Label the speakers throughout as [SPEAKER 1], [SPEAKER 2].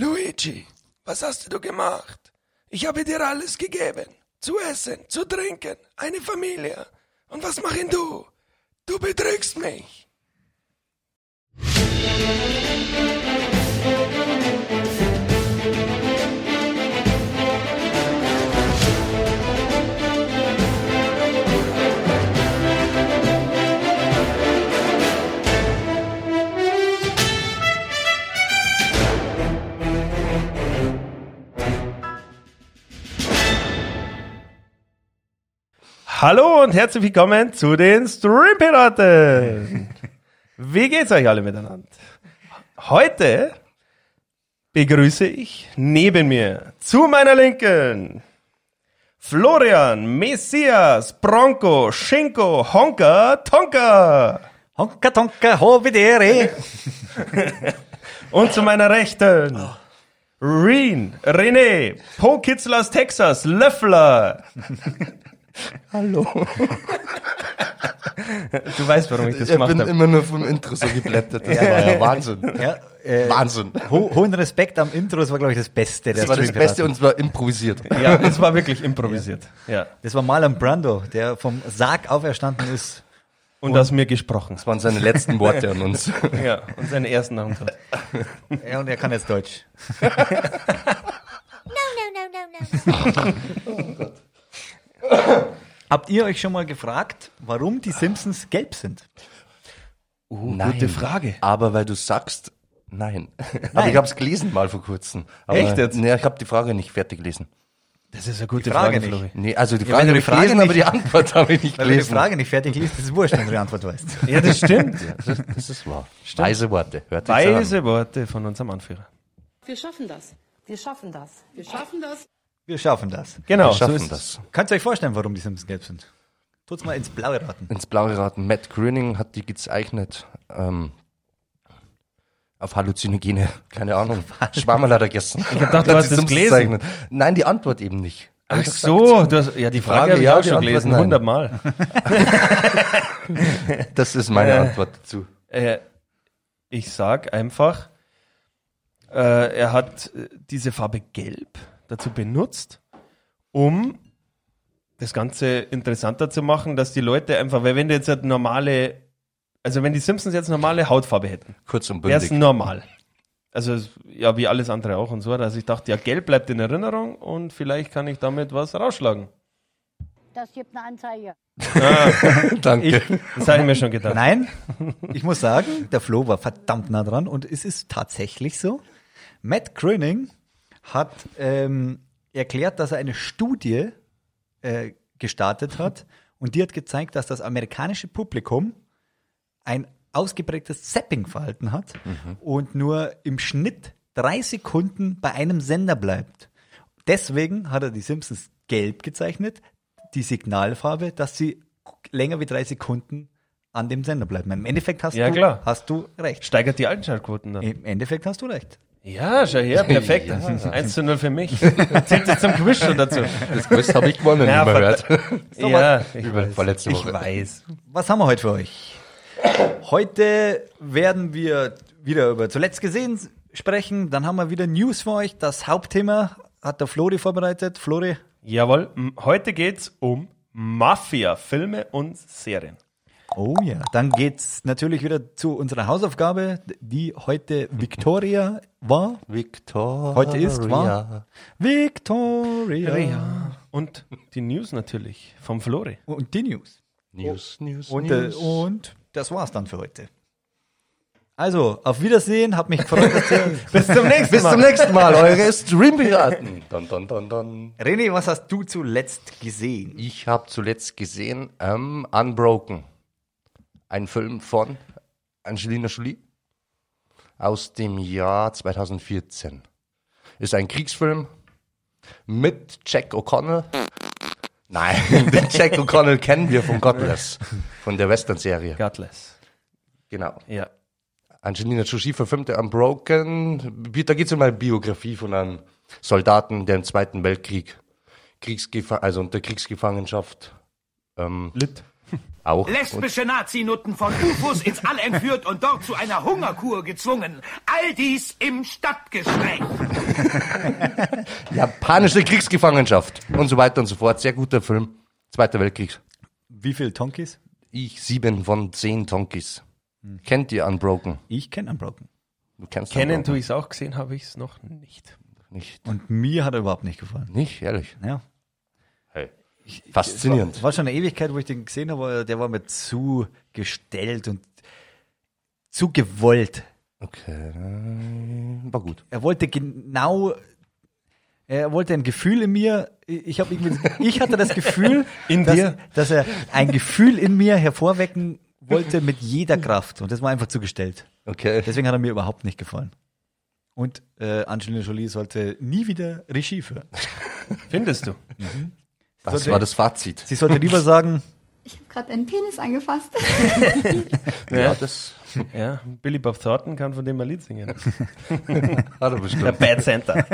[SPEAKER 1] Luigi, was hast du gemacht? Ich habe dir alles gegeben. Zu essen, zu trinken, eine Familie. Und was machen du? Du betrügst mich.
[SPEAKER 2] Hallo und herzlich willkommen zu den Streampiraten. Wie geht's euch alle miteinander? Heute begrüße ich neben mir zu meiner Linken Florian, Messias, Bronco, Schinko, Honka, Tonka
[SPEAKER 3] Honka Tonka Hovidere.
[SPEAKER 2] und zu meiner Rechten Reen, René, Po Kitzler aus Texas, Löffler. Hallo. Du weißt, warum ich das
[SPEAKER 4] Ich
[SPEAKER 2] gemacht
[SPEAKER 4] bin
[SPEAKER 2] habe.
[SPEAKER 4] immer nur vom Intro so geblättert. Das war ja Wahnsinn.
[SPEAKER 3] Ja, äh,
[SPEAKER 4] Wahnsinn.
[SPEAKER 3] ho hohen Respekt am Intro, das war glaube ich das Beste.
[SPEAKER 4] Das war das Beste und zwar improvisiert.
[SPEAKER 2] Ja, das war wirklich improvisiert. Ja.
[SPEAKER 3] das war Marlon Brando, der vom Sarg auferstanden ist.
[SPEAKER 2] Und aus mir gesprochen.
[SPEAKER 4] Das waren seine letzten Worte an uns.
[SPEAKER 2] Ja, und seinen ersten Nachmittag.
[SPEAKER 3] Ja, und er kann jetzt Deutsch.
[SPEAKER 5] no, no, no, no, no.
[SPEAKER 3] Habt ihr euch schon mal gefragt, warum die Simpsons gelb sind?
[SPEAKER 4] nein.
[SPEAKER 2] Oh, gute Frage.
[SPEAKER 4] Aber weil du sagst, nein. Aber
[SPEAKER 3] Nein.
[SPEAKER 4] ich habe es gelesen mal vor kurzem. Aber,
[SPEAKER 2] Echt jetzt?
[SPEAKER 4] Nee, ich habe die Frage nicht fertig gelesen.
[SPEAKER 2] Das ist eine gute
[SPEAKER 3] Frage,
[SPEAKER 2] Frage,
[SPEAKER 3] Flori.
[SPEAKER 2] Flori.
[SPEAKER 4] Nee, also die
[SPEAKER 3] Ja, wenn du die
[SPEAKER 4] Frage habe ich
[SPEAKER 3] Frage
[SPEAKER 4] gelesen,
[SPEAKER 3] nicht-
[SPEAKER 4] aber die Antwort habe ich nicht
[SPEAKER 3] Weil wenn du die
[SPEAKER 4] gelesen.
[SPEAKER 3] Frage nicht fertig liest, ist es wurscht, wenn du die Antwort weißt.
[SPEAKER 2] Ja, das stimmt.
[SPEAKER 4] Das, ist- das ist wahr. Weise Worte. Hört sich so an.
[SPEAKER 2] Weise Worte von unserem Anführer.
[SPEAKER 6] Wir schaffen das. Wir schaffen das. Wir schaffen das.
[SPEAKER 3] Wir schaffen das.
[SPEAKER 2] Genau,
[SPEAKER 4] Wir schaffen
[SPEAKER 2] so ist es.
[SPEAKER 4] das.
[SPEAKER 3] Könnt ihr euch vorstellen, warum die Simpsons gelb sind? Tut's mal ins Blaue raten.
[SPEAKER 4] Ins Blaue raten. Matt Groening hat die gezeichnet. Ähm, auf Halluzinogene. Keine Ahnung. Schwammerl hat er gestern. Ich
[SPEAKER 2] gedacht, du hast das gelesen.
[SPEAKER 4] Nein, die Antwort eben nicht.
[SPEAKER 2] Ach so, du hast, ja, die Frage,
[SPEAKER 4] Frage,
[SPEAKER 2] habe ich
[SPEAKER 4] ja,
[SPEAKER 2] auch
[SPEAKER 4] die
[SPEAKER 2] schon
[SPEAKER 4] Antwort
[SPEAKER 2] gelesen,
[SPEAKER 4] nein.
[SPEAKER 2] hundertmal.
[SPEAKER 4] Das ist meine
[SPEAKER 2] Äh.
[SPEAKER 4] Antwort dazu.
[SPEAKER 2] Äh, ich sag einfach, äh, er hat äh, diese Farbe Gelb dazu benutzt, um das Ganze interessanter zu machen, dass die Leute einfach, weil wenn du jetzt halt normale, also wenn die Simpsons jetzt normale Hautfarbe hätten,
[SPEAKER 4] Kurz und
[SPEAKER 2] wäre es
[SPEAKER 4] bündig.
[SPEAKER 2] normal. Also es- ja, wie alles andere auch und so. Also ich dachte, ja, Gelb bleibt in Erinnerung und vielleicht kann ich damit was rausschlagen.
[SPEAKER 7] Das gibt eine Anzeige.
[SPEAKER 4] Danke.
[SPEAKER 2] Das habe ich mir schon gedacht.
[SPEAKER 3] Nein, ich muss sagen, der Flo war verdammt nah dran und es ist tatsächlich so. Matt Groening hat ähm, erklärt, dass er eine Studie äh, gestartet hat und die hat gezeigt, dass das amerikanische Publikum ein ausgeprägtes Zapping-Verhalten hat
[SPEAKER 2] Mhm.
[SPEAKER 3] und nur im Schnitt drei Sekunden bei einem Sender bleibt. Deswegen hat er die Simpsons gelb gezeichnet, die Signalfarbe, dass sie länger wie drei Sekunden an dem Sender bleiben. Im Endeffekt hast,
[SPEAKER 2] Ja,
[SPEAKER 3] du,
[SPEAKER 2] klar.
[SPEAKER 3] hast du recht.
[SPEAKER 2] Steigert die Einschaltquoten dann.
[SPEAKER 3] Im Endeffekt hast du recht.
[SPEAKER 2] Ja, schau her, perfekt. 1 zu 0 für mich. Zählt es zum Quiz schon dazu.
[SPEAKER 4] Das Quiz habe ich gewonnen,
[SPEAKER 2] Ja,
[SPEAKER 4] wie man
[SPEAKER 2] verdammt.
[SPEAKER 4] hört.
[SPEAKER 2] Ja, ich
[SPEAKER 4] Über
[SPEAKER 2] weiß.
[SPEAKER 4] vorletzte Woche.
[SPEAKER 2] Ich weiß.
[SPEAKER 3] Was haben wir heute für euch? Heute werden wir wieder über zuletzt gesehen sprechen. Dann haben wir wieder News für euch. Das Hauptthema hat der Flori vorbereitet. Flori,
[SPEAKER 2] Jawohl, m- heute geht's um Mafia-Filme und Serien.
[SPEAKER 3] Oh ja, dann geht's natürlich wieder zu unserer Hausaufgabe, die heute Victoria war.
[SPEAKER 4] Victoria.
[SPEAKER 3] Heute ist war. Victoria.
[SPEAKER 2] Und die News natürlich vom Flori.
[SPEAKER 3] Und die News.
[SPEAKER 4] News, News,
[SPEAKER 3] Und, äh,
[SPEAKER 4] News.
[SPEAKER 3] und das war's dann für heute. Also, auf Wiedersehen, hab mich gefreut, dass ihr.
[SPEAKER 2] Bis zum nächsten
[SPEAKER 4] Bis zum nächsten Mal, eure Streampiraten. Don, don, don, don.
[SPEAKER 3] René, was hast du zuletzt gesehen?
[SPEAKER 4] Ich habe zuletzt gesehen ähm, Unbroken. Ein Film von Angelina Jolie aus dem Jahr 2014. Ist ein Kriegsfilm mit Jack O'Connell. Nein, den Jack O'Connell kennen wir von Godless, von der Western-Serie.
[SPEAKER 2] Godless.
[SPEAKER 4] Genau.
[SPEAKER 2] Ja.
[SPEAKER 4] Angelina Jolie verfilmte Unbroken. Da geht es um eine Biografie von einem Soldaten, der im Zweiten Weltkrieg Kriegsgefa also unter Kriegsgefangenschaft ähm,
[SPEAKER 2] Lit.
[SPEAKER 4] auch.
[SPEAKER 8] Lesbische Nazinutten von UFOs ins All entführt und dort zu einer Hungerkur gezwungen. All dies im Stadtgespräch.
[SPEAKER 4] Japanische Kriegsgefangenschaft und so weiter und so fort. Sehr guter Film. Zweiter Weltkrieg.
[SPEAKER 3] Wie viel Tonkis?
[SPEAKER 4] Ich sieben von zehn Tonkis. Kennt ihr Unbroken?
[SPEAKER 3] Ich kenne Unbroken.
[SPEAKER 4] Du kennst
[SPEAKER 9] Hm. Kennen
[SPEAKER 4] Unbroken
[SPEAKER 9] tue ich es auch, gesehen habe ich es noch nicht.
[SPEAKER 4] nicht.
[SPEAKER 3] Und mir hat er überhaupt nicht gefallen.
[SPEAKER 4] Nicht, ehrlich.
[SPEAKER 3] Ja.
[SPEAKER 4] Hey. Faszinierend.
[SPEAKER 3] Es war schon eine Ewigkeit, wo ich den gesehen habe, aber der war mir zu gestellt und zu gewollt.
[SPEAKER 4] Okay, äh, war gut.
[SPEAKER 3] Er wollte genau, er wollte ein Gefühl in mir. Ich, hab irgendwie, ich hatte das Gefühl,
[SPEAKER 9] In
[SPEAKER 3] dass,
[SPEAKER 9] dir?
[SPEAKER 3] dass er ein Gefühl in mir hervorwecken wollte mit jeder Kraft. Und das war einfach zugestellt.
[SPEAKER 4] Okay.
[SPEAKER 3] Deswegen hat er mir überhaupt nicht gefallen. Und äh, Angelina Jolie sollte nie wieder Regie führen.
[SPEAKER 9] Findest du?
[SPEAKER 4] Das war das Fazit.
[SPEAKER 3] Sie sollte lieber sagen,
[SPEAKER 5] Ich habe gerade einen Penis angefasst.
[SPEAKER 9] Ja.
[SPEAKER 4] das
[SPEAKER 9] Ja, Billy Bob Thornton kann von dem ein Lied singen.
[SPEAKER 4] hat er bestimmt.
[SPEAKER 9] Bad Santa.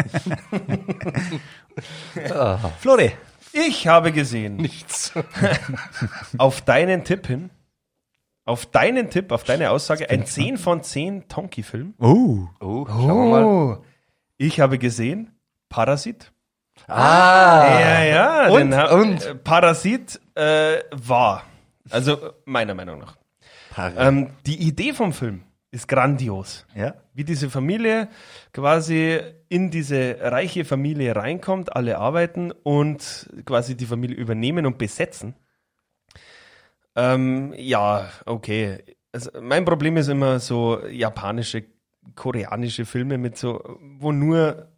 [SPEAKER 3] Flori,
[SPEAKER 9] Ich habe gesehen. Nichts. auf deinen Tipp hin, auf deinen Tipp, auf deine Aussage, ein 10 von 10 Tonki-Film.
[SPEAKER 3] oh,
[SPEAKER 4] Oh, schauen wir mal.
[SPEAKER 9] Ich habe gesehen Parasit.
[SPEAKER 4] Ah,
[SPEAKER 9] Ja, ja.
[SPEAKER 4] Und?
[SPEAKER 9] den hab-
[SPEAKER 4] Und?
[SPEAKER 9] äh, Parasit äh, war, also äh, meiner Meinung nach. Ähm, die Idee vom Film ist grandios.
[SPEAKER 3] ja,
[SPEAKER 9] wie diese Familie quasi in diese reiche Familie reinkommt, alle arbeiten und quasi die Familie übernehmen und besetzen. Ähm, ja, okay. Also mein Problem ist immer so japanische, koreanische Filme mit so, wo nur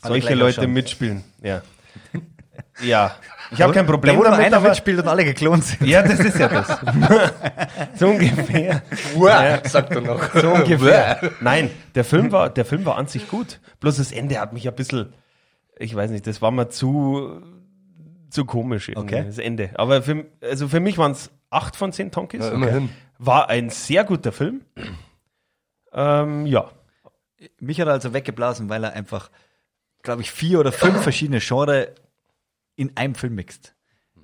[SPEAKER 9] solche
[SPEAKER 3] gleich
[SPEAKER 9] Leute
[SPEAKER 3] ausschauen.
[SPEAKER 9] mitspielen. Ja. ja. Ich habe kein
[SPEAKER 3] da
[SPEAKER 9] Problem
[SPEAKER 3] wurde nur
[SPEAKER 9] damit,
[SPEAKER 3] einer
[SPEAKER 9] aber
[SPEAKER 3] mitspielt und alle geklont sind.
[SPEAKER 9] ja, das ist ja das. so ungefähr. Ja.
[SPEAKER 4] sagt er noch.
[SPEAKER 9] So ungefähr. Nein, der Film, war, der Film war an sich gut. Bloß das Ende hat mich ein bisschen, ich weiß nicht, das war mir zu, zu komisch. irgendwie,
[SPEAKER 3] Okay.
[SPEAKER 9] Das Ende. Aber für, also für mich waren es 8 von 10 Tonkis.
[SPEAKER 4] Ja, immerhin.
[SPEAKER 9] War ein sehr guter Film. ähm, ja.
[SPEAKER 3] Mich hat er also weggeblasen, weil er einfach, glaube ich, vier oder fünf verschiedene Genres in einem Film mixt.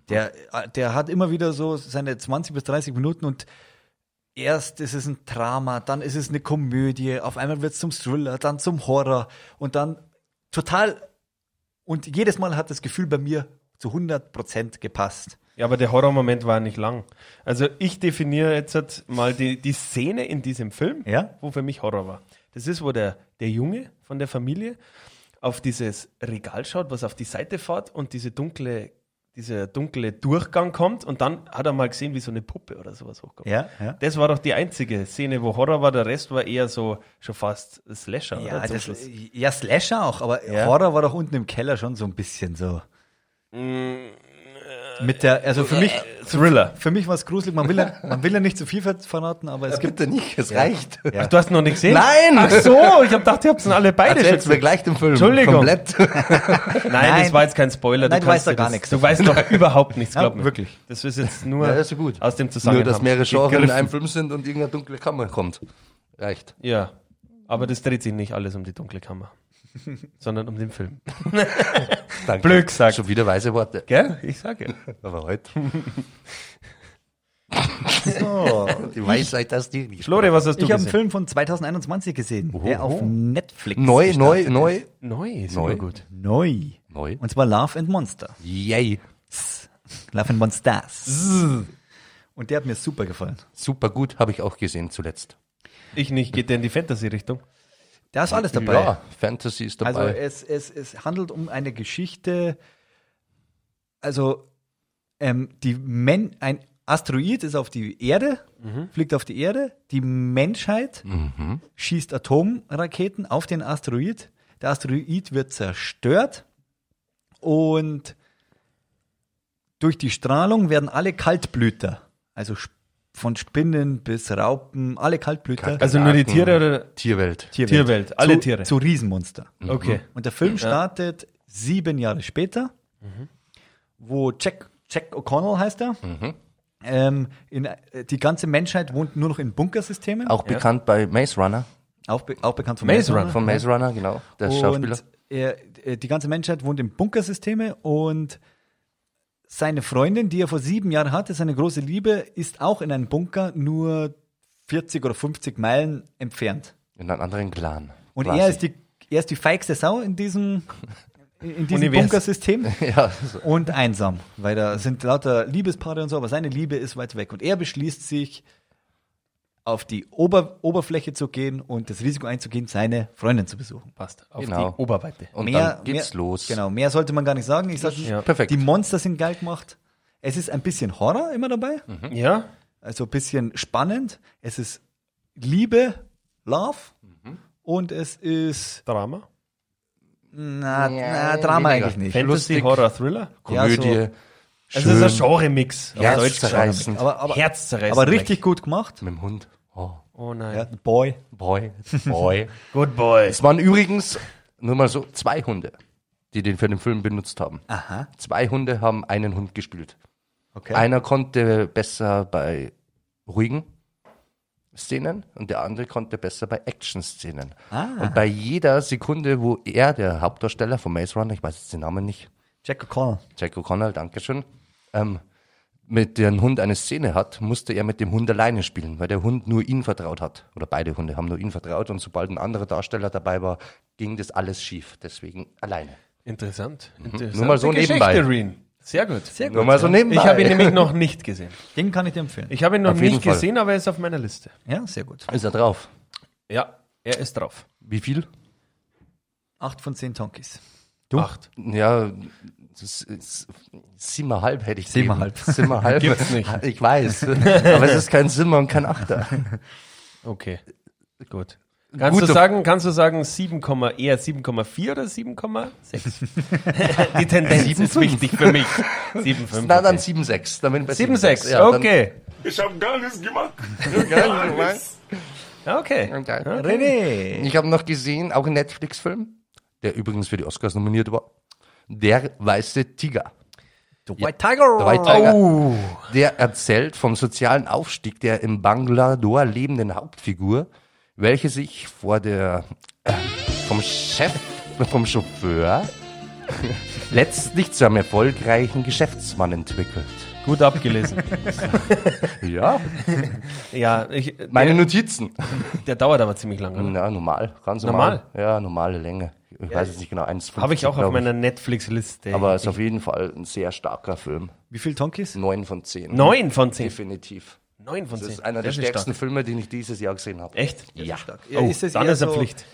[SPEAKER 3] Der, äh, der hat immer wieder so seine 20 bis 30 Minuten und erst ist es ein Drama, dann ist es eine Komödie, auf einmal wird es zum Thriller, dann zum Horror und dann total. Und jedes Mal hat das Gefühl bei mir zu 100% gepasst.
[SPEAKER 9] Ja, aber der Horrormoment war nicht lang. Also ich definiere jetzt halt mal die, die Szene in diesem Film,
[SPEAKER 3] Ja.
[SPEAKER 9] wo für mich Horror war. Das ist, wo der, der Junge von der Familie auf dieses Regal schaut, was auf die Seite fährt und diese dunkle, dieser dunkle Durchgang kommt und dann hat er mal gesehen, wie so eine Puppe oder sowas hochkommt.
[SPEAKER 3] Ja, ja.
[SPEAKER 9] Das war doch die einzige Szene, wo Horror war. Der Rest war eher so schon fast Slasher.
[SPEAKER 3] Ja,
[SPEAKER 9] oder, zum
[SPEAKER 3] das, äh,
[SPEAKER 9] Schluss.
[SPEAKER 3] ja, Slasher auch, aber Horror war doch unten im Keller schon so ein bisschen so.
[SPEAKER 4] Mm,
[SPEAKER 3] Mit der, also
[SPEAKER 4] äh,
[SPEAKER 3] für mich,
[SPEAKER 9] Thriller.
[SPEAKER 3] für mich war es gruselig. Man will, ja, man will ja nicht zu viel ver- verraten, aber es gibt.
[SPEAKER 4] Bitte nicht, es reicht.
[SPEAKER 9] Ach, du hast ihn noch nicht gesehen?
[SPEAKER 4] Nein!
[SPEAKER 9] Ach so, ich habe gedacht, ihr habt es alle beide
[SPEAKER 4] Erzähl's
[SPEAKER 9] schon
[SPEAKER 4] mir gleich den Film.
[SPEAKER 9] Entschuldigung.
[SPEAKER 4] Komplett.
[SPEAKER 9] Nein,
[SPEAKER 3] Nein.
[SPEAKER 9] das war jetzt kein Spoiler.
[SPEAKER 3] Nein, du weißt
[SPEAKER 9] kannst
[SPEAKER 3] doch
[SPEAKER 9] dir
[SPEAKER 3] gar
[SPEAKER 9] das-
[SPEAKER 3] nichts
[SPEAKER 9] Du weißt doch überhaupt nichts, glaub
[SPEAKER 3] Ja,
[SPEAKER 9] mir.
[SPEAKER 3] wirklich.
[SPEAKER 9] Das ist jetzt nur
[SPEAKER 4] Ja, ist ja gut.
[SPEAKER 9] aus dem Zusammenhang.
[SPEAKER 4] Nur, dass mehrere Genres in
[SPEAKER 9] gegriffen.
[SPEAKER 4] einem Film sind und irgendeine dunkle Kammer kommt. Reicht.
[SPEAKER 9] Ja, aber das dreht sich nicht alles um die dunkle Kammer, sondern um den Film.
[SPEAKER 4] Danke.
[SPEAKER 9] Blöd gesagt.
[SPEAKER 4] Schon wieder weise Worte.
[SPEAKER 9] Gell? Ich sage.
[SPEAKER 4] Aber heute,
[SPEAKER 3] So.
[SPEAKER 4] die Weisheit hast du nicht.
[SPEAKER 9] Flore, was hast du
[SPEAKER 3] Oh, Ich habe einen
[SPEAKER 9] gesehen?
[SPEAKER 3] Film von 2021 gesehen, der auf Netflix
[SPEAKER 4] Neu,
[SPEAKER 3] gestartet
[SPEAKER 4] neu,
[SPEAKER 3] ist.
[SPEAKER 4] neu.
[SPEAKER 9] Neu, ist
[SPEAKER 4] Neu.
[SPEAKER 9] immer gut.
[SPEAKER 3] Neu.
[SPEAKER 4] Neu.
[SPEAKER 3] Und zwar Love and Monster.
[SPEAKER 4] Yay.
[SPEAKER 3] Love and Monsters. Und der hat mir super gefallen.
[SPEAKER 4] Super gut, habe ich auch gesehen zuletzt.
[SPEAKER 9] Ich nicht, geht der in die Fantasy-Richtung?
[SPEAKER 3] Da ist alles dabei.
[SPEAKER 4] Ja, Fantasy ist dabei.
[SPEAKER 3] Also es, es, es handelt um eine Geschichte, also ähm, die Men ein Asteroid ist auf die Erde,
[SPEAKER 9] Mhm.
[SPEAKER 3] fliegt auf die Erde, die Menschheit schießt Atomraketen auf den Asteroid, der Asteroid wird zerstört und durch die Strahlung werden alle Kaltblüter, also sp- von Spinnen bis Raupen, alle Kaltblüter,
[SPEAKER 9] Also nur die Tiere oder
[SPEAKER 4] Tierwelt.
[SPEAKER 9] Tierwelt, alle
[SPEAKER 3] zu,
[SPEAKER 9] Tiere. Mhm.
[SPEAKER 3] zu Riesenmonster.
[SPEAKER 9] Okay.
[SPEAKER 3] Und der Film startet sieben Jahre später, wo Jack, Jack O'Connell heißt er.
[SPEAKER 4] Mhm.
[SPEAKER 3] Ähm, in, äh, die ganze Menschheit wohnt nur noch in Bunkersystemen.
[SPEAKER 4] Auch bekannt bei Maze Runner.
[SPEAKER 3] auch, be auch bekannt von
[SPEAKER 9] Maze Runner.
[SPEAKER 4] Von Maze Runner, genau. Der Schauspieler.
[SPEAKER 3] Und er, äh, die ganze Menschheit wohnt in Bunkersysteme und seine Freundin, die er vor sieben Jahren hatte, seine große Liebe, ist auch in einem Bunker nur 40 oder 50 Meilen entfernt.
[SPEAKER 4] In einem anderen Clan.
[SPEAKER 3] Und
[SPEAKER 4] Quasi.
[SPEAKER 3] er ist die Er ist die feigste Sau in diesem, in diesem
[SPEAKER 9] Univers.
[SPEAKER 3] Bunkersystem
[SPEAKER 4] Ja, so.
[SPEAKER 3] und einsam, weil da sind lauter Liebespaare und so, aber seine Liebe ist weit weg und er beschließt sich, auf die Ober Oberfläche zu gehen und das Risiko einzugehen, seine Freundin zu besuchen.
[SPEAKER 9] Passt. Auf
[SPEAKER 4] Genau.
[SPEAKER 9] die Oberweite.
[SPEAKER 4] Und dann geht's
[SPEAKER 3] mehr,
[SPEAKER 4] los.
[SPEAKER 3] Genau, mehr sollte man gar nicht sagen. Ich sag,
[SPEAKER 4] Perfekt.
[SPEAKER 3] die Monster sind geil gemacht. Es ist ein bisschen Horror immer dabei,
[SPEAKER 4] Hm.
[SPEAKER 9] Ja,
[SPEAKER 3] also ein bisschen spannend. Es ist Liebe, Love
[SPEAKER 4] Mhm.
[SPEAKER 3] und es ist
[SPEAKER 9] Drama.
[SPEAKER 3] na, na, Drama
[SPEAKER 4] weniger.
[SPEAKER 3] eigentlich nicht.
[SPEAKER 9] Fantasy,
[SPEAKER 4] Lustig.
[SPEAKER 9] Horror, Thriller.
[SPEAKER 4] Komödie.
[SPEAKER 3] Ja,
[SPEAKER 9] Also es ist ein Genre-Mix. auf Deutsch gesagt.
[SPEAKER 4] Herzzerreißend.
[SPEAKER 3] Aber, aber,
[SPEAKER 9] Herzzerreißend.
[SPEAKER 3] aber richtig gut gemacht.
[SPEAKER 4] Mit dem Hund. Oh,
[SPEAKER 9] Oh nein.
[SPEAKER 3] Ja, Boy.
[SPEAKER 4] boy, boy.
[SPEAKER 9] Good boy.
[SPEAKER 4] es waren übrigens nur mal so zwei Hunde, die den für den Film benutzt haben.
[SPEAKER 3] Aha.
[SPEAKER 4] Zwei Hunde haben einen Hund gespielt.
[SPEAKER 3] Okay.
[SPEAKER 4] Einer konnte besser bei ruhigen Szenen und der andere konnte besser bei Action-Szenen.
[SPEAKER 3] Ah.
[SPEAKER 4] Und bei jeder Sekunde, wo er, der Hauptdarsteller von Maze Runner, ich weiß jetzt den Namen nicht,
[SPEAKER 3] Jack O'Connell.
[SPEAKER 4] Jack O'Connell, Dankeschön, ähm, mit dem Hund eine Szene hat, musste er mit dem Hund alleine spielen, weil der Hund nur ihn vertraut hat. Oder beide Hunde haben nur ihn vertraut und sobald ein anderer Darsteller dabei war, ging das alles schief. Deswegen alleine.
[SPEAKER 9] Interessant. Interessant.
[SPEAKER 4] Nur mal so
[SPEAKER 9] Geschichte,
[SPEAKER 4] nebenbei.
[SPEAKER 9] Rin. Sehr gut. Sehr
[SPEAKER 4] Nur mal so nebenbei.
[SPEAKER 9] Ich habe ihn nämlich noch nicht gesehen.
[SPEAKER 3] Den kann ich dir empfehlen.
[SPEAKER 9] Ich habe ihn noch
[SPEAKER 4] Auf jeden
[SPEAKER 9] nicht
[SPEAKER 4] Fall.
[SPEAKER 9] gesehen, aber er ist auf meiner Liste.
[SPEAKER 3] ja, sehr gut.
[SPEAKER 4] Ist er drauf?
[SPEAKER 9] Ja, er ist drauf.
[SPEAKER 4] Wie viel?
[SPEAKER 3] Acht von zehn Tonkis.
[SPEAKER 9] Acht.
[SPEAKER 4] Ja, das ist- siebeneinhalb hätte ich
[SPEAKER 3] Siebeneinhalb.
[SPEAKER 4] gegeben. Siebeneinhalb.
[SPEAKER 9] Gibt's nicht.
[SPEAKER 4] Ich weiß. Aber es ist kein Simmer und kein Achter.
[SPEAKER 9] Okay. Gut. Kannst du
[SPEAKER 4] Äh, Gute-
[SPEAKER 9] sagen, kannst du sagen 7, Komma- eher 7,4 oder 7,6? Die Tendenz ist wichtig für mich. 7,5.
[SPEAKER 4] Na, dann
[SPEAKER 9] okay.
[SPEAKER 4] 7,6. Dann bin ich bei
[SPEAKER 9] 7,6.
[SPEAKER 4] Ja, dann-
[SPEAKER 9] okay.
[SPEAKER 10] Ich habe gar nichts gemacht.
[SPEAKER 9] Okay.
[SPEAKER 3] René.
[SPEAKER 4] Ich habe noch gesehen, auch ein Netflix-Film, der übrigens für die Oscars nominiert war. Der weiße Tiger.
[SPEAKER 3] The White Tiger.
[SPEAKER 4] Der, White Tiger,
[SPEAKER 9] Oh.
[SPEAKER 4] der erzählt vom sozialen Aufstieg der im Banglador lebenden Hauptfigur, welche sich vor der äh, vom Chef, vom Chauffeur letztlich zu einem erfolgreichen Geschäftsmann entwickelt.
[SPEAKER 9] Gut abgelesen.
[SPEAKER 4] Ja,
[SPEAKER 9] Ja, ich,
[SPEAKER 4] meine Notizen.
[SPEAKER 9] der dauert aber ziemlich lange. oder?
[SPEAKER 4] Ja, normal, ganz normal.
[SPEAKER 9] Normal?
[SPEAKER 4] Ja, normale Länge. Ich weiß es nicht genau, 1,50.
[SPEAKER 9] Habe ich auch auf
[SPEAKER 4] glaub
[SPEAKER 9] meiner Netflix-Liste.
[SPEAKER 4] Aber es ist auf jeden Fall ein sehr starker Film.
[SPEAKER 3] Wie viel Tonkis?
[SPEAKER 4] 9 von 10.
[SPEAKER 9] 9 von 10.
[SPEAKER 4] Definitiv.
[SPEAKER 9] 9 von 10.
[SPEAKER 4] Das ist einer der
[SPEAKER 9] ist stark.
[SPEAKER 4] stärksten Filme, den ich dieses Jahr gesehen habe.
[SPEAKER 9] Echt?
[SPEAKER 4] Ja.
[SPEAKER 3] Ja,
[SPEAKER 9] oh,
[SPEAKER 3] ist das
[SPEAKER 9] dann
[SPEAKER 3] eher
[SPEAKER 9] ist er
[SPEAKER 3] so-
[SPEAKER 9] Pflicht.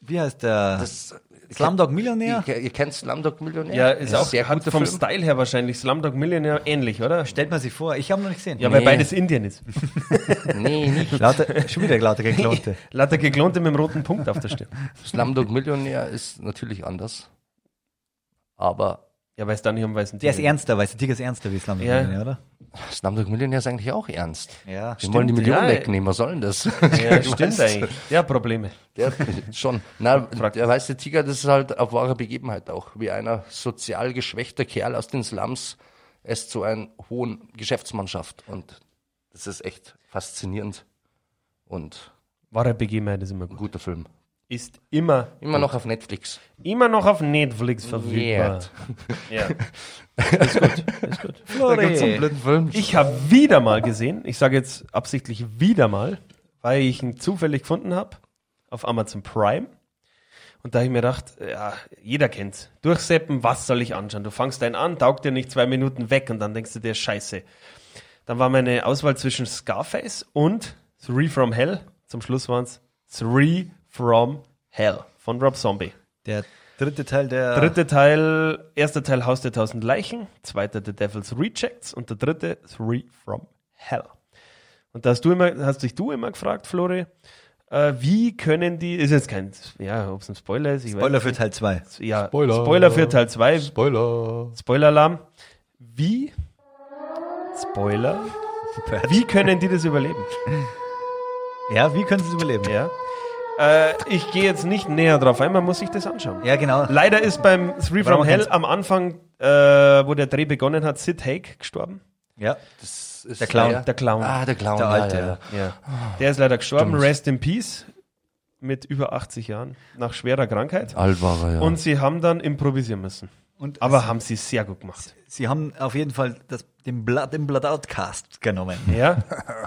[SPEAKER 3] Wie heißt der?
[SPEAKER 4] Das,
[SPEAKER 3] Slumdog
[SPEAKER 4] ihr,
[SPEAKER 3] Millionär?
[SPEAKER 4] ihr kennt Slumdog Millionär?
[SPEAKER 9] Ja, ist auch
[SPEAKER 4] sehr
[SPEAKER 9] hat
[SPEAKER 4] guter
[SPEAKER 9] vom
[SPEAKER 4] Film.
[SPEAKER 9] Style her wahrscheinlich Slumdog Millionaire ähnlich, oder?
[SPEAKER 3] Stellt man sich vor. Ich habe noch nicht gesehen.
[SPEAKER 9] Ja, weil
[SPEAKER 4] Nee.
[SPEAKER 9] beides Indien ist.
[SPEAKER 4] Nee, nicht.
[SPEAKER 3] Lauter, schon wieder lauter geklonte.
[SPEAKER 9] Lauter geklonte mit dem roten Punkt auf der Stirn.
[SPEAKER 4] Slumdog Millionär ist natürlich anders. Aber
[SPEAKER 9] Ja, weil es da nicht um weißen
[SPEAKER 3] Der ist
[SPEAKER 9] Tiger
[SPEAKER 3] ernster, weißt du? Tiger ist ernster wie Slumdog
[SPEAKER 9] Ja.
[SPEAKER 3] Millionär, oder?
[SPEAKER 4] Slumdog Millionär ist eigentlich auch ernst.
[SPEAKER 3] Ja.
[SPEAKER 4] Wir wollen die Millionen
[SPEAKER 9] ja.
[SPEAKER 4] wegnehmen, was soll denn das?
[SPEAKER 9] geht. Ja, stimmt eigentlich. Ja, Probleme.
[SPEAKER 4] Der, schon. Na, der weiße Tiger, das ist halt auf wahre Begebenheit auch. Wie einer sozial geschwächter Kerl aus den Slums es zu einer hohen Geschäftsmannschaft. Und das ist echt faszinierend und
[SPEAKER 9] Wahre Begebenheit ist immer
[SPEAKER 4] ein
[SPEAKER 9] gut.
[SPEAKER 4] guter Film.
[SPEAKER 9] Ist immer,
[SPEAKER 4] Immer noch auf Netflix.
[SPEAKER 9] immer noch auf Netflix verfügbar. Ja.
[SPEAKER 4] Da gibt's einen
[SPEAKER 3] Flori.
[SPEAKER 4] blöden Film.
[SPEAKER 9] Ich habe wieder mal gesehen, ich sage jetzt absichtlich wieder mal, weil ich ihn zufällig gefunden habe auf Amazon Prime. Und da habe ich mir gedacht, ja, jeder kennt's. Durchseppen, was soll ich anschauen? Du fangst einen an, taugt dir nicht zwei Minuten weg und dann denkst du dir, scheiße. Dann war meine Auswahl zwischen Scarface und Three from Hell. Zum Schluss waren's Three from Hell von Rob Zombie.
[SPEAKER 3] Der dritte Teil der.
[SPEAKER 9] Dritte Teil, erster Teil Haus der tausend Leichen, zweiter The Devil's Rejects und der dritte Three from Hell. Und da hast du immer, hast dich du immer gefragt, Flori, äh, wie können die, ist jetzt kein, ja, ob es ein Spoiler ist, ich
[SPEAKER 3] Spoiler für Teil 2.
[SPEAKER 9] weiß nicht. ja, Spoiler. Spoiler für Teil 2,
[SPEAKER 4] Spoiler.
[SPEAKER 9] Spoiler-Alarm. Wie, Spoiler, wie können die das überleben?
[SPEAKER 3] Ja, wie können sie es überleben?
[SPEAKER 9] Ja. Äh, ich gehe jetzt nicht näher drauf ein, man muss sich das anschauen.
[SPEAKER 3] Ja, genau.
[SPEAKER 9] Leider ist beim Three
[SPEAKER 3] Brauchen
[SPEAKER 9] from
[SPEAKER 3] wir
[SPEAKER 9] Hell
[SPEAKER 3] keins.
[SPEAKER 9] am Anfang, äh, wo der Dreh begonnen hat, Sid Haig gestorben.
[SPEAKER 3] Ja.
[SPEAKER 4] Das ist
[SPEAKER 3] Der Clown.
[SPEAKER 4] leider-
[SPEAKER 9] Der Clown.
[SPEAKER 4] Ah, der Clown.
[SPEAKER 3] Der
[SPEAKER 4] ja,
[SPEAKER 3] alte,
[SPEAKER 4] ja, ja.
[SPEAKER 9] Ja. Der ist leider gestorben. Rest in Peace. Mit über 80 Jahren. Nach schwerer Krankheit.
[SPEAKER 4] Alvaro, ja.
[SPEAKER 9] Und sie haben dann improvisieren müssen.
[SPEAKER 3] Und
[SPEAKER 9] Aber haben sie sehr gut gemacht.
[SPEAKER 3] sie haben auf jeden Fall das, den Blood, den Blood Outcast genommen.
[SPEAKER 9] Ja?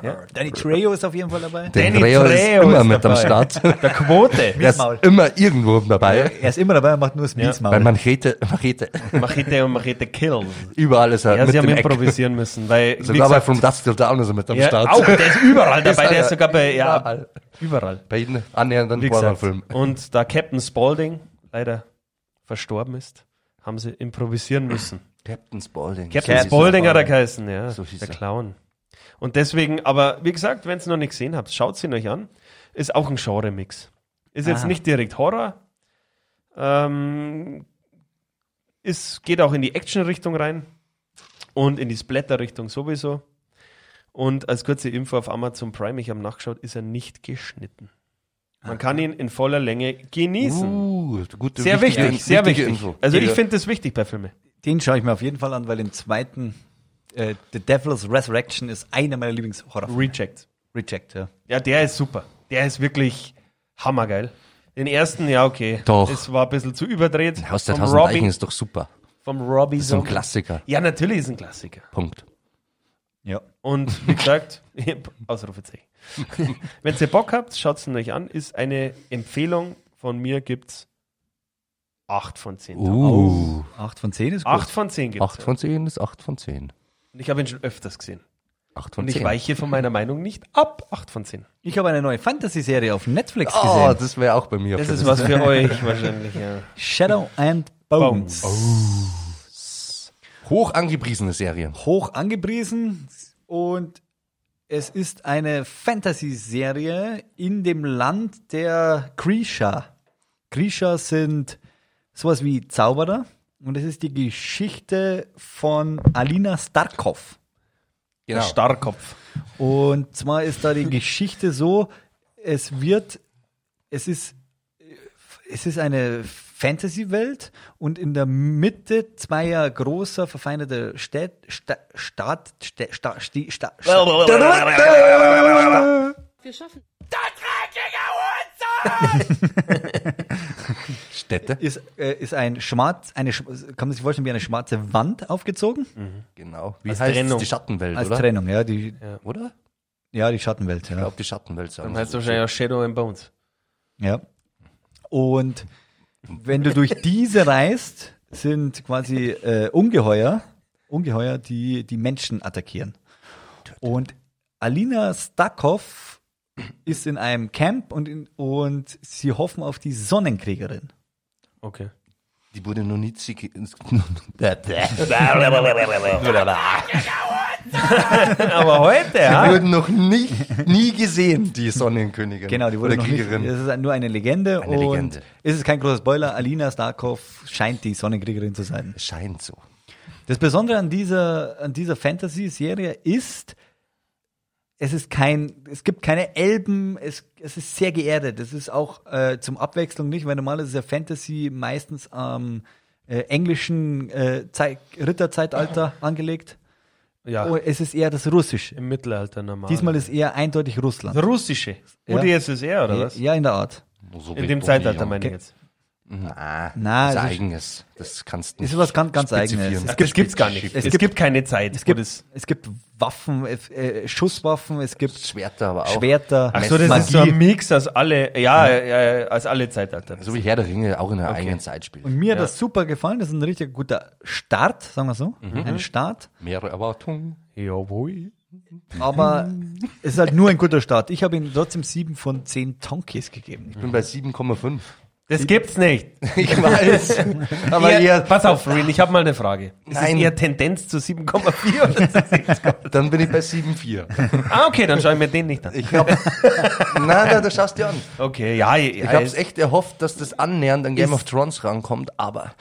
[SPEAKER 9] ja?
[SPEAKER 3] Danny Trejo ist auf jeden Fall dabei.
[SPEAKER 4] Der
[SPEAKER 9] Danny
[SPEAKER 4] Dreher
[SPEAKER 9] Trejo
[SPEAKER 4] ist immer
[SPEAKER 9] ist
[SPEAKER 4] mit am
[SPEAKER 9] dabei.
[SPEAKER 4] Start.
[SPEAKER 9] Der Quote.
[SPEAKER 4] Er ist
[SPEAKER 3] Maul.
[SPEAKER 4] immer irgendwo dabei.
[SPEAKER 3] Er ist immer dabei und macht nur das
[SPEAKER 4] Bei
[SPEAKER 3] Miesmaul.
[SPEAKER 4] Machete, Machete,
[SPEAKER 9] Machete und Machete Kill.
[SPEAKER 4] überall ist er
[SPEAKER 9] Ja,
[SPEAKER 4] äh, mit
[SPEAKER 9] sie haben
[SPEAKER 4] im Eck.
[SPEAKER 9] improvisieren müssen, weil, wie
[SPEAKER 4] Sogar bei
[SPEAKER 9] gesagt,
[SPEAKER 4] From Dust Till Down ist er mit am
[SPEAKER 9] ja,
[SPEAKER 4] Start.
[SPEAKER 9] auch, der ist überall dabei, der ist sogar bei, ja,
[SPEAKER 4] Überall.
[SPEAKER 9] überall.
[SPEAKER 4] Bei jedem annähernden
[SPEAKER 9] Wie gesagt,
[SPEAKER 4] Horrorfilm.
[SPEAKER 9] und da Captain Spaulding leider verstorben ist, haben sie improvisieren müssen.
[SPEAKER 4] Captain Spaulding.
[SPEAKER 9] Captain
[SPEAKER 4] So hieß er.
[SPEAKER 9] Spaulding hat er geheißen, ja,
[SPEAKER 4] So hieß
[SPEAKER 9] der
[SPEAKER 4] er.
[SPEAKER 9] Clown. Und deswegen, aber wie gesagt, wenn ihr es noch nicht gesehen habt, schaut ihn euch an. Ist auch ein Genre-Mix. Ist jetzt
[SPEAKER 3] Ah.
[SPEAKER 9] nicht direkt Horror. Ähm, ist, geht auch in die Action-Richtung rein und in die Splatter-Richtung sowieso. Und als kurze Info auf Amazon Prime, ich habe nachgeschaut, ist er nicht geschnitten. Man kann ihn in voller Länge genießen.
[SPEAKER 4] Ah. Uh, gute,
[SPEAKER 9] sehr wichtig,
[SPEAKER 4] wichtige-
[SPEAKER 9] sehr wichtig.
[SPEAKER 4] wichtige Info.
[SPEAKER 9] Also ich
[SPEAKER 4] Ja.
[SPEAKER 9] finde das wichtig bei Filmen.
[SPEAKER 3] Den schaue ich mir auf jeden Fall an, weil im zweiten äh, The Devil's Resurrection ist einer meiner Lieblingshorrorfilme.
[SPEAKER 9] Reject.
[SPEAKER 3] Reject, ja.
[SPEAKER 9] Ja, der ist super. Der ist wirklich hammergeil. Den ersten, ja, okay.
[SPEAKER 4] Doch.
[SPEAKER 9] Es war ein bisschen zu überdreht.
[SPEAKER 4] Haus der
[SPEAKER 9] Vom
[SPEAKER 4] Tausend
[SPEAKER 9] Robbie-
[SPEAKER 4] Eichen ist doch super.
[SPEAKER 9] Vom Robbie
[SPEAKER 4] So ein
[SPEAKER 9] Zombie.
[SPEAKER 4] Klassiker.
[SPEAKER 9] Ja, natürlich ist ein Klassiker.
[SPEAKER 4] Punkt.
[SPEAKER 3] ja.
[SPEAKER 9] Und wie gesagt, Ausrufezeichen. Wenn ihr Bock habt, schaut es euch an. Ist eine Empfehlung von mir, gibt's 8 von 10.
[SPEAKER 4] Uh.
[SPEAKER 3] Acht von zehn ist gut.
[SPEAKER 9] 8 von 10 gibt's.
[SPEAKER 4] 8 von 10 ist 8 von 10.
[SPEAKER 9] Und ich habe ihn schon öfters gesehen.
[SPEAKER 4] 8 von
[SPEAKER 9] Und
[SPEAKER 4] 10.
[SPEAKER 9] ich weiche von meiner Meinung nicht ab. 8 von 10.
[SPEAKER 3] Ich habe eine neue Fantasy-Serie auf Netflix
[SPEAKER 4] Oh,
[SPEAKER 3] gesehen.
[SPEAKER 4] das wäre auch bei mir. auf
[SPEAKER 9] Das
[SPEAKER 4] der
[SPEAKER 9] ist
[SPEAKER 4] Liste.
[SPEAKER 9] was für euch wahrscheinlich, ja.
[SPEAKER 3] Shadow and Bones.
[SPEAKER 4] Hoch angepriesene Serie.
[SPEAKER 3] Hoch angepriesen und es ist eine Fantasy-Serie in dem Land der Grisha. Grisha sind sowas wie Zauberer und es ist die Geschichte von Alina Starkov.
[SPEAKER 9] Der Starrkopf.
[SPEAKER 3] Und zwar ist da die Geschichte so, es wird, es ist, es ist eine Fantasy-Welt und in der Mitte zweier großer verfeindeter Städt, Sta, Staat, Stä, Sta, Sti, Sta, Sta,
[SPEAKER 6] Wir schaffen
[SPEAKER 4] Städte.
[SPEAKER 3] ist, äh, ist ein schwarz, eine, sch- kann man sich vorstellen, wie eine schwarze Wand aufgezogen
[SPEAKER 4] Genau. Wie
[SPEAKER 9] Als
[SPEAKER 4] heißt
[SPEAKER 9] Trennung.
[SPEAKER 4] die Schattenwelt,
[SPEAKER 3] als
[SPEAKER 4] oder?
[SPEAKER 3] Trennung, ja, die,
[SPEAKER 4] Oder?
[SPEAKER 3] ja, die Schattenwelt,
[SPEAKER 4] Ich
[SPEAKER 3] ja.
[SPEAKER 4] glaube, die Schattenwelt sagen
[SPEAKER 9] Dann halt
[SPEAKER 4] sie
[SPEAKER 9] heißt
[SPEAKER 4] so.
[SPEAKER 9] wahrscheinlich auch Shadow and Bones.
[SPEAKER 3] Ja. Und wenn du durch diese reist, sind quasi äh, Ungeheuer, Ungeheuer, die die Menschen attackieren. Und Alina Stakov ist in einem Camp und, in, und sie hoffen auf die Sonnenkriegerin.
[SPEAKER 9] Okay.
[SPEAKER 4] Die wurde noch nie zig- ins-
[SPEAKER 9] Aber heute, ja.
[SPEAKER 4] Die wurden noch nie, nie gesehen, die Sonnenkönigin.
[SPEAKER 3] Genau, die wurde
[SPEAKER 4] Oder
[SPEAKER 3] noch nicht,
[SPEAKER 4] Kriegerin.
[SPEAKER 3] das ist nur eine Legende.
[SPEAKER 4] Eine
[SPEAKER 3] und
[SPEAKER 4] Legende.
[SPEAKER 3] Es ist kein großer Spoiler, Alina Starkov scheint die Sonnenkriegerin zu sein.
[SPEAKER 4] Scheint so.
[SPEAKER 3] Das Besondere an dieser, an dieser Fantasy-Serie ist, es ist kein, es gibt keine Elben, es, es ist sehr geerdet. Es ist auch äh, zum Abwechslung nicht, weil normal ist ja Fantasy meistens am äh, englischen äh, Zei- Ritterzeitalter angelegt.
[SPEAKER 9] Ja,
[SPEAKER 3] Oh, es ist eher das Russische.
[SPEAKER 9] im Mittelalter normal.
[SPEAKER 3] Diesmal ist eher eindeutig Russland.
[SPEAKER 9] Das russische.
[SPEAKER 3] Ja.
[SPEAKER 9] UdSSR oder was?
[SPEAKER 3] Ja, in der Art.
[SPEAKER 4] So
[SPEAKER 9] In dem
[SPEAKER 4] Victoria.
[SPEAKER 9] Zeitalter meine ich
[SPEAKER 3] Okay.
[SPEAKER 9] jetzt.
[SPEAKER 4] Na, also
[SPEAKER 3] Na,
[SPEAKER 4] das
[SPEAKER 3] das ist-
[SPEAKER 4] eigenes. Das kannst du
[SPEAKER 3] Es
[SPEAKER 4] nicht.
[SPEAKER 3] ist was ganz, ganz Eigenes. Es
[SPEAKER 4] spezifizieren. Ach,
[SPEAKER 3] gibt,
[SPEAKER 9] das gibt's gar nicht.
[SPEAKER 3] Es
[SPEAKER 9] Es,
[SPEAKER 3] gibt-
[SPEAKER 9] gibt, keine Zeit.
[SPEAKER 3] es gibt,
[SPEAKER 9] wo das,
[SPEAKER 3] es gibt Waffen, äh, äh, Schusswaffen, es gibt
[SPEAKER 4] Schwerter aber auch.
[SPEAKER 3] Schwerter.
[SPEAKER 9] ach so, das ist so ein Mix aus alle, ja, ja. aus alle Zeitalter.
[SPEAKER 4] So wie Herr der Ringe auch in der eigenen Zeit
[SPEAKER 3] Und
[SPEAKER 4] spielt.
[SPEAKER 3] mir hat das super gefallen. Das ist ein richtig guter Start, sagen wir so. Ein Start.
[SPEAKER 4] Mehrere Erwartungen.
[SPEAKER 9] Jawohl.
[SPEAKER 3] Aber es ist halt nur ein guter Start. Ich habe ihm trotzdem sieben von zehn Tonkis gegeben.
[SPEAKER 4] Ich bin bei 7,5.
[SPEAKER 9] Das gibt's nicht.
[SPEAKER 4] Ich weiß. aber
[SPEAKER 9] Eher-
[SPEAKER 4] ihr,
[SPEAKER 9] pass auf, Rin, ich habe mal eine Frage. Ist
[SPEAKER 4] Nein.
[SPEAKER 9] es eher Tendenz zu 7,4 oder zu 6,4?
[SPEAKER 4] dann bin ich bei 7,4.
[SPEAKER 9] Ah, okay, dann schau ich mir den nicht an.
[SPEAKER 4] Ich hab, nein, nein, das schaust du dir an.
[SPEAKER 9] Okay, ja, ja.
[SPEAKER 4] Ich habe
[SPEAKER 9] es-
[SPEAKER 4] es echt erhofft, dass das annähernd an Game
[SPEAKER 3] Ist-
[SPEAKER 4] of Thrones rankommt, aber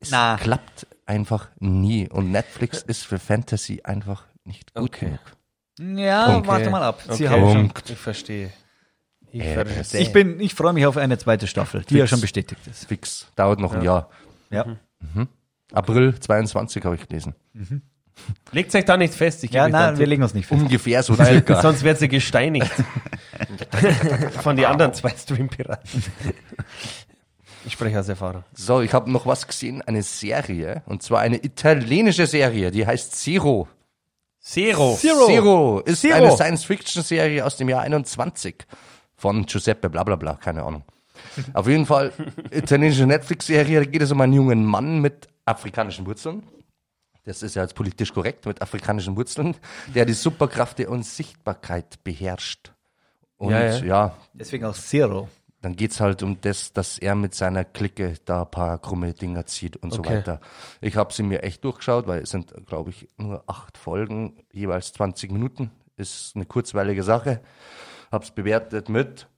[SPEAKER 4] es
[SPEAKER 3] Na.
[SPEAKER 4] klappt einfach nie. Und Netflix ist für Fantasy einfach nicht gut
[SPEAKER 9] Okay.
[SPEAKER 4] genug.
[SPEAKER 3] Ja,
[SPEAKER 4] Okay.
[SPEAKER 3] warte mal ab. Sie
[SPEAKER 9] okay.
[SPEAKER 3] haben schon.
[SPEAKER 9] Ich verstehe. Ich
[SPEAKER 4] Äh,
[SPEAKER 9] verstehe.
[SPEAKER 3] Ich, bin, ich freue mich auf eine zweite Staffel, die ja schon bestätigt ist.
[SPEAKER 4] Fix. Dauert noch ein Jahr.
[SPEAKER 3] Ja,
[SPEAKER 4] April 22 habe ich gelesen.
[SPEAKER 9] Legt euch da nicht fest. Ich
[SPEAKER 3] ja
[SPEAKER 9] gebe euch da einen
[SPEAKER 3] nein, wir
[SPEAKER 9] Tipp.
[SPEAKER 3] legen uns nicht fest.
[SPEAKER 4] Ungefähr so
[SPEAKER 9] Weil
[SPEAKER 4] circa.
[SPEAKER 9] sonst wird sie gesteinigt. Von den anderen zwei Stream-Piraten. Ich spreche aus Erfahrung.
[SPEAKER 4] So, ich habe noch was gesehen, eine Serie, und zwar eine italienische Serie, die heißt Zero.
[SPEAKER 9] Zero.
[SPEAKER 4] Zero, ist
[SPEAKER 9] Zero.
[SPEAKER 4] eine Science-Fiction-Serie aus dem Jahr 21 von Giuseppe Blablabla, keine Ahnung. Auf jeden Fall, italienische Netflix-Serie, da geht es um einen jungen Mann mit afrikanischen Wurzeln. Das ist ja jetzt politisch korrekt, mit afrikanischen Wurzeln, der die Superkraft der Unsichtbarkeit beherrscht. Und
[SPEAKER 9] Ja, ja.
[SPEAKER 4] ja
[SPEAKER 3] Deswegen auch Zero.
[SPEAKER 4] dann geht's halt um das, dass er mit seiner Clique da ein paar krumme Dinger zieht und so
[SPEAKER 9] Okay.
[SPEAKER 4] weiter. Ich habe sie mir echt durchgeschaut, weil es sind, glaube ich, nur acht Folgen, jeweils 20 Minuten. Ist eine kurzweilige Sache. Hab's bewertet mit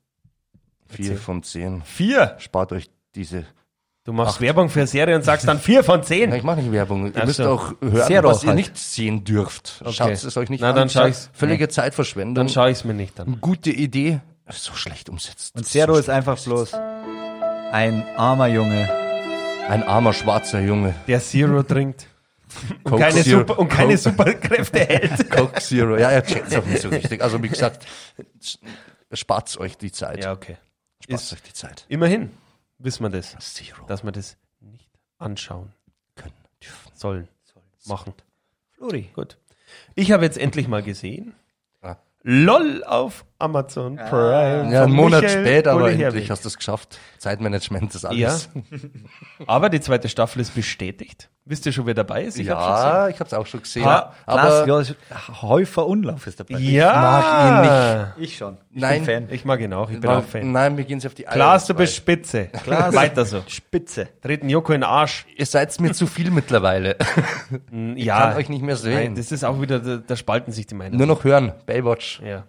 [SPEAKER 4] vier von zehn.
[SPEAKER 9] Vier.
[SPEAKER 4] Spart euch diese.
[SPEAKER 9] Du machst Werbung für eine Serie und sagst dann vier von
[SPEAKER 4] Nein,
[SPEAKER 9] zehn.
[SPEAKER 4] ich mache nicht Werbung. Ihr
[SPEAKER 9] Ach
[SPEAKER 4] müsst
[SPEAKER 9] so.
[SPEAKER 4] auch hören,
[SPEAKER 3] Zero
[SPEAKER 4] was ihr
[SPEAKER 3] halt.
[SPEAKER 4] nicht sehen dürft. Schaut es euch nicht
[SPEAKER 9] Na,
[SPEAKER 4] an.
[SPEAKER 9] dann schau ich's.
[SPEAKER 4] Völlige Zeitverschwendung.
[SPEAKER 9] Dann schaue ich es mir nicht an.
[SPEAKER 4] Gute Idee. So schlecht umsetzt.
[SPEAKER 3] Und
[SPEAKER 4] So
[SPEAKER 3] Zero ist
[SPEAKER 4] schlecht
[SPEAKER 3] einfach bloß ein armer Junge.
[SPEAKER 4] Ein armer schwarzer Junge.
[SPEAKER 9] Der Zero trinkt und
[SPEAKER 4] Coke
[SPEAKER 9] keine,
[SPEAKER 4] Zero.
[SPEAKER 9] Super, und keine
[SPEAKER 4] Coke.
[SPEAKER 9] Superkräfte hält.
[SPEAKER 4] Coke Zero. Ja, er checkt's auch nicht so richtig. Also, wie gesagt, sch- spart's euch die Zeit.
[SPEAKER 9] Ja, okay.
[SPEAKER 4] spart's
[SPEAKER 9] ist-
[SPEAKER 4] euch die Zeit.
[SPEAKER 9] Immerhin wissen wir das,
[SPEAKER 4] Zero.
[SPEAKER 9] dass wir das nicht anschauen
[SPEAKER 4] können, dürfen.
[SPEAKER 9] sollen, machen.
[SPEAKER 3] Flori.
[SPEAKER 9] Gut. Ich habe jetzt endlich mal gesehen.
[SPEAKER 4] Ah.
[SPEAKER 9] LOL auf Amazon Prime.
[SPEAKER 4] Ja,
[SPEAKER 9] von
[SPEAKER 4] einen Monat
[SPEAKER 9] Michael
[SPEAKER 4] spät, aber
[SPEAKER 9] Bulli-Herwig.
[SPEAKER 4] endlich hast du es geschafft. Zeitmanagement ist
[SPEAKER 9] Ja.
[SPEAKER 4] alles.
[SPEAKER 9] Aber die zweite Staffel ist bestätigt. Wisst ihr schon, wer dabei ist? Ich hab's
[SPEAKER 4] Ja, ich hab's auch schon gesehen.
[SPEAKER 9] Ha-
[SPEAKER 4] aber
[SPEAKER 3] Lars Häufer Unlauf ist dabei.
[SPEAKER 9] schon gesehen. Ja. mag
[SPEAKER 3] Ich schon. Ich
[SPEAKER 4] Nein.
[SPEAKER 3] bin Fan.
[SPEAKER 9] Ich mag ihn auch, ich bin auch Fan.
[SPEAKER 4] nein, wir gehen sie auf die
[SPEAKER 9] Klaas, du
[SPEAKER 4] Eier, weil
[SPEAKER 9] bist Spitze.
[SPEAKER 3] Klaas.
[SPEAKER 9] Weiter so.
[SPEAKER 3] Spitze.
[SPEAKER 9] Treten Joko in den Arsch.
[SPEAKER 4] Ihr seid mir zu viel mittlerweile.
[SPEAKER 9] ja.
[SPEAKER 4] Kann euch nicht mehr
[SPEAKER 9] Ah, Nein,
[SPEAKER 4] sehen.
[SPEAKER 9] das ist auch wieder, da, da spalten sich die Meinungen.
[SPEAKER 4] Nur noch hören. Baywatch.
[SPEAKER 9] Ja.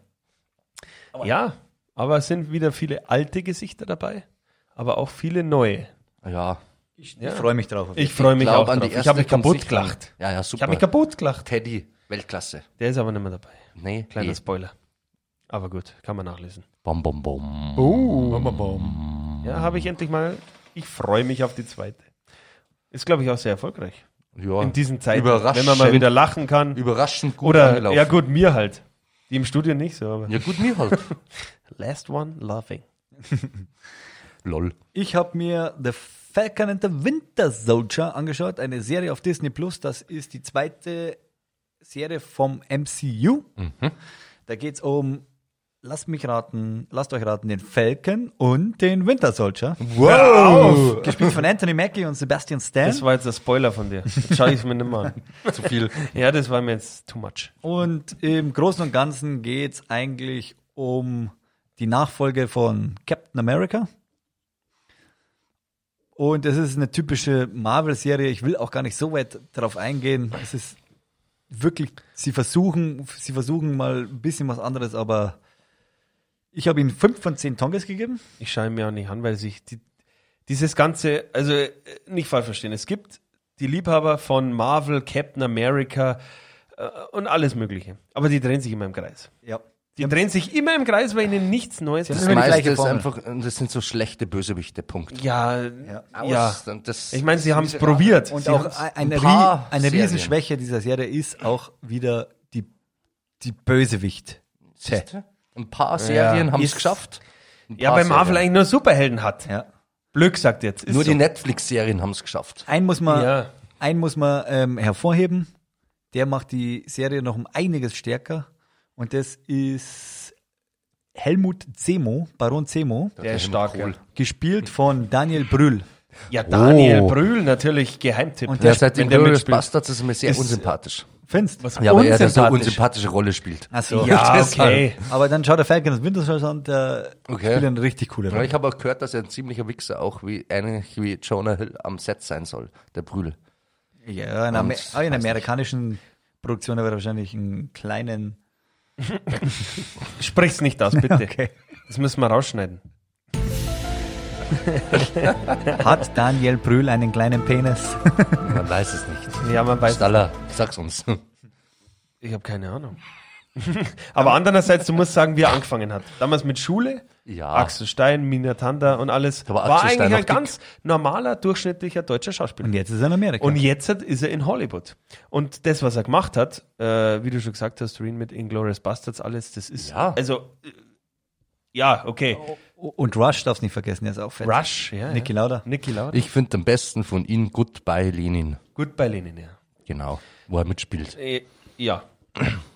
[SPEAKER 9] ja, aber es sind wieder viele alte Gesichter dabei, aber auch viele neue.
[SPEAKER 4] Ja.
[SPEAKER 3] Ich freue mich drauf.
[SPEAKER 9] Ich freue mich
[SPEAKER 4] glaub
[SPEAKER 9] auch drauf. Ich habe mich
[SPEAKER 4] kommt
[SPEAKER 9] kaputt
[SPEAKER 4] nicht dran.
[SPEAKER 9] gelacht.
[SPEAKER 4] Ah Ja, ja, super.
[SPEAKER 9] Ich habe mich kaputt gelacht.
[SPEAKER 4] Teddy, Weltklasse.
[SPEAKER 9] Der ist aber nicht mehr dabei.
[SPEAKER 4] Nee,
[SPEAKER 9] Kleiner
[SPEAKER 4] eh.
[SPEAKER 9] Spoiler. Aber gut, kann man nachlesen.
[SPEAKER 4] Bom, bom, bom.
[SPEAKER 9] Ja, habe ich endlich mal. Ich freue mich auf die zweite. Ist, glaube ich, auch sehr erfolgreich.
[SPEAKER 4] Ja.
[SPEAKER 9] In diesen Zeiten,
[SPEAKER 4] Überraschend.
[SPEAKER 9] wenn man mal wieder lachen kann.
[SPEAKER 4] überraschend gut
[SPEAKER 9] Oder,
[SPEAKER 4] angelaufen.
[SPEAKER 9] ja gut, mir halt. Die im Studio nicht so, aber.
[SPEAKER 4] Ja, gut, mir halt.
[SPEAKER 9] Last one laughing.
[SPEAKER 4] Lol.
[SPEAKER 3] Ich habe mir The Falcon and the Winter Soldier angeschaut, eine Serie auf Disney Plus. Das ist die zweite Serie vom MCU. Da geht es um, lasst mich raten, lasst euch raten, den Falcon und den Winter Soldier. Wow! Gespielt von Anthony Mackie und Sebastian Stan.
[SPEAKER 9] Das war jetzt der Spoiler von dir. Jetzt schaue ich es mir nicht mehr an.
[SPEAKER 4] Zu viel.
[SPEAKER 9] Ja, das war mir jetzt too much.
[SPEAKER 3] Und im Großen und Ganzen geht es eigentlich um die Nachfolge von Captain America. Und es ist eine typische Marvel-Serie. Ich will auch gar nicht so weit darauf eingehen. Es ist wirklich, sie versuchen, sie versuchen mal ein bisschen was anderes, aber ich habe ihnen fünf von zehn Tongas gegeben.
[SPEAKER 9] Ich schaue ihn mir auch nicht an, weil sich die, dieses ganze, also äh, nicht falsch verstehen, es gibt die Liebhaber von Marvel, Captain America äh, und alles Mögliche. Aber die drehen sich immer im Kreis.
[SPEAKER 3] Ja.
[SPEAKER 9] Die drehen sich immer im Kreis, weil ihnen nichts Neues
[SPEAKER 3] Das
[SPEAKER 4] Das
[SPEAKER 9] ist.
[SPEAKER 3] immer die
[SPEAKER 4] meiste
[SPEAKER 3] gleiche
[SPEAKER 4] ist
[SPEAKER 3] Formel.
[SPEAKER 4] einfach, das sind so schlechte Bösewichte, Punkt.
[SPEAKER 9] Ja, ja.
[SPEAKER 4] Aus, und das,
[SPEAKER 9] Ich meine, sie haben es probiert.
[SPEAKER 3] Und
[SPEAKER 9] sie
[SPEAKER 3] auch
[SPEAKER 9] haben's-
[SPEAKER 3] ein- eine,
[SPEAKER 4] ein paar
[SPEAKER 3] Rie- eine
[SPEAKER 4] Serien.
[SPEAKER 3] Riesenschwäche dieser Serie ist auch wieder die, die Bösewicht.
[SPEAKER 4] Siehst du? ein paar Serien haben es
[SPEAKER 9] Ist-
[SPEAKER 4] geschafft. Ein
[SPEAKER 9] ja,
[SPEAKER 4] paar
[SPEAKER 9] bei Marvel
[SPEAKER 4] Serien.
[SPEAKER 9] eigentlich nur Superhelden hat.
[SPEAKER 3] Ja.
[SPEAKER 9] Glück sagt jetzt. Ist
[SPEAKER 4] Nur die
[SPEAKER 9] so.
[SPEAKER 4] Netflix-Serien haben es geschafft.
[SPEAKER 3] Einen muss man,
[SPEAKER 9] Ja.
[SPEAKER 3] einen muss man ähm, hervorheben. Der macht die Serie noch um einiges stärker. Und das ist Helmut Zemo, Baron Zemo,
[SPEAKER 9] Der ist stark. ja.
[SPEAKER 3] gespielt von Daniel Brühl.
[SPEAKER 9] Ja, Daniel
[SPEAKER 4] Oh.
[SPEAKER 9] Brühl natürlich Geheimtipp.
[SPEAKER 3] Und
[SPEAKER 4] Ja,
[SPEAKER 3] der
[SPEAKER 4] seit dem
[SPEAKER 9] wenn der
[SPEAKER 4] Glorious
[SPEAKER 9] mitspielt.
[SPEAKER 4] Bastards ist mir sehr
[SPEAKER 9] Ist-
[SPEAKER 4] unsympathisch.
[SPEAKER 3] Findest
[SPEAKER 9] Was
[SPEAKER 4] Ja, aber er, der so eine
[SPEAKER 9] unsympathisch.
[SPEAKER 4] unsympathische Rolle spielt.
[SPEAKER 3] Achso.
[SPEAKER 9] Ja, okay.
[SPEAKER 4] Deshalb.
[SPEAKER 3] Aber dann schaut der Falcon und Winter Soldier an, der
[SPEAKER 4] Okay.
[SPEAKER 3] spielt eine richtig coole
[SPEAKER 4] Ja,
[SPEAKER 3] Rolle.
[SPEAKER 4] ich habe auch gehört, dass er ein ziemlicher Wichser auch wie, ähnlich wie Jonah Hill am Set sein soll, der Brühl.
[SPEAKER 3] Ja, in,
[SPEAKER 4] Und-
[SPEAKER 3] Amer auch in
[SPEAKER 4] weiß
[SPEAKER 3] amerikanischen Produktionen aber wahrscheinlich einen kleinen.
[SPEAKER 9] Sprich's nicht aus, bitte.
[SPEAKER 3] Okay.
[SPEAKER 9] Das müssen wir rausschneiden.
[SPEAKER 3] Hat Daniel Brühl einen kleinen Penis?
[SPEAKER 4] Man weiß es nicht.
[SPEAKER 9] Ja, man weiß.
[SPEAKER 4] Staller, sag's uns.
[SPEAKER 9] Ich habe keine Ahnung. Aber andererseits, du musst sagen, wie er angefangen hat. Damals mit Schule,
[SPEAKER 4] Ja.
[SPEAKER 9] Axel Stein, Mina Tanda und alles.
[SPEAKER 4] Da war
[SPEAKER 9] war
[SPEAKER 4] Axel Stein
[SPEAKER 9] eigentlich ein
[SPEAKER 4] noch dick.
[SPEAKER 9] ganz normaler, durchschnittlicher deutscher Schauspieler.
[SPEAKER 3] Und jetzt ist er in Amerika.
[SPEAKER 9] Und jetzt hat- ist er in Hollywood. Und das, was er gemacht hat, äh, wie du schon gesagt hast, Reen mit Inglourious Bastards, alles, das ist.
[SPEAKER 4] Ja. Oh.
[SPEAKER 9] Also, äh, Also, ja, okay.
[SPEAKER 3] Und Rush darfst nicht vergessen, der ist auch fett.
[SPEAKER 9] Rush, ja.
[SPEAKER 3] Niki
[SPEAKER 9] ja.
[SPEAKER 3] Lauda.
[SPEAKER 9] Niki Lauda.
[SPEAKER 4] Ich finde am besten von ihm Goodbye Lenin.
[SPEAKER 9] Gut bei Lenin, ja.
[SPEAKER 4] Genau, wo er mitspielt.
[SPEAKER 9] Äh, ja.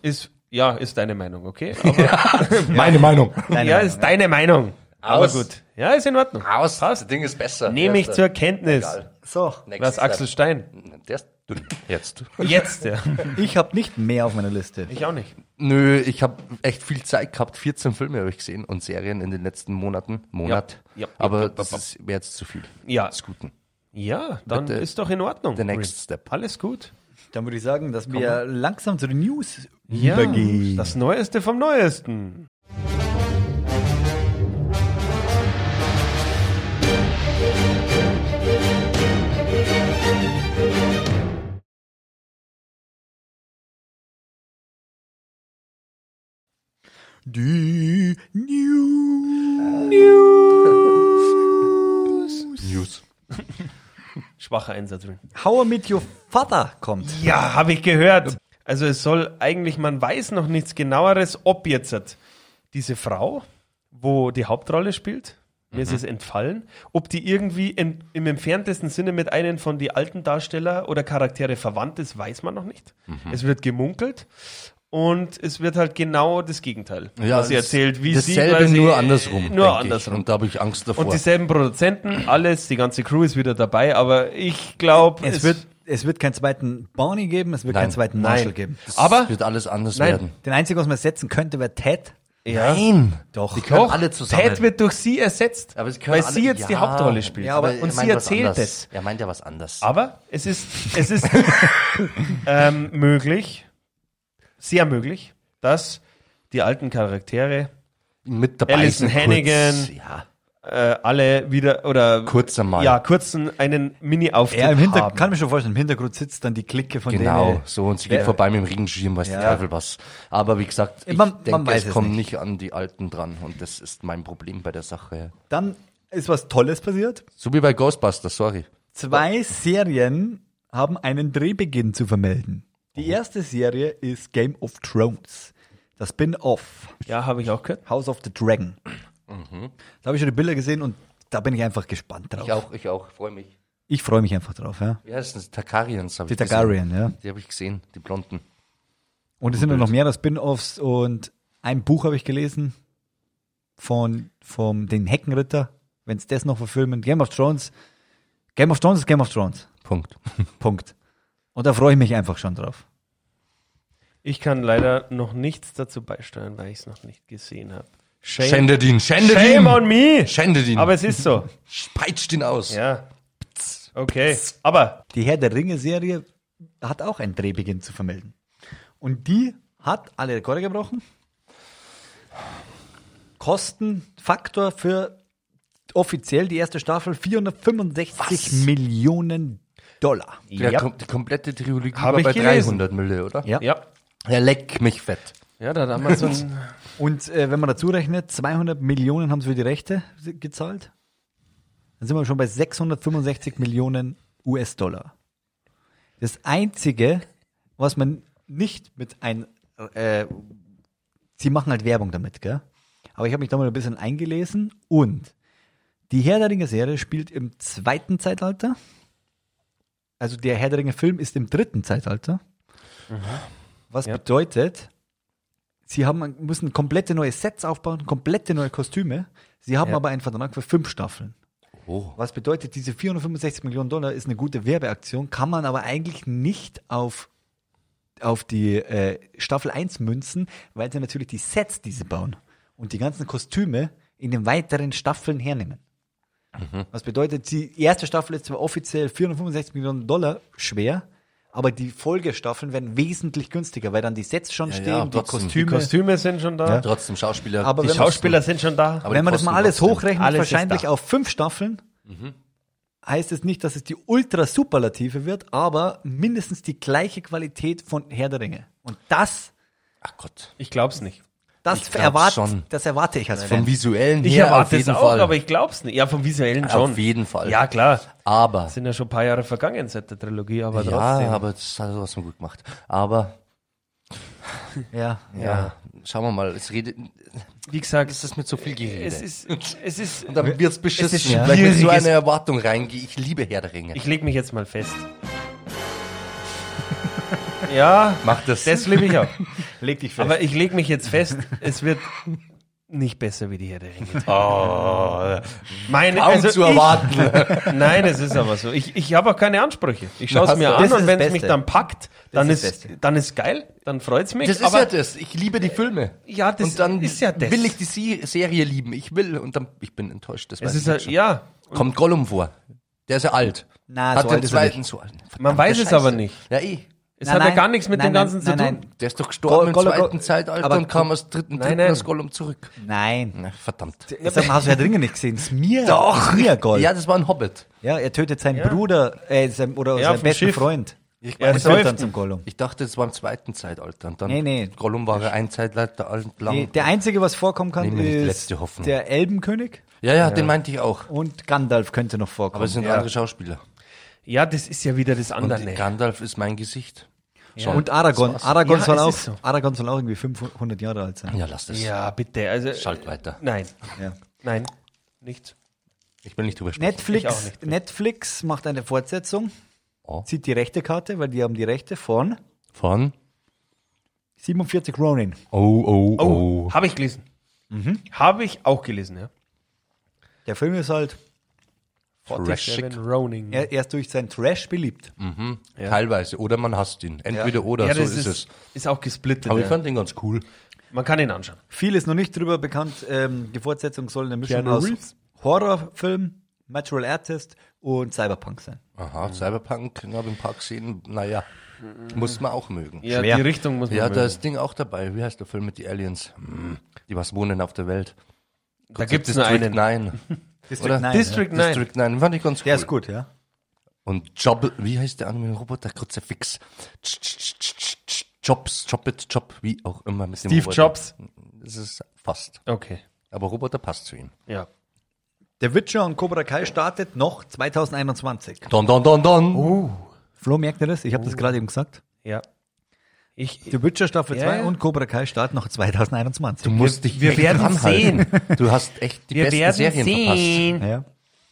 [SPEAKER 9] Ist, ja, ist deine Meinung, okay? Aber,
[SPEAKER 4] Meine Meinung.
[SPEAKER 9] ja, ist deine Meinung. Aber Ah,
[SPEAKER 4] Aus.
[SPEAKER 9] gut. Ja, ist in Ordnung.
[SPEAKER 4] Aus, das Ding ist besser.
[SPEAKER 9] Nehme ich zur Kenntnis.
[SPEAKER 4] Egal.
[SPEAKER 3] So,
[SPEAKER 4] Next
[SPEAKER 9] Was,
[SPEAKER 4] step.
[SPEAKER 9] Axel Stein?
[SPEAKER 4] Der ist dünn. Jetzt.
[SPEAKER 9] Jetzt, ja.
[SPEAKER 3] ich habe nicht mehr auf meiner Liste.
[SPEAKER 9] Ich auch nicht.
[SPEAKER 4] Nö, ich habe echt viel Zeit gehabt. 14 Filme habe ich gesehen und Serien in den letzten Monaten. Monat.
[SPEAKER 9] Ja, ja,
[SPEAKER 4] Aber
[SPEAKER 9] ja, ja,
[SPEAKER 4] das
[SPEAKER 9] ja.
[SPEAKER 4] ist- wäre jetzt zu viel.
[SPEAKER 9] Ja.
[SPEAKER 4] Des Guten.
[SPEAKER 9] Ja, dann
[SPEAKER 4] Bitte.
[SPEAKER 9] ist doch in Ordnung.
[SPEAKER 4] The next
[SPEAKER 9] Rick.
[SPEAKER 4] step.
[SPEAKER 9] Alles gut.
[SPEAKER 3] Dann würde ich sagen, dass wir langsam zu den News
[SPEAKER 9] Ja,
[SPEAKER 3] übergehen.
[SPEAKER 9] das Neueste vom Neuesten.
[SPEAKER 3] Die News.
[SPEAKER 4] News.
[SPEAKER 9] Schwacher Einsatz. Rick.
[SPEAKER 3] How I Met Your Father kommt.
[SPEAKER 9] Ja, habe Ah, ich gehört. Also es soll eigentlich, man weiß noch nichts genaueres, ob jetzt hat diese Frau, wo die Hauptrolle spielt, mir
[SPEAKER 4] Mhm.
[SPEAKER 9] ist es entfallen, ob die irgendwie in, im entferntesten Sinne mit einem von die alten Darsteller oder Charaktere verwandt ist, weiß man noch nicht.
[SPEAKER 4] Mhm.
[SPEAKER 9] Es wird gemunkelt und es wird halt genau das Gegenteil, was sie
[SPEAKER 4] das-
[SPEAKER 9] erzählt, wie sie
[SPEAKER 4] dasselbe
[SPEAKER 9] quasi-
[SPEAKER 4] nur andersrum.
[SPEAKER 9] Nur
[SPEAKER 4] denk
[SPEAKER 9] andersrum.
[SPEAKER 4] Ich. Und da habe ich Angst davor.
[SPEAKER 9] Und dieselben Produzenten, alles, die ganze Crew ist wieder dabei, aber ich glaube,
[SPEAKER 3] Es wird, es wird keinen zweiten Barney geben, es wird
[SPEAKER 4] Nein.
[SPEAKER 3] keinen zweiten
[SPEAKER 9] Nein.
[SPEAKER 3] Marshall geben.
[SPEAKER 4] das
[SPEAKER 9] aber-
[SPEAKER 4] wird alles anders
[SPEAKER 9] Nein.
[SPEAKER 4] werden.
[SPEAKER 3] Den einzigen, was man setzen könnte, wäre Ted.
[SPEAKER 9] ja.
[SPEAKER 4] Nein.
[SPEAKER 3] Doch.
[SPEAKER 4] Die können alle zusammen.
[SPEAKER 9] Ted wird durch sie ersetzt,
[SPEAKER 4] Aber sie können
[SPEAKER 9] weil
[SPEAKER 4] alle-
[SPEAKER 9] sie jetzt die
[SPEAKER 4] Ja.
[SPEAKER 9] Hauptrolle spielt.
[SPEAKER 3] Ja, aber-
[SPEAKER 9] und
[SPEAKER 4] er meint
[SPEAKER 9] sie
[SPEAKER 4] was
[SPEAKER 9] erzählt
[SPEAKER 4] anders.
[SPEAKER 9] es.
[SPEAKER 4] Er meint ja was anders.
[SPEAKER 9] Aber es ist, es ist ähm, möglich, sehr möglich, dass die alten Charaktere
[SPEAKER 4] Mit dabei
[SPEAKER 9] Alison
[SPEAKER 4] sind kurz-
[SPEAKER 9] Hannigan.
[SPEAKER 4] Ja.
[SPEAKER 9] äh, alle wieder oder
[SPEAKER 4] Kurz einmal.
[SPEAKER 9] ja, kurzen einen Mini-Auftritt
[SPEAKER 3] Ja, im Hintergrund,
[SPEAKER 9] haben.
[SPEAKER 3] kann mir schon vorstellen, im Hintergrund sitzt dann die Clique von
[SPEAKER 4] Genau,
[SPEAKER 3] denen.
[SPEAKER 4] so und sie geht vorbei mit dem Regenschirm, weiß der
[SPEAKER 3] Ja.
[SPEAKER 4] Teufel was. Aber wie gesagt, ich
[SPEAKER 3] Man- man
[SPEAKER 4] denke,
[SPEAKER 3] weiß
[SPEAKER 4] es
[SPEAKER 3] es
[SPEAKER 4] kommt nicht. an die Alten dran und das ist mein Problem bei der Sache.
[SPEAKER 3] Dann ist was Tolles passiert.
[SPEAKER 4] So wie bei Ghostbusters, sorry.
[SPEAKER 3] Zwei Serien haben einen Drehbeginn zu vermelden.
[SPEAKER 9] Oh.
[SPEAKER 3] Die erste Serie ist Game of Thrones. Das Spin-off
[SPEAKER 9] ja, habe ich auch gehört.
[SPEAKER 3] House of the Dragon. Da habe ich schon die Bilder gesehen und da bin ich einfach gespannt drauf.
[SPEAKER 4] Mhm. Ich auch, ich auch, freue mich.
[SPEAKER 3] Ich freue mich einfach drauf, ja.
[SPEAKER 4] Wie heißt das? Targaryens habe
[SPEAKER 3] Die
[SPEAKER 4] ich
[SPEAKER 3] Targaryen, ja.
[SPEAKER 4] gesehen. Die habe ich gesehen, die Blonden.
[SPEAKER 3] Und es sind ja noch mehrere Spin-offs und ein Buch habe ich gelesen von vom den Heckenritter, wenn es das noch verfilmen. Game of Thrones. Game of Thrones ist Game of Thrones.
[SPEAKER 4] Punkt.
[SPEAKER 3] Punkt. Und da freue ich mich einfach schon drauf.
[SPEAKER 9] Ich kann leider noch nichts dazu beisteuern, weil ich es noch nicht gesehen habe. Shame,
[SPEAKER 4] Schändet ihn, schändet
[SPEAKER 9] Shame
[SPEAKER 4] ihn!
[SPEAKER 9] on me!
[SPEAKER 4] Schändet ihn,
[SPEAKER 9] Aber es ist so.
[SPEAKER 4] peitscht ihn aus.
[SPEAKER 9] Ja. Okay. Aber
[SPEAKER 3] Die Herr der Ringe-Serie hat auch einen Drehbeginn zu vermelden. Und die hat alle Rekorde gebrochen. Kostenfaktor für offiziell die erste Staffel 465 Millionen Dollar.
[SPEAKER 4] Der
[SPEAKER 9] Ja.
[SPEAKER 4] kom die komplette Trilogie
[SPEAKER 9] Hab
[SPEAKER 4] war
[SPEAKER 9] ich
[SPEAKER 4] bei
[SPEAKER 9] gelesen.
[SPEAKER 4] 300 Mille, oder?
[SPEAKER 3] Ja.
[SPEAKER 9] ja.
[SPEAKER 4] Der leck mich fett.
[SPEAKER 9] Ja, da hat man so ein.
[SPEAKER 3] Und äh, wenn man dazu rechnet, 200 Millionen haben sie für die Rechte gezahlt. Dann sind wir schon bei 665 Millionen US-Dollar. Das Einzige, was man nicht mit ein... Äh, sie machen halt Werbung damit, gell? Aber ich habe mich da mal ein bisschen eingelesen und die Herr der Ringe-Serie spielt im zweiten Zeitalter. Also der Herr der Ringe-Film ist im dritten Zeitalter. Was bedeutet, Sie haben, müssen komplette neue Sets aufbauen, komplette neue Kostüme. Sie haben aber einen Vertrag für fünf Staffeln. Was bedeutet, diese 465 Millionen Dollar ist eine gute Werbeaktion, kann man aber eigentlich nicht auf, auf die äh, Staffel 1 münzen, weil sie natürlich die Sets, die sie bauen und die ganzen Kostüme in den weiteren Staffeln hernehmen.
[SPEAKER 4] Mhm.
[SPEAKER 3] Was bedeutet, die erste Staffel ist zwar offiziell 465 Millionen Dollar schwer, aber die Folgestaffeln werden wesentlich günstiger, weil dann die Sets schon stehen,
[SPEAKER 4] ja,
[SPEAKER 3] die
[SPEAKER 4] trotzdem. Die
[SPEAKER 3] Kostüme.
[SPEAKER 9] Kostüme sind schon da.
[SPEAKER 4] Trotzdem Schauspieler.
[SPEAKER 3] Aber
[SPEAKER 4] die
[SPEAKER 3] wenn man's-
[SPEAKER 9] Schauspieler sind schon da.
[SPEAKER 4] aber die
[SPEAKER 3] Wenn man das mal
[SPEAKER 4] kosten
[SPEAKER 3] alles
[SPEAKER 4] trotzdem.
[SPEAKER 3] hochrechnet,
[SPEAKER 9] Alles ist
[SPEAKER 3] wahrscheinlich
[SPEAKER 9] da.
[SPEAKER 3] auf fünf Staffeln, heißt es nicht, dass es die Ultra-Superlative wird, aber mindestens die gleiche Qualität von Herr der Ringe. Und das,
[SPEAKER 4] Ach Gott.
[SPEAKER 9] Ich glaub's nicht.
[SPEAKER 3] das,
[SPEAKER 4] Ich glaub
[SPEAKER 3] erwart,
[SPEAKER 4] schon.
[SPEAKER 3] das erwarte ich als Fan.
[SPEAKER 4] Vom visuellen
[SPEAKER 9] Ich
[SPEAKER 4] her auf
[SPEAKER 9] erwarte es
[SPEAKER 4] jeden
[SPEAKER 9] auch,
[SPEAKER 4] Fall.
[SPEAKER 9] aber ich glaub's nicht. Ja, vom visuellen schon.
[SPEAKER 4] Auf jeden Fall.
[SPEAKER 9] Ja, klar.
[SPEAKER 4] Aber
[SPEAKER 9] Sind ja schon ein paar Jahre vergangen seit der Trilogie, aber
[SPEAKER 4] Ja,
[SPEAKER 9] trotzdem.
[SPEAKER 4] aber das hat sowas mal gut gemacht. Aber
[SPEAKER 3] Ja.
[SPEAKER 4] Ja. Schauen wir mal. Es redet,
[SPEAKER 9] Wie gesagt,
[SPEAKER 4] es ist mit so viel Gerede.
[SPEAKER 9] es ist, es ist,
[SPEAKER 4] Und dann wird's beschissen.
[SPEAKER 9] ist
[SPEAKER 4] weil ich mit so
[SPEAKER 9] schwieriges-
[SPEAKER 4] eine Erwartung reingehe. Ich liebe Herr der Ringe.
[SPEAKER 9] ich lege mich jetzt mal fest. ja,
[SPEAKER 4] mach das.
[SPEAKER 9] das lebe ich auch.
[SPEAKER 3] Leg dich
[SPEAKER 9] Aber ich lege mich jetzt fest, es wird nicht besser wie die Herr der Ringe.
[SPEAKER 4] oh,
[SPEAKER 9] Meine,
[SPEAKER 4] kaum
[SPEAKER 9] also
[SPEAKER 4] zu
[SPEAKER 9] ich-
[SPEAKER 4] erwarten.
[SPEAKER 9] Nein, es ist aber so. Ich, ich habe auch keine Ansprüche. Ich schaue
[SPEAKER 4] Das-
[SPEAKER 9] es mir
[SPEAKER 4] das
[SPEAKER 9] an
[SPEAKER 3] ist
[SPEAKER 9] und wenn
[SPEAKER 3] das
[SPEAKER 9] es mich
[SPEAKER 3] Beste.
[SPEAKER 9] dann packt, dann
[SPEAKER 3] Das
[SPEAKER 9] ist,
[SPEAKER 3] ist das Beste.
[SPEAKER 9] dann ist geil, dann freut's mich.
[SPEAKER 4] Das ist
[SPEAKER 9] aber
[SPEAKER 4] ja das. Ich liebe die Filme.
[SPEAKER 9] Ja, das
[SPEAKER 4] und dann
[SPEAKER 9] ist ja das.
[SPEAKER 4] will ich die Se- Serie lieben. Ich will und dann ich bin enttäuscht. Das weiß ich
[SPEAKER 9] es ist ja,
[SPEAKER 4] jetzt schon.
[SPEAKER 9] ja,
[SPEAKER 4] Kommt Gollum vor. Der ist ja alt.
[SPEAKER 3] Na,
[SPEAKER 4] Hat
[SPEAKER 3] so
[SPEAKER 4] den
[SPEAKER 3] alt ist er
[SPEAKER 4] zweiten so alt.
[SPEAKER 9] man
[SPEAKER 4] Verdammte
[SPEAKER 9] weiß es
[SPEAKER 4] Scheiße.
[SPEAKER 9] aber nicht.
[SPEAKER 4] Ja, eh.
[SPEAKER 9] Es hat ja gar nichts mit dem Ganzen zu tun.
[SPEAKER 4] Der ist doch gestorben
[SPEAKER 3] Gollum- Gollum-
[SPEAKER 4] im zweiten Zeitalter
[SPEAKER 3] aber-
[SPEAKER 4] und kam aus dritten, dritten
[SPEAKER 9] nein.
[SPEAKER 4] aus Gollum zurück.
[SPEAKER 3] Nein, nein.
[SPEAKER 4] Na, verdammt.
[SPEAKER 3] Das haben Haus der Dringe nicht gesehen. Smir.
[SPEAKER 4] Doch.
[SPEAKER 3] Smirgol.
[SPEAKER 4] Ja,
[SPEAKER 3] Ja.
[SPEAKER 4] das war ein Hobbit.
[SPEAKER 3] ja, er tötet seinen Bruder äh, sein, oder
[SPEAKER 9] Ja,
[SPEAKER 3] seinen
[SPEAKER 9] auf dem
[SPEAKER 3] besten
[SPEAKER 9] Schiff.
[SPEAKER 3] Freund.
[SPEAKER 4] Ich,
[SPEAKER 9] Er
[SPEAKER 3] Er wird
[SPEAKER 9] säuft.
[SPEAKER 3] dann zum Gollum.
[SPEAKER 4] ich dachte, das war im zweiten Zeitalter. Und dann
[SPEAKER 3] Nee, nee.
[SPEAKER 4] Gollum war ja ein Zeitalter alt lang.
[SPEAKER 3] Nee, der einzige, was vorkommen kann,
[SPEAKER 4] Nehmen wir nicht die
[SPEAKER 3] ist
[SPEAKER 4] letzte Hoffnung.
[SPEAKER 3] der Elbenkönig
[SPEAKER 4] ja, ja, den meinte ich auch.
[SPEAKER 3] und Gandalf könnte noch vorkommen.
[SPEAKER 4] Aber es sind andere Schauspieler.
[SPEAKER 9] Ja, das ist ja wieder das
[SPEAKER 4] Und
[SPEAKER 9] andere.
[SPEAKER 4] Gandalf ist mein Gesicht.
[SPEAKER 3] Ja. Und Aragorn. Aragon
[SPEAKER 9] Ja,
[SPEAKER 3] soll
[SPEAKER 9] es
[SPEAKER 3] auch,
[SPEAKER 9] ist so.
[SPEAKER 3] Aragorn soll auch irgendwie 500 Jahre alt sein.
[SPEAKER 4] Ja, lass das.
[SPEAKER 9] Ja, bitte. Also,
[SPEAKER 4] Schalt weiter.
[SPEAKER 9] Nein,
[SPEAKER 3] Ja.
[SPEAKER 9] nein, nichts.
[SPEAKER 4] Ich will nicht drüber sprechen.
[SPEAKER 9] Ich auch
[SPEAKER 3] Netflix,
[SPEAKER 9] nicht.
[SPEAKER 3] Netflix macht eine Fortsetzung,
[SPEAKER 4] Oh.
[SPEAKER 3] zieht die rechte Karte, weil die haben die Rechte von
[SPEAKER 4] Von?
[SPEAKER 3] 47 Ronin.
[SPEAKER 4] Oh, oh,
[SPEAKER 9] Oh,
[SPEAKER 4] oh. Mhm.
[SPEAKER 9] habe ich gelesen. Habe ich auch gelesen, ja.
[SPEAKER 3] Der Film ist halt,
[SPEAKER 9] 47 Ronin.
[SPEAKER 3] er, er ist durch seinen Trash beliebt.
[SPEAKER 9] Mhm.
[SPEAKER 4] Teilweise. Oder man hasst ihn. Entweder oder,
[SPEAKER 9] ja,
[SPEAKER 4] so
[SPEAKER 9] das
[SPEAKER 4] ist, es.
[SPEAKER 9] Ist auch gesplittet.
[SPEAKER 4] Aber ich
[SPEAKER 9] ja.
[SPEAKER 4] fand den ganz cool.
[SPEAKER 9] Man kann ihn anschauen.
[SPEAKER 3] Viel ist noch nicht drüber bekannt. Ähm, die Fortsetzung soll eine Mischung
[SPEAKER 9] Keanu
[SPEAKER 3] aus
[SPEAKER 9] Reeves.
[SPEAKER 3] Horrorfilm, Natural Artist und Cyberpunk sein.
[SPEAKER 4] Aha, Cyberpunk habe ich ein paar gesehen. Naja, muss man auch mögen.
[SPEAKER 9] Ja,
[SPEAKER 3] Schwer.
[SPEAKER 9] die Richtung muss man
[SPEAKER 4] Ja, da
[SPEAKER 9] mögen.
[SPEAKER 4] ist Ding auch dabei. Wie heißt der Film mit den Aliens? Hm, Die was wohnen auf der Welt.
[SPEAKER 9] da gibt es nur
[SPEAKER 4] District
[SPEAKER 9] einen.
[SPEAKER 4] 9.
[SPEAKER 3] District
[SPEAKER 4] Oder?
[SPEAKER 3] 9,
[SPEAKER 9] District 9.
[SPEAKER 4] District 9. Fand ich ganz cool.
[SPEAKER 3] ja. Der ist gut, ja.
[SPEAKER 4] Und Job, wie heißt der andere Roboter? Kurzer Fix. Tsch, tsch, tsch, tsch, tsch, Jobs, Jobbit, Job, wie auch immer mit dem
[SPEAKER 9] Steve
[SPEAKER 4] Roboter.
[SPEAKER 9] Jobs.
[SPEAKER 4] Das ist fast.
[SPEAKER 9] Okay,
[SPEAKER 4] Aber Roboter passt zu ihm.
[SPEAKER 9] ja.
[SPEAKER 3] Der Witcher und Cobra Kai startet noch 2021.
[SPEAKER 4] Don, don, don, don.
[SPEAKER 9] Oh,
[SPEAKER 3] Flo, merkt ihr das? Ich habe das gerade eben gesagt.
[SPEAKER 9] Ja. Ich,
[SPEAKER 3] The Witcher Staffel
[SPEAKER 9] Ja,
[SPEAKER 3] 2
[SPEAKER 9] ja.
[SPEAKER 3] und Cobra Kai starten noch 2021.
[SPEAKER 4] Du musst dich
[SPEAKER 9] wir
[SPEAKER 4] echt
[SPEAKER 9] werden
[SPEAKER 4] dranhalten. Du hast echt die
[SPEAKER 9] wir
[SPEAKER 4] besten
[SPEAKER 9] werden
[SPEAKER 4] Serien
[SPEAKER 9] sehen.
[SPEAKER 3] ja.
[SPEAKER 4] verpasst.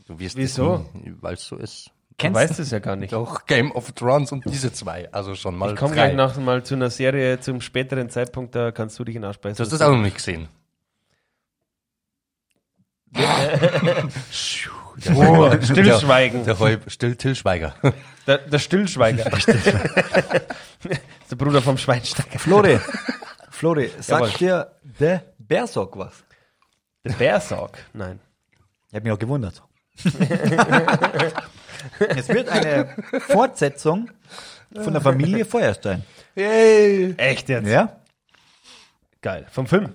[SPEAKER 4] Du wirst
[SPEAKER 9] Wieso?
[SPEAKER 4] Weil es so ist.
[SPEAKER 9] Du
[SPEAKER 3] Kennst
[SPEAKER 9] weißt es ja gar nicht.
[SPEAKER 4] Doch, Game of Thrones und diese zwei. Also schon mal
[SPEAKER 9] Ich komme
[SPEAKER 4] drei.
[SPEAKER 9] gleich noch mal zu einer Serie zum späteren Zeitpunkt, da kannst du dich in den Arsch beißen.
[SPEAKER 4] Du hast das auch noch nicht gesehen.
[SPEAKER 9] Oh, Stillschweigen.
[SPEAKER 4] Der Heu, still Till Schweiger.
[SPEAKER 9] Der, der Stillschweiger. der Bruder vom Schweinsteiger.
[SPEAKER 3] Flore, Flore, sagt dir The Berserk was?
[SPEAKER 9] Der Bärsaug. Nein.
[SPEAKER 3] Ich habe mich auch gewundert. es wird eine Fortsetzung von der Familie Feuerstein.
[SPEAKER 9] Echt jetzt?
[SPEAKER 3] Ja?
[SPEAKER 9] Geil. Vom Film.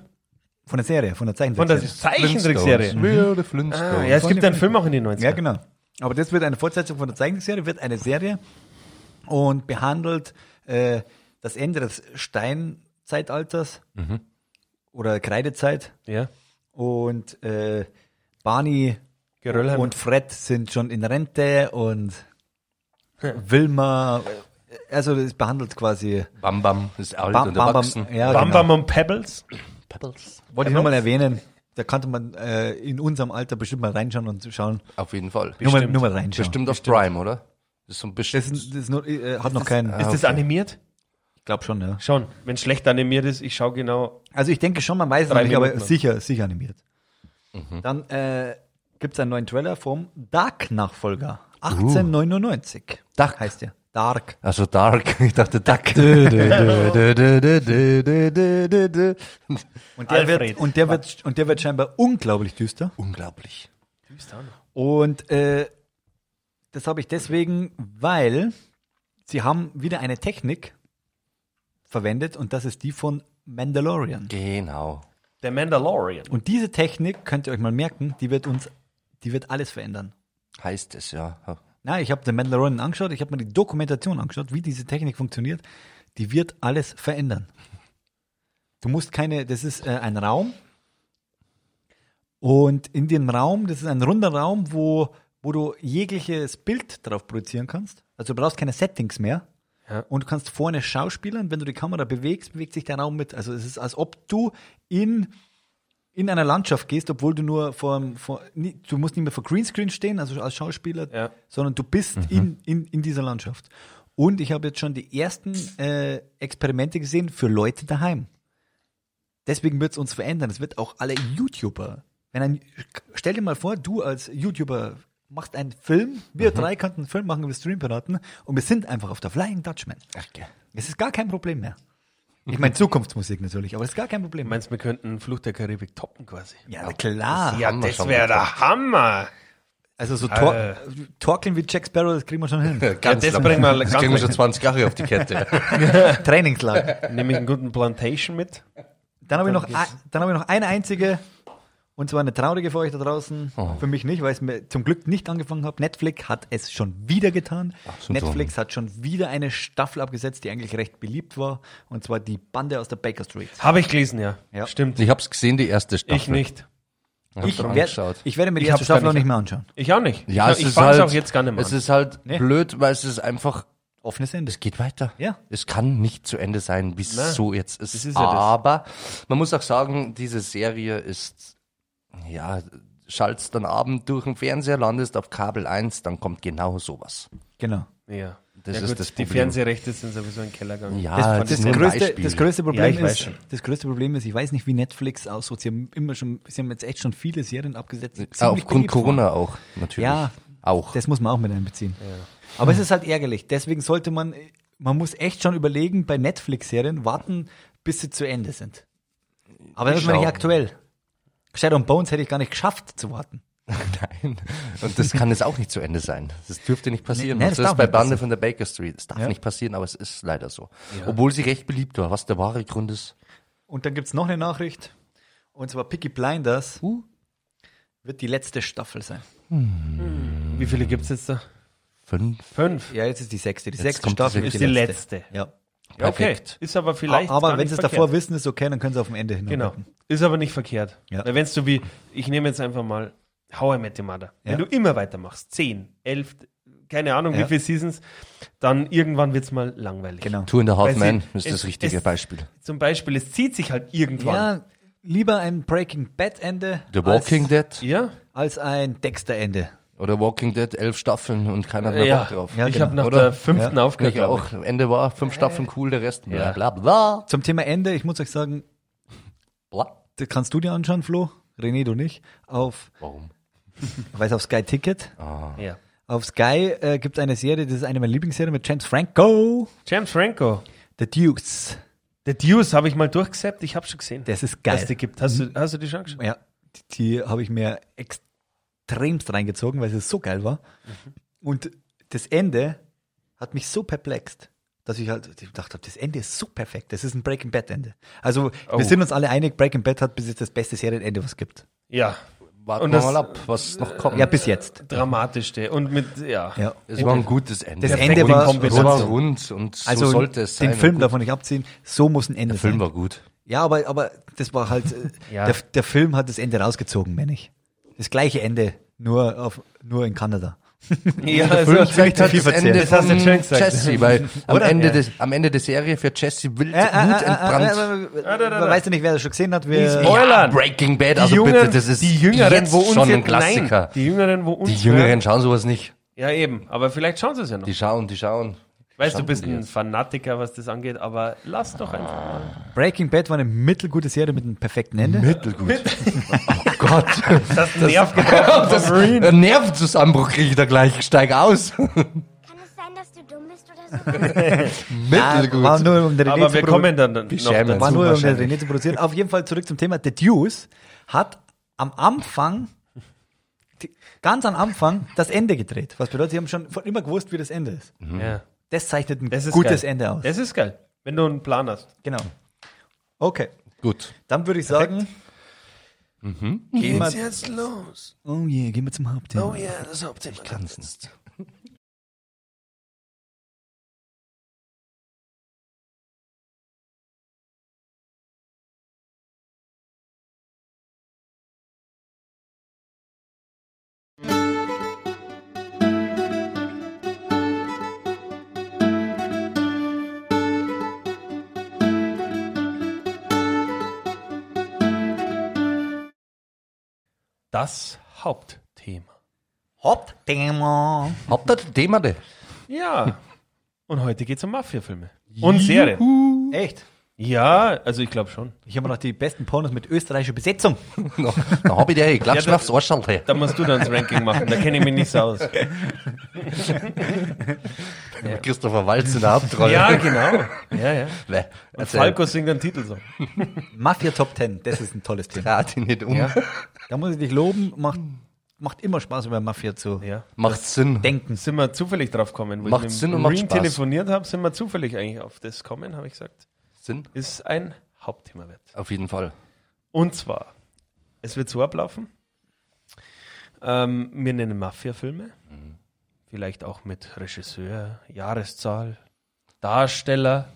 [SPEAKER 3] Von der Serie, von der
[SPEAKER 9] Von der
[SPEAKER 3] Zeichentrickserie.
[SPEAKER 9] Zeichentrickserie.
[SPEAKER 4] Wer der Flintstones.
[SPEAKER 9] Ah, ja, es gibt einen Film auch in den 90ern.
[SPEAKER 3] Ja, genau. Aber das wird eine Fortsetzung von der Zeichentrickserie, wird eine Serie und behandelt äh, das Ende des Steinzeitalters
[SPEAKER 9] Mhm.
[SPEAKER 3] oder Kreidezeit.
[SPEAKER 9] Ja.
[SPEAKER 3] Und äh, Barney
[SPEAKER 9] Geröllheim.
[SPEAKER 3] und Fred sind schon in Rente und Wilma, also das behandelt quasi.
[SPEAKER 4] Bam Bam ist alt
[SPEAKER 3] Bam,
[SPEAKER 4] und
[SPEAKER 3] Bam, Bam,
[SPEAKER 4] erwachsen.
[SPEAKER 3] ja,
[SPEAKER 9] Bam
[SPEAKER 3] genau.
[SPEAKER 9] Bam und Pebbles.
[SPEAKER 4] Pebbles.
[SPEAKER 3] Wollte ich nur mal erwähnen. Da konnte man äh, in unserem Alter bestimmt mal reinschauen und schauen.
[SPEAKER 4] Auf jeden Fall.
[SPEAKER 3] Nur mal, nur mal reinschauen.
[SPEAKER 4] Bestimmt auf Prime, oder? Das ist so ein bisschen.
[SPEAKER 3] Das, ist- das ist nur, äh, hat noch keinen.
[SPEAKER 4] Ah,
[SPEAKER 9] Ist Ah. das animiert?
[SPEAKER 3] ich glaube schon, ja.
[SPEAKER 9] Schon. Wenn schlecht animiert ist, ich schaue genau.
[SPEAKER 3] Also ich denke schon, man weiß es
[SPEAKER 9] Drei
[SPEAKER 3] nicht, aber
[SPEAKER 9] Minuten.
[SPEAKER 3] sicher, sicher animiert. Dann äh, gibt es einen neuen Trailer vom Dark-Nachfolger. 1899. Dark heißt der. Dark.
[SPEAKER 4] Also Dark, ich dachte Duck.
[SPEAKER 3] Und der,
[SPEAKER 9] Alfred.
[SPEAKER 3] wird, und, der wird, und der wird scheinbar unglaublich düster.
[SPEAKER 4] Unglaublich.
[SPEAKER 3] Und äh, das habe ich deswegen, weil sie haben wieder eine Technik verwendet und das ist die von Mandalorian.
[SPEAKER 4] Genau.
[SPEAKER 9] Der Mandalorian.
[SPEAKER 3] Und diese Technik, könnt ihr euch mal merken, die wird uns, die wird alles verändern.
[SPEAKER 4] Heißt es ja.
[SPEAKER 3] Na, ich habe den Mandalorian angeschaut, ich habe mir die Dokumentation angeschaut, wie diese Technik funktioniert. Die wird alles verändern. Du musst keine, das ist äh, ein Raum. Und in dem Raum, das ist ein runder Raum, wo, wo du jegliches Bild drauf projizieren kannst. Also du brauchst keine Settings mehr. und du kannst vorne schauspielern. Wenn du die Kamera bewegst, bewegt sich der Raum mit. Also es ist, als ob du in, in einer Landschaft gehst, obwohl du nur vor, vor nie, du musst nicht mehr vor Greenscreen stehen, also als Schauspieler,
[SPEAKER 9] Ja.
[SPEAKER 3] sondern du bist in, in, in dieser Landschaft. Und ich habe jetzt schon die ersten äh, Experimente gesehen für Leute daheim. Deswegen wird es uns verändern. Es wird auch alle YouTuber. Wenn ein, stell dir mal vor, du als YouTuber machst einen Film. Wir drei könnten einen Film machen über Streampiraten und wir sind einfach auf der Flying Dutchman. Es ist gar kein Problem mehr. Ich meine Zukunftsmusik natürlich, aber es ist gar kein Problem mehr.
[SPEAKER 9] Meinst du, wir könnten Fluch der Karibik toppen quasi?
[SPEAKER 3] Ja, na klar.
[SPEAKER 9] Ja,
[SPEAKER 4] Haben wir
[SPEAKER 9] das
[SPEAKER 4] schon
[SPEAKER 9] wäre
[SPEAKER 4] mal
[SPEAKER 9] der Hammer.
[SPEAKER 3] Also so tor torkeln wie Jack Sparrow, das kriegen wir schon hin.
[SPEAKER 4] Ganz
[SPEAKER 9] das
[SPEAKER 4] locker.
[SPEAKER 9] bringen wir-
[SPEAKER 4] das
[SPEAKER 9] ganz
[SPEAKER 4] kriegen wir schon
[SPEAKER 9] locker.
[SPEAKER 4] 20 Jahre auf die Kette.
[SPEAKER 3] Trainingslager.
[SPEAKER 9] Nehme ich einen guten Plantation mit.
[SPEAKER 3] Dann habe ich, noch ein- dann habe ich noch eine einzige, und zwar eine traurige für euch da draußen.
[SPEAKER 9] Oh.
[SPEAKER 3] Für mich nicht, weil ich es mir zum Glück nicht angefangen habe. Netflix hat es schon wieder getan.
[SPEAKER 4] so
[SPEAKER 3] Netflix hat schon wieder eine Staffel abgesetzt, die eigentlich recht beliebt war. Und zwar die Bande aus der Baker Street.
[SPEAKER 9] Habe ich gelesen, ja.
[SPEAKER 3] Ja.
[SPEAKER 9] Stimmt.
[SPEAKER 4] Ich hab's gesehen, die erste Staffel.
[SPEAKER 9] Ich nicht.
[SPEAKER 4] Hab
[SPEAKER 3] Ich,
[SPEAKER 4] dran
[SPEAKER 3] werd,
[SPEAKER 4] geschaut.
[SPEAKER 3] ich werde mir die
[SPEAKER 9] Ich
[SPEAKER 3] erste
[SPEAKER 9] hab's
[SPEAKER 3] Staffel
[SPEAKER 9] gar
[SPEAKER 3] auch
[SPEAKER 9] nicht-
[SPEAKER 3] nicht mehr anschauen.
[SPEAKER 9] Ich auch nicht.
[SPEAKER 4] Ja,
[SPEAKER 9] ich
[SPEAKER 4] es
[SPEAKER 9] ich
[SPEAKER 4] ist
[SPEAKER 9] fang's
[SPEAKER 4] halt,
[SPEAKER 9] auch jetzt gar nicht mehr
[SPEAKER 4] Es
[SPEAKER 9] an.
[SPEAKER 4] ist halt
[SPEAKER 3] Nee.
[SPEAKER 4] blöd, weil es ist einfach,
[SPEAKER 3] Offenes Ende.
[SPEAKER 4] es geht weiter.
[SPEAKER 3] Ja.
[SPEAKER 4] Es kann nicht zu Ende sein, wie es
[SPEAKER 9] Na,
[SPEAKER 4] so jetzt ist.
[SPEAKER 9] das ist ja das.
[SPEAKER 4] Aber man muss auch sagen, diese Serie ist, ja, schaltest dann Abend durch den Fernseher, landest auf Kabel 1, dann kommt genau sowas.
[SPEAKER 3] Genau.
[SPEAKER 9] ja.
[SPEAKER 4] Das
[SPEAKER 9] ja
[SPEAKER 4] ist das
[SPEAKER 9] die
[SPEAKER 4] Problem.
[SPEAKER 9] Fernsehrechte sind sowieso in den Keller gegangen.
[SPEAKER 4] Ja,
[SPEAKER 3] Das,
[SPEAKER 4] das
[SPEAKER 3] das,
[SPEAKER 4] ist Ah, nur ein
[SPEAKER 3] größte,
[SPEAKER 4] Beispiel.
[SPEAKER 3] das, größte Problem
[SPEAKER 9] Ja, ich weiß
[SPEAKER 3] ist,
[SPEAKER 9] schon.
[SPEAKER 3] das größte Problem ist, ich weiß nicht, wie Netflix aussieht. Sie haben immer schon, sie haben jetzt echt schon viele Serien abgesetzt. die
[SPEAKER 4] Ah,
[SPEAKER 3] ziemlich
[SPEAKER 4] Aufgrund
[SPEAKER 3] beliebt waren.
[SPEAKER 4] Corona auch, natürlich.
[SPEAKER 3] Ja.
[SPEAKER 4] Auch.
[SPEAKER 3] Das muss man auch mit einbeziehen. Aber es ist halt ärgerlich. Deswegen sollte man, man muss echt schon überlegen, bei Netflix-Serien warten, bis sie zu Ende sind. Aber das ist
[SPEAKER 4] schauen.
[SPEAKER 3] nicht aktuell. Shadow and Bones hätte ich gar nicht geschafft zu warten.
[SPEAKER 4] Nein. Und das kann jetzt auch nicht zu Ende sein. Das dürfte nicht passieren. Also
[SPEAKER 3] Nee, nee,
[SPEAKER 4] das,
[SPEAKER 3] das
[SPEAKER 4] ist
[SPEAKER 3] darf
[SPEAKER 4] bei
[SPEAKER 3] nicht
[SPEAKER 4] Bande
[SPEAKER 3] passieren.
[SPEAKER 4] von der Baker Street. Das darf
[SPEAKER 3] Ja.
[SPEAKER 4] nicht passieren, aber es ist leider so. Obwohl sie recht beliebt war, was der wahre Grund ist.
[SPEAKER 3] Und dann gibt es noch eine Nachricht. Und zwar Picky Blinders wird die letzte Staffel sein.
[SPEAKER 9] Wie viele gibt's jetzt da?
[SPEAKER 4] Fünf.
[SPEAKER 9] Fünf.
[SPEAKER 3] Ja, jetzt ist die sechste. Die sechste
[SPEAKER 4] kommt die
[SPEAKER 3] Staffel
[SPEAKER 9] sechste.
[SPEAKER 3] ist
[SPEAKER 9] Ist die letzte.
[SPEAKER 3] Ja.
[SPEAKER 9] Ja, okay.
[SPEAKER 4] Perfekt.
[SPEAKER 9] Ist aber vielleicht.
[SPEAKER 3] aber
[SPEAKER 9] gar
[SPEAKER 3] wenn
[SPEAKER 9] nicht
[SPEAKER 3] sie es
[SPEAKER 9] verkehrt.
[SPEAKER 3] davor wissen, ist okay, dann können sie auf dem Ende hin.
[SPEAKER 9] Genau. Ist aber nicht verkehrt.
[SPEAKER 3] Ja.
[SPEAKER 9] Wenn du wie, ich nehme jetzt einfach mal How I Met Your Mother. Wenn du
[SPEAKER 3] Ja.
[SPEAKER 9] immer weitermachst, zehn, elf, keine Ahnung wie
[SPEAKER 3] Ja.
[SPEAKER 9] viele Seasons, dann irgendwann wird's mal langweilig.
[SPEAKER 3] Genau.
[SPEAKER 4] Two and a
[SPEAKER 9] Weil
[SPEAKER 4] Half
[SPEAKER 9] sie-
[SPEAKER 4] Men ist
[SPEAKER 9] es-
[SPEAKER 4] das richtige
[SPEAKER 9] es-
[SPEAKER 4] Beispiel.
[SPEAKER 9] Zum Beispiel, es zieht sich halt irgendwann.
[SPEAKER 3] Ja, lieber ein Breaking Bad Ende
[SPEAKER 4] The Walking Dead
[SPEAKER 9] Ja.
[SPEAKER 3] als ein Dexter Ende.
[SPEAKER 4] oder Walking Dead, elf Staffeln und keiner hat
[SPEAKER 9] Ja.
[SPEAKER 4] mehr Bock drauf.
[SPEAKER 3] Ja,
[SPEAKER 9] ich
[SPEAKER 3] genau.
[SPEAKER 9] habe nach
[SPEAKER 4] Oder?
[SPEAKER 9] der fünften
[SPEAKER 3] Ja.
[SPEAKER 9] aufgehört.
[SPEAKER 4] Ich
[SPEAKER 9] glaub
[SPEAKER 4] auch. Ende war fünf Staffeln cool, der Rest bla bla bla.
[SPEAKER 3] Zum Thema Ende, ich muss euch sagen,
[SPEAKER 4] bla.
[SPEAKER 3] das kannst du dir anschauen, Flo. René, du nicht. Auf,
[SPEAKER 4] Warum?
[SPEAKER 3] weil es auf Sky Ticket.
[SPEAKER 9] ich. Ja.
[SPEAKER 3] Auf Sky äh, gibt es eine Serie, das ist eine meiner Lieblingsserien mit James Franco.
[SPEAKER 9] James Franco.
[SPEAKER 3] The Deuce.
[SPEAKER 9] The Deuce habe ich mal durchgesappt, ich habe schon gesehen.
[SPEAKER 3] Das ist
[SPEAKER 9] dass
[SPEAKER 3] geil.
[SPEAKER 9] die gibt. Hast du, hast du die schon geschaut?
[SPEAKER 3] Ja, die, die habe ich mir extremst reingezogen, weil es so geil war. Und das Ende hat mich so perplext, dass ich halt gedacht habe, das Ende ist so perfekt. Das ist ein Breaking Bad Ende. Also
[SPEAKER 9] Oh.
[SPEAKER 3] wir sind uns alle einig, Breaking Bad hat bis jetzt das beste Serienende, was es gibt.
[SPEAKER 9] Ja.
[SPEAKER 4] Warten
[SPEAKER 9] Und
[SPEAKER 4] wir
[SPEAKER 9] das- äh,
[SPEAKER 4] mal ab, was noch kommt.
[SPEAKER 3] Ja, bis jetzt.
[SPEAKER 9] Dramatischste. Und mit, ja.
[SPEAKER 3] Ja.
[SPEAKER 4] Äh, es war ein gutes Ende.
[SPEAKER 3] Das Ende war
[SPEAKER 4] es
[SPEAKER 9] Kombination.
[SPEAKER 4] war rund und
[SPEAKER 3] Also
[SPEAKER 4] so sollte es sein.
[SPEAKER 3] den Film
[SPEAKER 4] Gut,
[SPEAKER 3] darf man nicht abziehen. So muss ein Ende
[SPEAKER 4] der Film
[SPEAKER 3] sein.
[SPEAKER 4] war gut.
[SPEAKER 3] Ja, aber, aber das war halt, äh,
[SPEAKER 9] Ja.
[SPEAKER 3] der, der Film hat das Ende rausgezogen, meine ich. Das gleiche Ende, nur, auf, nur in Kanada.
[SPEAKER 9] ja
[SPEAKER 4] Film
[SPEAKER 9] also,
[SPEAKER 4] zeigt
[SPEAKER 3] zu
[SPEAKER 4] halt
[SPEAKER 3] viel
[SPEAKER 4] das
[SPEAKER 3] verzerrt.
[SPEAKER 4] Ende
[SPEAKER 9] Das hast du
[SPEAKER 4] von
[SPEAKER 9] schön gesagt.
[SPEAKER 4] Jesse, weil am
[SPEAKER 9] Oder?
[SPEAKER 4] Ende,
[SPEAKER 9] Ja. Äh,
[SPEAKER 4] des, am Ende der Serie fährt Jesse wild
[SPEAKER 3] äh,
[SPEAKER 4] Wut entbrannt.
[SPEAKER 3] Weißt du nicht, wer das schon gesehen hat? Wir,
[SPEAKER 9] Spoilern.
[SPEAKER 4] Breaking Bad,
[SPEAKER 9] Die
[SPEAKER 4] also
[SPEAKER 9] Jungen-
[SPEAKER 4] bitte, das ist
[SPEAKER 9] die Jüngeren,
[SPEAKER 4] jetzt
[SPEAKER 9] wo uns
[SPEAKER 4] schon ein
[SPEAKER 9] jetzt,
[SPEAKER 4] Klassiker.
[SPEAKER 9] Nein, die Jüngeren, wo uns
[SPEAKER 4] die Jüngeren
[SPEAKER 9] hören-
[SPEAKER 4] schauen sowas nicht.
[SPEAKER 9] Ja, eben. Aber vielleicht schauen sie es ja noch.
[SPEAKER 4] Die schauen, die schauen.
[SPEAKER 9] weißt du,
[SPEAKER 4] schauen
[SPEAKER 9] du bist
[SPEAKER 4] die
[SPEAKER 9] ein
[SPEAKER 4] jetzt. Ah.
[SPEAKER 9] Fanatiker, was das angeht, aber lass doch einfach mal.
[SPEAKER 3] Breaking Bad war eine mittelgute Serie mit einem perfekten Ende.
[SPEAKER 4] Mittelgut. oh Gott.
[SPEAKER 9] Das nervt getroffen
[SPEAKER 4] Das,
[SPEAKER 9] von Marine.
[SPEAKER 4] einen Nervenzusammenbruch kriege ich da gleich. Ich steig aus.
[SPEAKER 10] Kann es sein, dass du dumm bist oder so?
[SPEAKER 3] Ah, war
[SPEAKER 4] Mittelgut.
[SPEAKER 3] nur, um den René
[SPEAKER 9] Aber
[SPEAKER 3] zu
[SPEAKER 9] wir
[SPEAKER 3] provo-
[SPEAKER 9] kommen dann noch
[SPEAKER 4] schämen
[SPEAKER 9] dazu.
[SPEAKER 4] uns.
[SPEAKER 3] war nur um den
[SPEAKER 4] wahrscheinlich.
[SPEAKER 3] René zu produzieren. Auf jeden Fall zurück zum Thema. The Deuce hat am Anfang, die- ganz am Anfang, das Ende gedreht. Was bedeutet, sie haben schon von immer gewusst, wie das Ende ist.
[SPEAKER 4] Mhm.
[SPEAKER 9] Ja.
[SPEAKER 3] Das zeichnet ein
[SPEAKER 9] Das ist
[SPEAKER 3] gutes
[SPEAKER 9] geil.
[SPEAKER 3] Ende aus.
[SPEAKER 9] Das ist geil, wenn du einen Plan hast.
[SPEAKER 3] genau. Okay,
[SPEAKER 4] Gut.
[SPEAKER 3] dann würde ich sagen, gehen,
[SPEAKER 2] Geht's
[SPEAKER 3] wir,
[SPEAKER 2] jetzt los?
[SPEAKER 3] oh yeah, gehen wir zum Hauptthema.
[SPEAKER 2] Oh ja, das Hauptthema.
[SPEAKER 4] Tanzen.
[SPEAKER 9] das Hauptthema.
[SPEAKER 3] Hauptthema.
[SPEAKER 4] Hauptthema, de.
[SPEAKER 9] Ja. Und heute geht's um Mafia-Filme. Und Serien.
[SPEAKER 3] Echt?
[SPEAKER 9] Ja, also ich glaube schon.
[SPEAKER 3] Ich habe mir noch die besten Pornos mit österreichischer Besetzung.
[SPEAKER 4] Na, da hab ich dir hey, klatschen
[SPEAKER 9] Ja, da-
[SPEAKER 4] aufs Arschal, hey.
[SPEAKER 9] Da musst du dann das Ranking machen, da kenne ich mich nicht so aus.
[SPEAKER 4] Mit Christopher Walz in der Hauptrolle.
[SPEAKER 9] Ja, genau. Ja, ja.
[SPEAKER 4] Weh, erzähl.
[SPEAKER 9] Falco singt einen Titelsong.
[SPEAKER 3] Mafia Top 10, das ist ein tolles Thema.
[SPEAKER 4] Rat ihn nicht um.
[SPEAKER 3] Da muss ich dich loben, macht, macht immer Spaß, über Mafia zu
[SPEAKER 9] Ja.
[SPEAKER 4] Macht Sinn.
[SPEAKER 3] denken.
[SPEAKER 9] Sind wir zufällig drauf gekommen. Wo
[SPEAKER 4] Macht
[SPEAKER 9] ich
[SPEAKER 4] Sinn
[SPEAKER 9] mit
[SPEAKER 4] und
[SPEAKER 9] dem
[SPEAKER 4] macht
[SPEAKER 9] Ring
[SPEAKER 4] Spaß.
[SPEAKER 9] telefoniert habe, sind wir zufällig eigentlich auf das kommen, habe ich gesagt.
[SPEAKER 4] Sinn.
[SPEAKER 9] Ist ein Hauptthema wird.
[SPEAKER 4] Auf jeden Fall.
[SPEAKER 9] Und zwar, es wird so ablaufen. Ähm, wir nennen Mafia-Filme. Vielleicht auch mit Regisseur, Jahreszahl, Darsteller,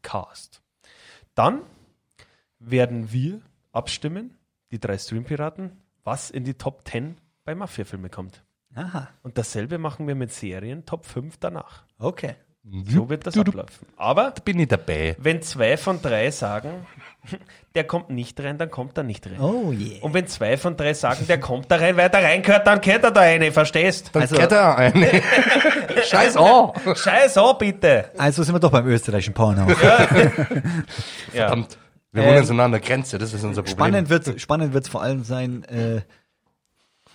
[SPEAKER 9] Cast. Dann werden wir abstimmen, die drei Streampiraten, was in die Top 10 bei Mafia-Filme kommt.
[SPEAKER 3] Aha,
[SPEAKER 9] Und dasselbe machen wir mit Serien Top 5 danach.
[SPEAKER 3] okay.
[SPEAKER 9] So wird das ablaufen. Aber
[SPEAKER 4] Bin ich dabei.
[SPEAKER 9] wenn zwei von drei sagen, der kommt nicht rein, dann kommt er nicht rein.
[SPEAKER 3] Oh yeah.
[SPEAKER 9] Und wenn zwei von drei sagen, der kommt da rein, weil er da reingehört, dann kennt er da eine, verstehst?
[SPEAKER 4] Dann
[SPEAKER 3] Also-
[SPEAKER 4] also, er eine. Scheiß an.
[SPEAKER 9] Scheiß an, bitte!
[SPEAKER 3] Also sind wir doch beim österreichischen Porno.
[SPEAKER 9] Ja.
[SPEAKER 4] Verdammt. Wir
[SPEAKER 3] Ähm,
[SPEAKER 4] wohnen so nah an der Grenze, das ist unser Problem.
[SPEAKER 3] Spannend wird spannend wird's vor allem sein, äh,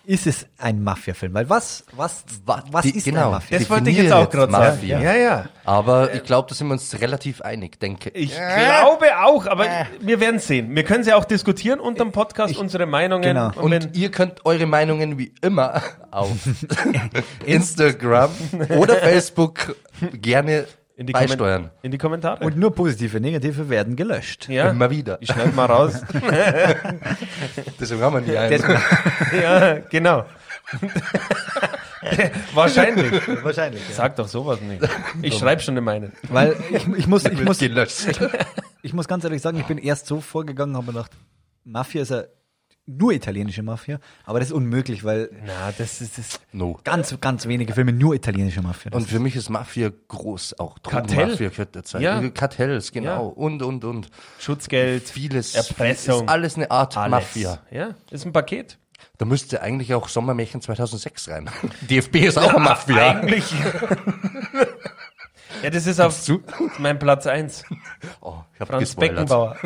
[SPEAKER 3] ist es ein Mafia-Film? Weil was, was, was
[SPEAKER 4] die-
[SPEAKER 3] ist
[SPEAKER 4] genau.
[SPEAKER 3] ein Mafia?
[SPEAKER 9] Das wollte ich
[SPEAKER 4] definiere
[SPEAKER 9] jetzt auch
[SPEAKER 4] jetzt
[SPEAKER 9] gerade sagen.
[SPEAKER 4] Mafia.
[SPEAKER 9] Ja, ja. Äh,
[SPEAKER 4] Aber ich glaube, da sind wir uns relativ einig, denke
[SPEAKER 9] Ich
[SPEAKER 3] Äh.
[SPEAKER 9] glaube auch, aber wir werden sehen. Wir können sie auch diskutieren unterm Podcast, unsere Meinungen.
[SPEAKER 3] genau.
[SPEAKER 9] Und
[SPEAKER 4] Und
[SPEAKER 9] wenn,
[SPEAKER 4] ihr könnt eure Meinungen wie immer auf Instagram oder Facebook gerne
[SPEAKER 9] in, die
[SPEAKER 4] beisteuern.
[SPEAKER 9] Kommen- in die Kommentare.
[SPEAKER 3] Und nur positive, negative werden gelöscht.
[SPEAKER 9] ja,
[SPEAKER 4] Immer wieder.
[SPEAKER 9] ich schneide mal raus.
[SPEAKER 4] Deswegen haben wir die einen.
[SPEAKER 3] Das-
[SPEAKER 9] ja, genau. Wahrscheinlich.
[SPEAKER 3] wahrscheinlich. Ja.
[SPEAKER 9] Sag doch sowas nicht. Ich schreibe schon in meine.
[SPEAKER 3] Weil ich, ich, muss, ich,
[SPEAKER 4] Wird
[SPEAKER 3] muss,
[SPEAKER 4] gelöscht.
[SPEAKER 3] ich muss ganz ehrlich sagen, ich bin erst so vorgegangen, habe mir gedacht, Mafia ist ja nur italienische Mafia, aber das ist unmöglich, weil
[SPEAKER 9] Na, das ist das.
[SPEAKER 4] No.
[SPEAKER 3] ganz, ganz wenige Filme nur italienische Mafia. Das
[SPEAKER 4] Und für mich ist Mafia groß, auch Drogenmafia könnte das sein.
[SPEAKER 9] Ja.
[SPEAKER 4] Kartells, genau.
[SPEAKER 9] Ja.
[SPEAKER 4] Und, und, und.
[SPEAKER 9] Schutzgeld,
[SPEAKER 4] Vieles.
[SPEAKER 9] Erpressung.
[SPEAKER 4] Ist alles eine Art
[SPEAKER 9] alles.
[SPEAKER 4] Mafia.
[SPEAKER 9] Ja, ist ein Paket.
[SPEAKER 4] Da müsste eigentlich auch Sommermärchen 2006 rein. DFB ist auch Mafia.
[SPEAKER 9] Eigentlich. ja, das ist auf mein Platz 1.
[SPEAKER 4] Oh, ich hab
[SPEAKER 9] Franz
[SPEAKER 4] gespoilert.
[SPEAKER 9] Beckenbauer.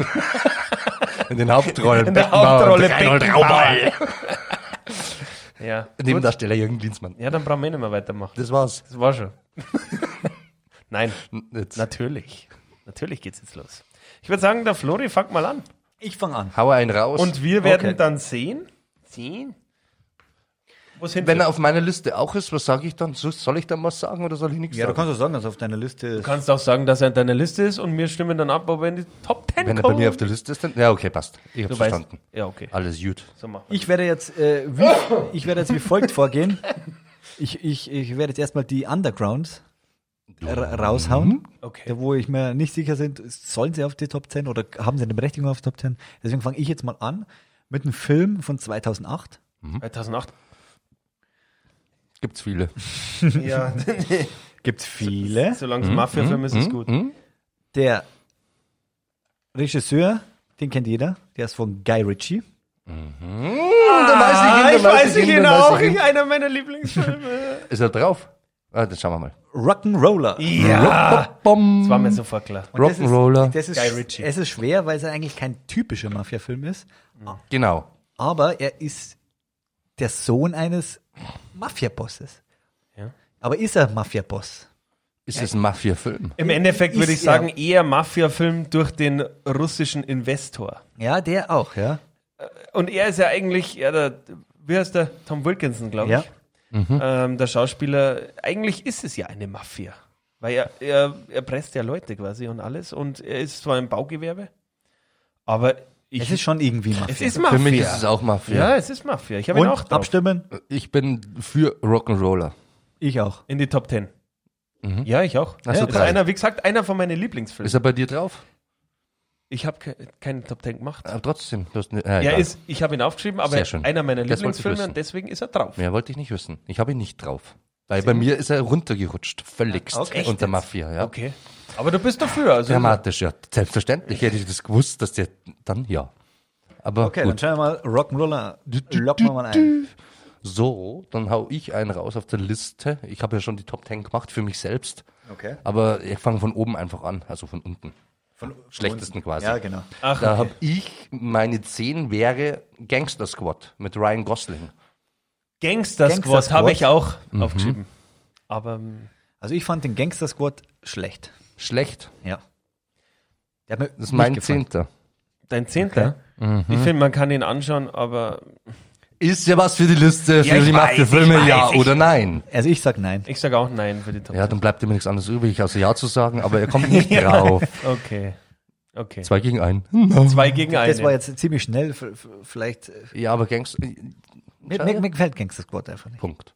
[SPEAKER 4] In den Hauptrollen.
[SPEAKER 9] In der Hauptrolle
[SPEAKER 4] Reinhold
[SPEAKER 9] Beckenbauer.
[SPEAKER 4] Raubal.
[SPEAKER 9] Ja. Gut.
[SPEAKER 4] Nebendarsteller Jürgen Dienstmann.
[SPEAKER 9] Ja, dann brauchen wir eh nicht mehr weitermachen.
[SPEAKER 4] Das war's.
[SPEAKER 9] Das war schon. Nein,
[SPEAKER 4] Jetzt.
[SPEAKER 9] natürlich. Natürlich geht's jetzt los. Ich würde sagen, der Flori fängt mal an.
[SPEAKER 3] Ich fange an.
[SPEAKER 4] Hau einen raus.
[SPEAKER 9] Und wir werden
[SPEAKER 3] Okay.
[SPEAKER 9] dann sehen. Sehen? Wo's
[SPEAKER 4] wenn
[SPEAKER 9] hinführt.
[SPEAKER 4] er auf meiner Liste auch ist, was sage ich dann? So- Soll ich dann was sagen oder soll ich nichts
[SPEAKER 3] Ja, du
[SPEAKER 4] sagen?
[SPEAKER 3] kannst doch sagen, dass auf deiner Liste ist.
[SPEAKER 9] Du kannst auch sagen, dass er in deiner Liste ist und wir stimmen dann ab, ob er in die Top 10
[SPEAKER 4] Wenn er
[SPEAKER 9] kommt.
[SPEAKER 4] bei mir auf der Liste ist, dann. Ja, okay, passt. Ich hab's
[SPEAKER 9] du weißt.
[SPEAKER 4] verstanden.
[SPEAKER 9] Ja, okay.
[SPEAKER 4] Alles gut.
[SPEAKER 9] So machen wir.
[SPEAKER 3] Ich werde jetzt, äh, wie, ich werde jetzt wie folgt vorgehen. Ich, ich, ich werde jetzt erstmal die Undergrounds ra- raushauen,
[SPEAKER 9] Okay.
[SPEAKER 3] wo ich mir nicht sicher sind, sollen sie auf die Top 10 oder haben sie eine Berechtigung auf die Top 10. Deswegen fange ich jetzt mal an mit einem Film von 2008.
[SPEAKER 4] Mhm.
[SPEAKER 9] 2008.
[SPEAKER 4] Gibt's viele.
[SPEAKER 9] Ja,
[SPEAKER 4] Mhm.
[SPEAKER 3] Gibt's viele.
[SPEAKER 9] solange es Mafia-Film ist, ist gut.
[SPEAKER 3] Der Regisseur, den kennt jeder, der ist von Guy Ritchie.
[SPEAKER 9] Ah, ich weiß ich
[SPEAKER 4] ihn,
[SPEAKER 9] ihn
[SPEAKER 4] dann weiß
[SPEAKER 9] auch.
[SPEAKER 4] ich ihn.
[SPEAKER 9] Einer meiner Lieblingsfilme.
[SPEAKER 4] Ist er drauf? Ah, dann schauen wir mal.
[SPEAKER 3] Rock'n'Roller.
[SPEAKER 9] ja. Das war mir sofort klar.
[SPEAKER 3] Und das ist-
[SPEAKER 4] Rock'n'Roller.
[SPEAKER 3] Das ist,
[SPEAKER 9] Guy Ritchie.
[SPEAKER 3] Es ist schwer, weil es eigentlich kein typischer Mafia-Film ist.
[SPEAKER 4] Genau.
[SPEAKER 3] aber er ist der Sohn eines Mafia-Bosses.
[SPEAKER 9] Ja.
[SPEAKER 3] Aber ist er Mafia-Boss?
[SPEAKER 9] Äh.
[SPEAKER 4] Ist es ein Mafia-Film?
[SPEAKER 9] Im Endeffekt würde
[SPEAKER 3] Ist
[SPEAKER 9] ich sagen, eher Mafia-Film durch den russischen Investor.
[SPEAKER 3] Ja, der auch, ja.
[SPEAKER 9] Und er ist ja eigentlich, ja, der, wie heißt der? Tom Wilkinson, glaube
[SPEAKER 3] Ja.
[SPEAKER 9] ich. Ähm, der Schauspieler, eigentlich ist es ja eine Mafia. Weil er, er, er presst ja Leute quasi und alles. Und er ist zwar im Baugewerbe, aber ich,
[SPEAKER 3] Es ist schon irgendwie
[SPEAKER 9] es
[SPEAKER 3] Mafia.
[SPEAKER 9] ist Mafia.
[SPEAKER 4] Für mich ist es auch Mafia.
[SPEAKER 9] ja, es ist Mafia. Ich habe ihn
[SPEAKER 3] Und
[SPEAKER 9] auch drauf.
[SPEAKER 3] abstimmen?
[SPEAKER 4] Ich bin für Rock'n'Roller.
[SPEAKER 3] Ich auch.
[SPEAKER 9] In die Top Ten. Ja, ich auch.
[SPEAKER 4] Ach so,
[SPEAKER 9] ist
[SPEAKER 4] drei.
[SPEAKER 9] einer, wie gesagt, einer von meinen
[SPEAKER 4] Ist
[SPEAKER 9] Lieblingsfilmen.
[SPEAKER 4] er bei dir drauf?
[SPEAKER 9] Ich habe ke keine Top Ten gemacht.
[SPEAKER 4] Aber trotzdem. Du hast ne,
[SPEAKER 9] Ja,
[SPEAKER 4] egal.
[SPEAKER 9] ist, ich habe ihn aufgeschrieben, aber
[SPEAKER 4] Oh Sehr schön.
[SPEAKER 9] einer meiner
[SPEAKER 4] Das wollte ich
[SPEAKER 9] Lieblingsfilme
[SPEAKER 4] wissen.
[SPEAKER 9] und deswegen ist er drauf.
[SPEAKER 4] Mehr wollte ich nicht wissen. Ich habe ihn nicht drauf. Weil bei mir ist er runtergerutscht. Völligst.
[SPEAKER 3] Okay. Echt
[SPEAKER 4] Unter Mafia, ja.
[SPEAKER 9] Okay. Aber du bist dafür. Also
[SPEAKER 4] Dramatisch, ja. Selbstverständlich hätte ich das gewusst, dass der dann, ja. Aber
[SPEAKER 3] Okay, dann
[SPEAKER 4] gut.
[SPEAKER 3] schauen wir mal Rock'n'Roller. Locken wir mal ein.
[SPEAKER 4] So, dann hau ich einen raus auf der Liste. Ich habe ja schon die Top 10 gemacht für mich selbst.
[SPEAKER 3] Okay.
[SPEAKER 4] Aber ich fange von oben einfach an, also von unten. Von schlechtesten quasi.
[SPEAKER 3] Ja, genau.
[SPEAKER 9] Ach,
[SPEAKER 4] Da habe ich meine 10 wäre Gangster Squad mit Ryan Gosling.
[SPEAKER 9] Gangster
[SPEAKER 3] Gangster
[SPEAKER 9] Squad
[SPEAKER 3] Squad.
[SPEAKER 9] habe ich auch
[SPEAKER 4] Mhm.
[SPEAKER 9] aufgeschrieben. Aber ähm,
[SPEAKER 3] Also ich fand den Gangster Squad schlecht.
[SPEAKER 4] Schlecht.
[SPEAKER 3] Ja. Der hat mir
[SPEAKER 4] Das ist
[SPEAKER 3] nicht
[SPEAKER 4] mein
[SPEAKER 3] gefallen.
[SPEAKER 4] Zehnter.
[SPEAKER 9] dein Zehnter,
[SPEAKER 4] Mhm.
[SPEAKER 9] ich finde, man kann ihn anschauen, aber
[SPEAKER 4] Ist ja was für die Liste, für
[SPEAKER 9] ich
[SPEAKER 4] die Macht der
[SPEAKER 9] weiß, ich
[SPEAKER 4] Filme,
[SPEAKER 9] weiß,
[SPEAKER 4] ja
[SPEAKER 9] ich
[SPEAKER 4] oder nein.
[SPEAKER 3] Also ich sag nein.
[SPEAKER 9] ich sage auch Nein für die Top.
[SPEAKER 4] Ja, dann bleibt mir nichts anderes übrig, außer Ja zu sagen, aber er kommt nicht drauf.
[SPEAKER 9] Okay. Okay.
[SPEAKER 4] Zwei gegen einen.
[SPEAKER 9] Zwei gegen einen.
[SPEAKER 3] Das war jetzt ziemlich schnell. v- v- Vielleicht. äh,
[SPEAKER 4] Ja, aber Gangster.
[SPEAKER 3] Mir, mir, mir gefällt Gangster Squad einfach nicht.
[SPEAKER 4] Punkt.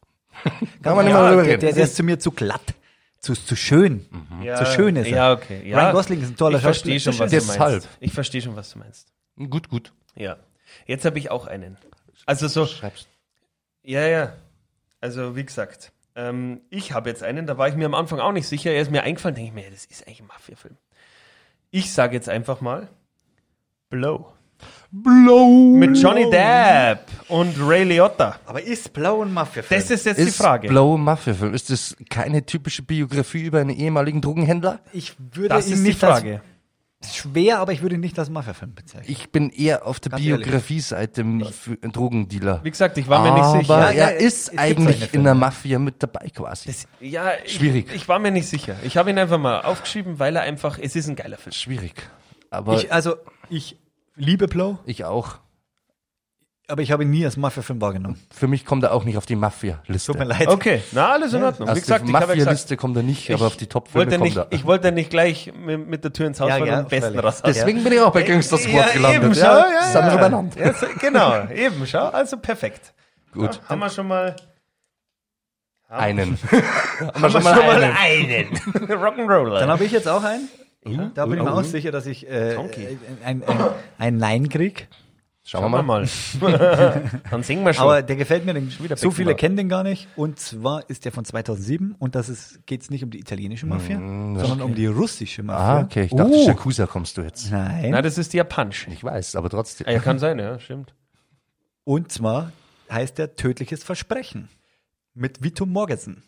[SPEAKER 4] Kann man nicht
[SPEAKER 9] Ja,
[SPEAKER 4] mal drüber
[SPEAKER 3] Der,
[SPEAKER 4] reden.
[SPEAKER 3] der, der ist zu mir zu glatt. Zu, zu schön.
[SPEAKER 9] ja,
[SPEAKER 3] so schön ist er.
[SPEAKER 9] Ja, okay. Ja.
[SPEAKER 3] Ryan Gosling ist ein toller
[SPEAKER 9] ich verstehe
[SPEAKER 3] Schauspieler.
[SPEAKER 9] schon, was du
[SPEAKER 4] Deshalb.
[SPEAKER 9] meinst. Ich verstehe schon, was du meinst.
[SPEAKER 4] Gut, gut.
[SPEAKER 9] Ja. Jetzt habe ich auch einen. Also so,
[SPEAKER 4] Schreib's.
[SPEAKER 9] ja, ja. Also wie gesagt, ähm, ich habe jetzt einen, da war ich mir am Anfang auch nicht sicher. Er ist mir eingefallen, denke ich mir, ja, das ist eigentlich ein Mafia-Film. Ich sage jetzt einfach mal Blow.
[SPEAKER 4] Blow.
[SPEAKER 9] Mit Johnny Depp und Ray Liotta.
[SPEAKER 3] Aber ist Blau ein mafia
[SPEAKER 9] Das ist jetzt die
[SPEAKER 4] Ist
[SPEAKER 9] Frage.
[SPEAKER 4] Blow ein Mafia-Film? Ist das keine typische Biografie über einen ehemaligen Drogenhändler?
[SPEAKER 3] Ich würde
[SPEAKER 9] Das
[SPEAKER 3] ihn
[SPEAKER 9] ist die
[SPEAKER 3] nicht
[SPEAKER 9] Frage.
[SPEAKER 3] als schwer, aber ich würde ihn nicht als Mafia-Film bezeichnen.
[SPEAKER 4] Ich bin eher auf der
[SPEAKER 3] Ganz ehrlich.
[SPEAKER 4] Biografie-Seite für einen Drogendealer.
[SPEAKER 9] Wie gesagt, ich war mir nicht sicher.
[SPEAKER 4] Aber
[SPEAKER 3] Ja,
[SPEAKER 4] er
[SPEAKER 3] ja, es
[SPEAKER 4] ist
[SPEAKER 3] gibt solche
[SPEAKER 4] eigentlich in
[SPEAKER 3] Filme.
[SPEAKER 4] der Mafia mit dabei quasi.
[SPEAKER 9] Ja, ich,
[SPEAKER 4] Schwierig.
[SPEAKER 9] Ich war mir nicht sicher. Ich habe ihn einfach mal aufgeschrieben, weil er einfach, es ist ein geiler Film.
[SPEAKER 4] Schwierig. Aber
[SPEAKER 9] äh,
[SPEAKER 4] ich,
[SPEAKER 3] also, ich liebe Blau,
[SPEAKER 4] auch.
[SPEAKER 3] aber ich habe ihn nie als Mafia-Film wahrgenommen.
[SPEAKER 4] Für mich kommt er auch nicht auf die Mafia-Liste.
[SPEAKER 3] Tut mir leid.
[SPEAKER 9] Okay, na alles in Ordnung.
[SPEAKER 4] Auf
[SPEAKER 9] Wie gesagt,
[SPEAKER 4] die
[SPEAKER 9] ich habe ja gesagt,
[SPEAKER 4] Mafia-Liste kommt er nicht, aber auf die
[SPEAKER 9] ich
[SPEAKER 4] Top-Filme
[SPEAKER 9] wollte,
[SPEAKER 4] kommt
[SPEAKER 9] nicht,
[SPEAKER 4] er. Ah,
[SPEAKER 9] ich wollte nicht gleich mit, mit der Tür ins Haus
[SPEAKER 3] Ja,
[SPEAKER 9] fallen
[SPEAKER 3] ja,
[SPEAKER 9] und den besten
[SPEAKER 3] völlig.
[SPEAKER 9] raus.
[SPEAKER 4] Deswegen bin ich auch bei Gangster Squad gelandet.
[SPEAKER 9] schau, ja, ja,
[SPEAKER 4] sind wir schon
[SPEAKER 9] ja.
[SPEAKER 4] beieinander.
[SPEAKER 9] Ja, so- genau, eben, schau, also perfekt.
[SPEAKER 4] Gut.
[SPEAKER 9] Ja, haben wir schon mal,
[SPEAKER 4] Einen. Haben wir schon
[SPEAKER 9] schon mal
[SPEAKER 4] einen.
[SPEAKER 9] einen. Rock'n'Roller.
[SPEAKER 3] Dann habe ich jetzt auch einen. Da bin ich mir
[SPEAKER 4] oh,
[SPEAKER 3] auch
[SPEAKER 4] oh.
[SPEAKER 3] sicher, dass ich äh,
[SPEAKER 9] Donkey.
[SPEAKER 3] ein, ein, ein, ein Nein krieg.
[SPEAKER 4] Schauen wir
[SPEAKER 9] Schauen wir
[SPEAKER 4] mal.
[SPEAKER 9] mal. Dann singen wir schon.
[SPEAKER 3] Aber der gefällt mir den,
[SPEAKER 9] wieder
[SPEAKER 3] so viele
[SPEAKER 9] Beckenbauer.
[SPEAKER 3] kennen den gar nicht. Und zwar ist der von 2007 und das ist geht's nicht um die italienische Mafia, sondern um die russische Mafia.
[SPEAKER 4] Ah, okay. Ich dachte,
[SPEAKER 9] Uh.
[SPEAKER 3] Oh.
[SPEAKER 4] Shakusa kommst du jetzt.
[SPEAKER 3] Nein.
[SPEAKER 9] na, das ist die japanische.
[SPEAKER 4] Ich weiß, aber trotzdem.
[SPEAKER 9] Ah, Ja, kann sein, ja, stimmt.
[SPEAKER 3] Und zwar heißt der Tödliches Versprechen mit Vito Morgensen.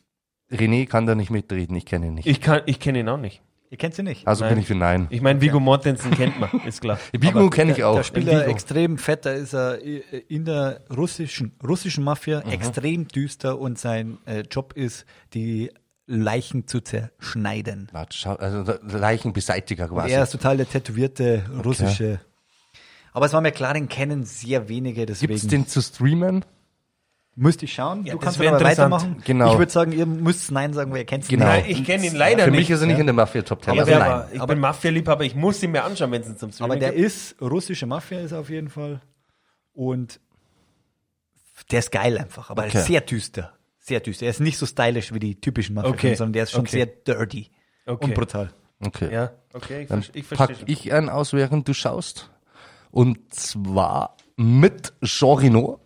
[SPEAKER 4] René kann da nicht mitreden, ich kenne ihn nicht.
[SPEAKER 9] Ich, kann- ich kenne ihn auch nicht.
[SPEAKER 3] Ihr kennt sie nicht.
[SPEAKER 4] Also
[SPEAKER 9] Nein.
[SPEAKER 4] bin ich für Nein.
[SPEAKER 9] Ich meine, Viggo Mortensen kennt man, ist klar.
[SPEAKER 4] Bigo kenne ich auch.
[SPEAKER 3] Da spielt er
[SPEAKER 4] Vigo.
[SPEAKER 3] extrem fett, da ist er äh, in der russischen, russischen Mafia extrem düster und sein äh, Job ist, die Leichen zu zerschneiden.
[SPEAKER 4] Na, schau, also der Leichenbeseitiger
[SPEAKER 3] Und
[SPEAKER 4] quasi.
[SPEAKER 3] er ist total der tätowierte russische. Aber es war mir klar, den kennen sehr wenige, deswegen
[SPEAKER 4] Gibt es den zu streamen?
[SPEAKER 3] müsste ich schauen. du
[SPEAKER 9] das
[SPEAKER 3] kannst
[SPEAKER 9] wär
[SPEAKER 3] aber
[SPEAKER 9] interessant.
[SPEAKER 3] weitermachen.
[SPEAKER 4] Genau.
[SPEAKER 3] Ich würde sagen, ihr müsst Nein sagen, weil ihr kennt es
[SPEAKER 4] Genau.
[SPEAKER 9] Nein, ich kenne ihn leider
[SPEAKER 4] Für
[SPEAKER 9] nicht.
[SPEAKER 4] mich ist er nicht in der Mafia Top 10.
[SPEAKER 9] Ja,
[SPEAKER 4] Also
[SPEAKER 9] aber
[SPEAKER 4] nein.
[SPEAKER 9] ich bin Mafia-Liebhaber, ich muss ihn mir anschauen, wenn es ihn zum Streaming
[SPEAKER 3] Aber der
[SPEAKER 9] gibt.
[SPEAKER 3] ist, russische Mafia ist er auf jeden Fall. Und der ist geil einfach, aber
[SPEAKER 4] Okay.
[SPEAKER 3] sehr düster. Sehr düster. Er ist nicht so stylisch wie die typischen Mafia,
[SPEAKER 9] Okay.
[SPEAKER 3] sondern der ist schon
[SPEAKER 9] Okay.
[SPEAKER 3] sehr dirty
[SPEAKER 9] Okay.
[SPEAKER 3] und brutal.
[SPEAKER 4] Okay.
[SPEAKER 9] Ja, okay, ich,
[SPEAKER 4] Dann
[SPEAKER 9] verste- ich verstehe
[SPEAKER 4] pack
[SPEAKER 9] schon.
[SPEAKER 4] ich einen aus, während du schaust. Und zwar mit Jean Reno.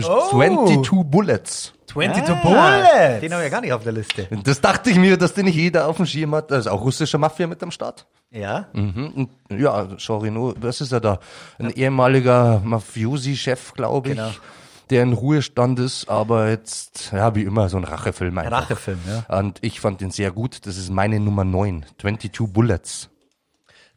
[SPEAKER 9] Oh.
[SPEAKER 4] 22 Bullets.
[SPEAKER 9] 20 to
[SPEAKER 3] Ah,
[SPEAKER 9] Bullets!
[SPEAKER 3] Den habe ich ja gar nicht auf der Liste.
[SPEAKER 4] Das dachte ich mir, dass den nicht jeder auf dem Schirm hat. Da ist auch russische Mafia mit am Start.
[SPEAKER 3] Ja.
[SPEAKER 4] Mhm. Und, ja, Jean Reno, was ist er da? Ein ehemaliger Mafiosi-Chef, glaube ich.
[SPEAKER 3] Genau.
[SPEAKER 4] Der in Ruhestand ist, aber jetzt, ja, wie immer, so ein Rachefilm einfach.
[SPEAKER 3] Rachefilm, ja.
[SPEAKER 4] Und ich fand den sehr gut. Das ist meine Nummer 9. 22 Bullets.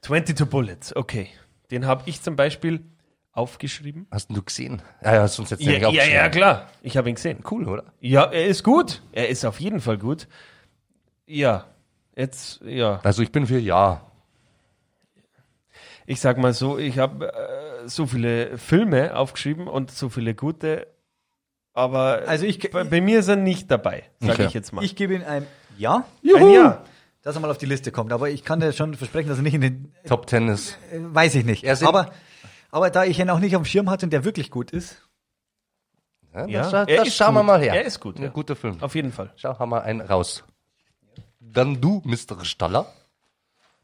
[SPEAKER 9] 20 to Bullets, okay. Den habe ich zum Beispiel aufgeschrieben.
[SPEAKER 4] Hast denn du gesehen? Ja, ja, sonst hättest du
[SPEAKER 9] Ja,
[SPEAKER 4] den
[SPEAKER 9] ja,
[SPEAKER 4] nicht
[SPEAKER 9] ja,
[SPEAKER 4] aufgeschrieben.
[SPEAKER 9] klar. Ich habe ihn gesehen.
[SPEAKER 4] Cool, oder?
[SPEAKER 9] Ja, er ist gut. Er ist auf jeden Fall gut. Ja, jetzt, ja.
[SPEAKER 4] Also ich bin für ja.
[SPEAKER 9] Ich sag mal so, ich habe äh, so viele Filme aufgeschrieben und so viele gute, aber
[SPEAKER 3] Also ich-
[SPEAKER 9] bei, bei mir ist er nicht dabei, sage
[SPEAKER 4] Okay.
[SPEAKER 9] ich jetzt mal.
[SPEAKER 3] Ich gebe ihm ein Ja,
[SPEAKER 9] Ein Ja.
[SPEAKER 3] dass er mal auf die Liste kommt. Aber ich kann dir schon versprechen, dass er nicht in den.
[SPEAKER 4] Top Ten ist.
[SPEAKER 3] Äh, weiß ich nicht.
[SPEAKER 4] Er ist in-
[SPEAKER 3] Aber, aber da ich ihn auch nicht auf dem Schirm hatte und der wirklich gut ist,
[SPEAKER 4] Ja,
[SPEAKER 9] Ja,
[SPEAKER 4] da scha-
[SPEAKER 9] er
[SPEAKER 4] da
[SPEAKER 9] ist
[SPEAKER 4] schauen wir
[SPEAKER 9] gut.
[SPEAKER 4] mal her.
[SPEAKER 9] Er ist gut, ja.
[SPEAKER 4] Ein guter Film.
[SPEAKER 9] Auf jeden Fall.
[SPEAKER 4] Schau, haben wir einen raus. Dann du, Mr. Staller.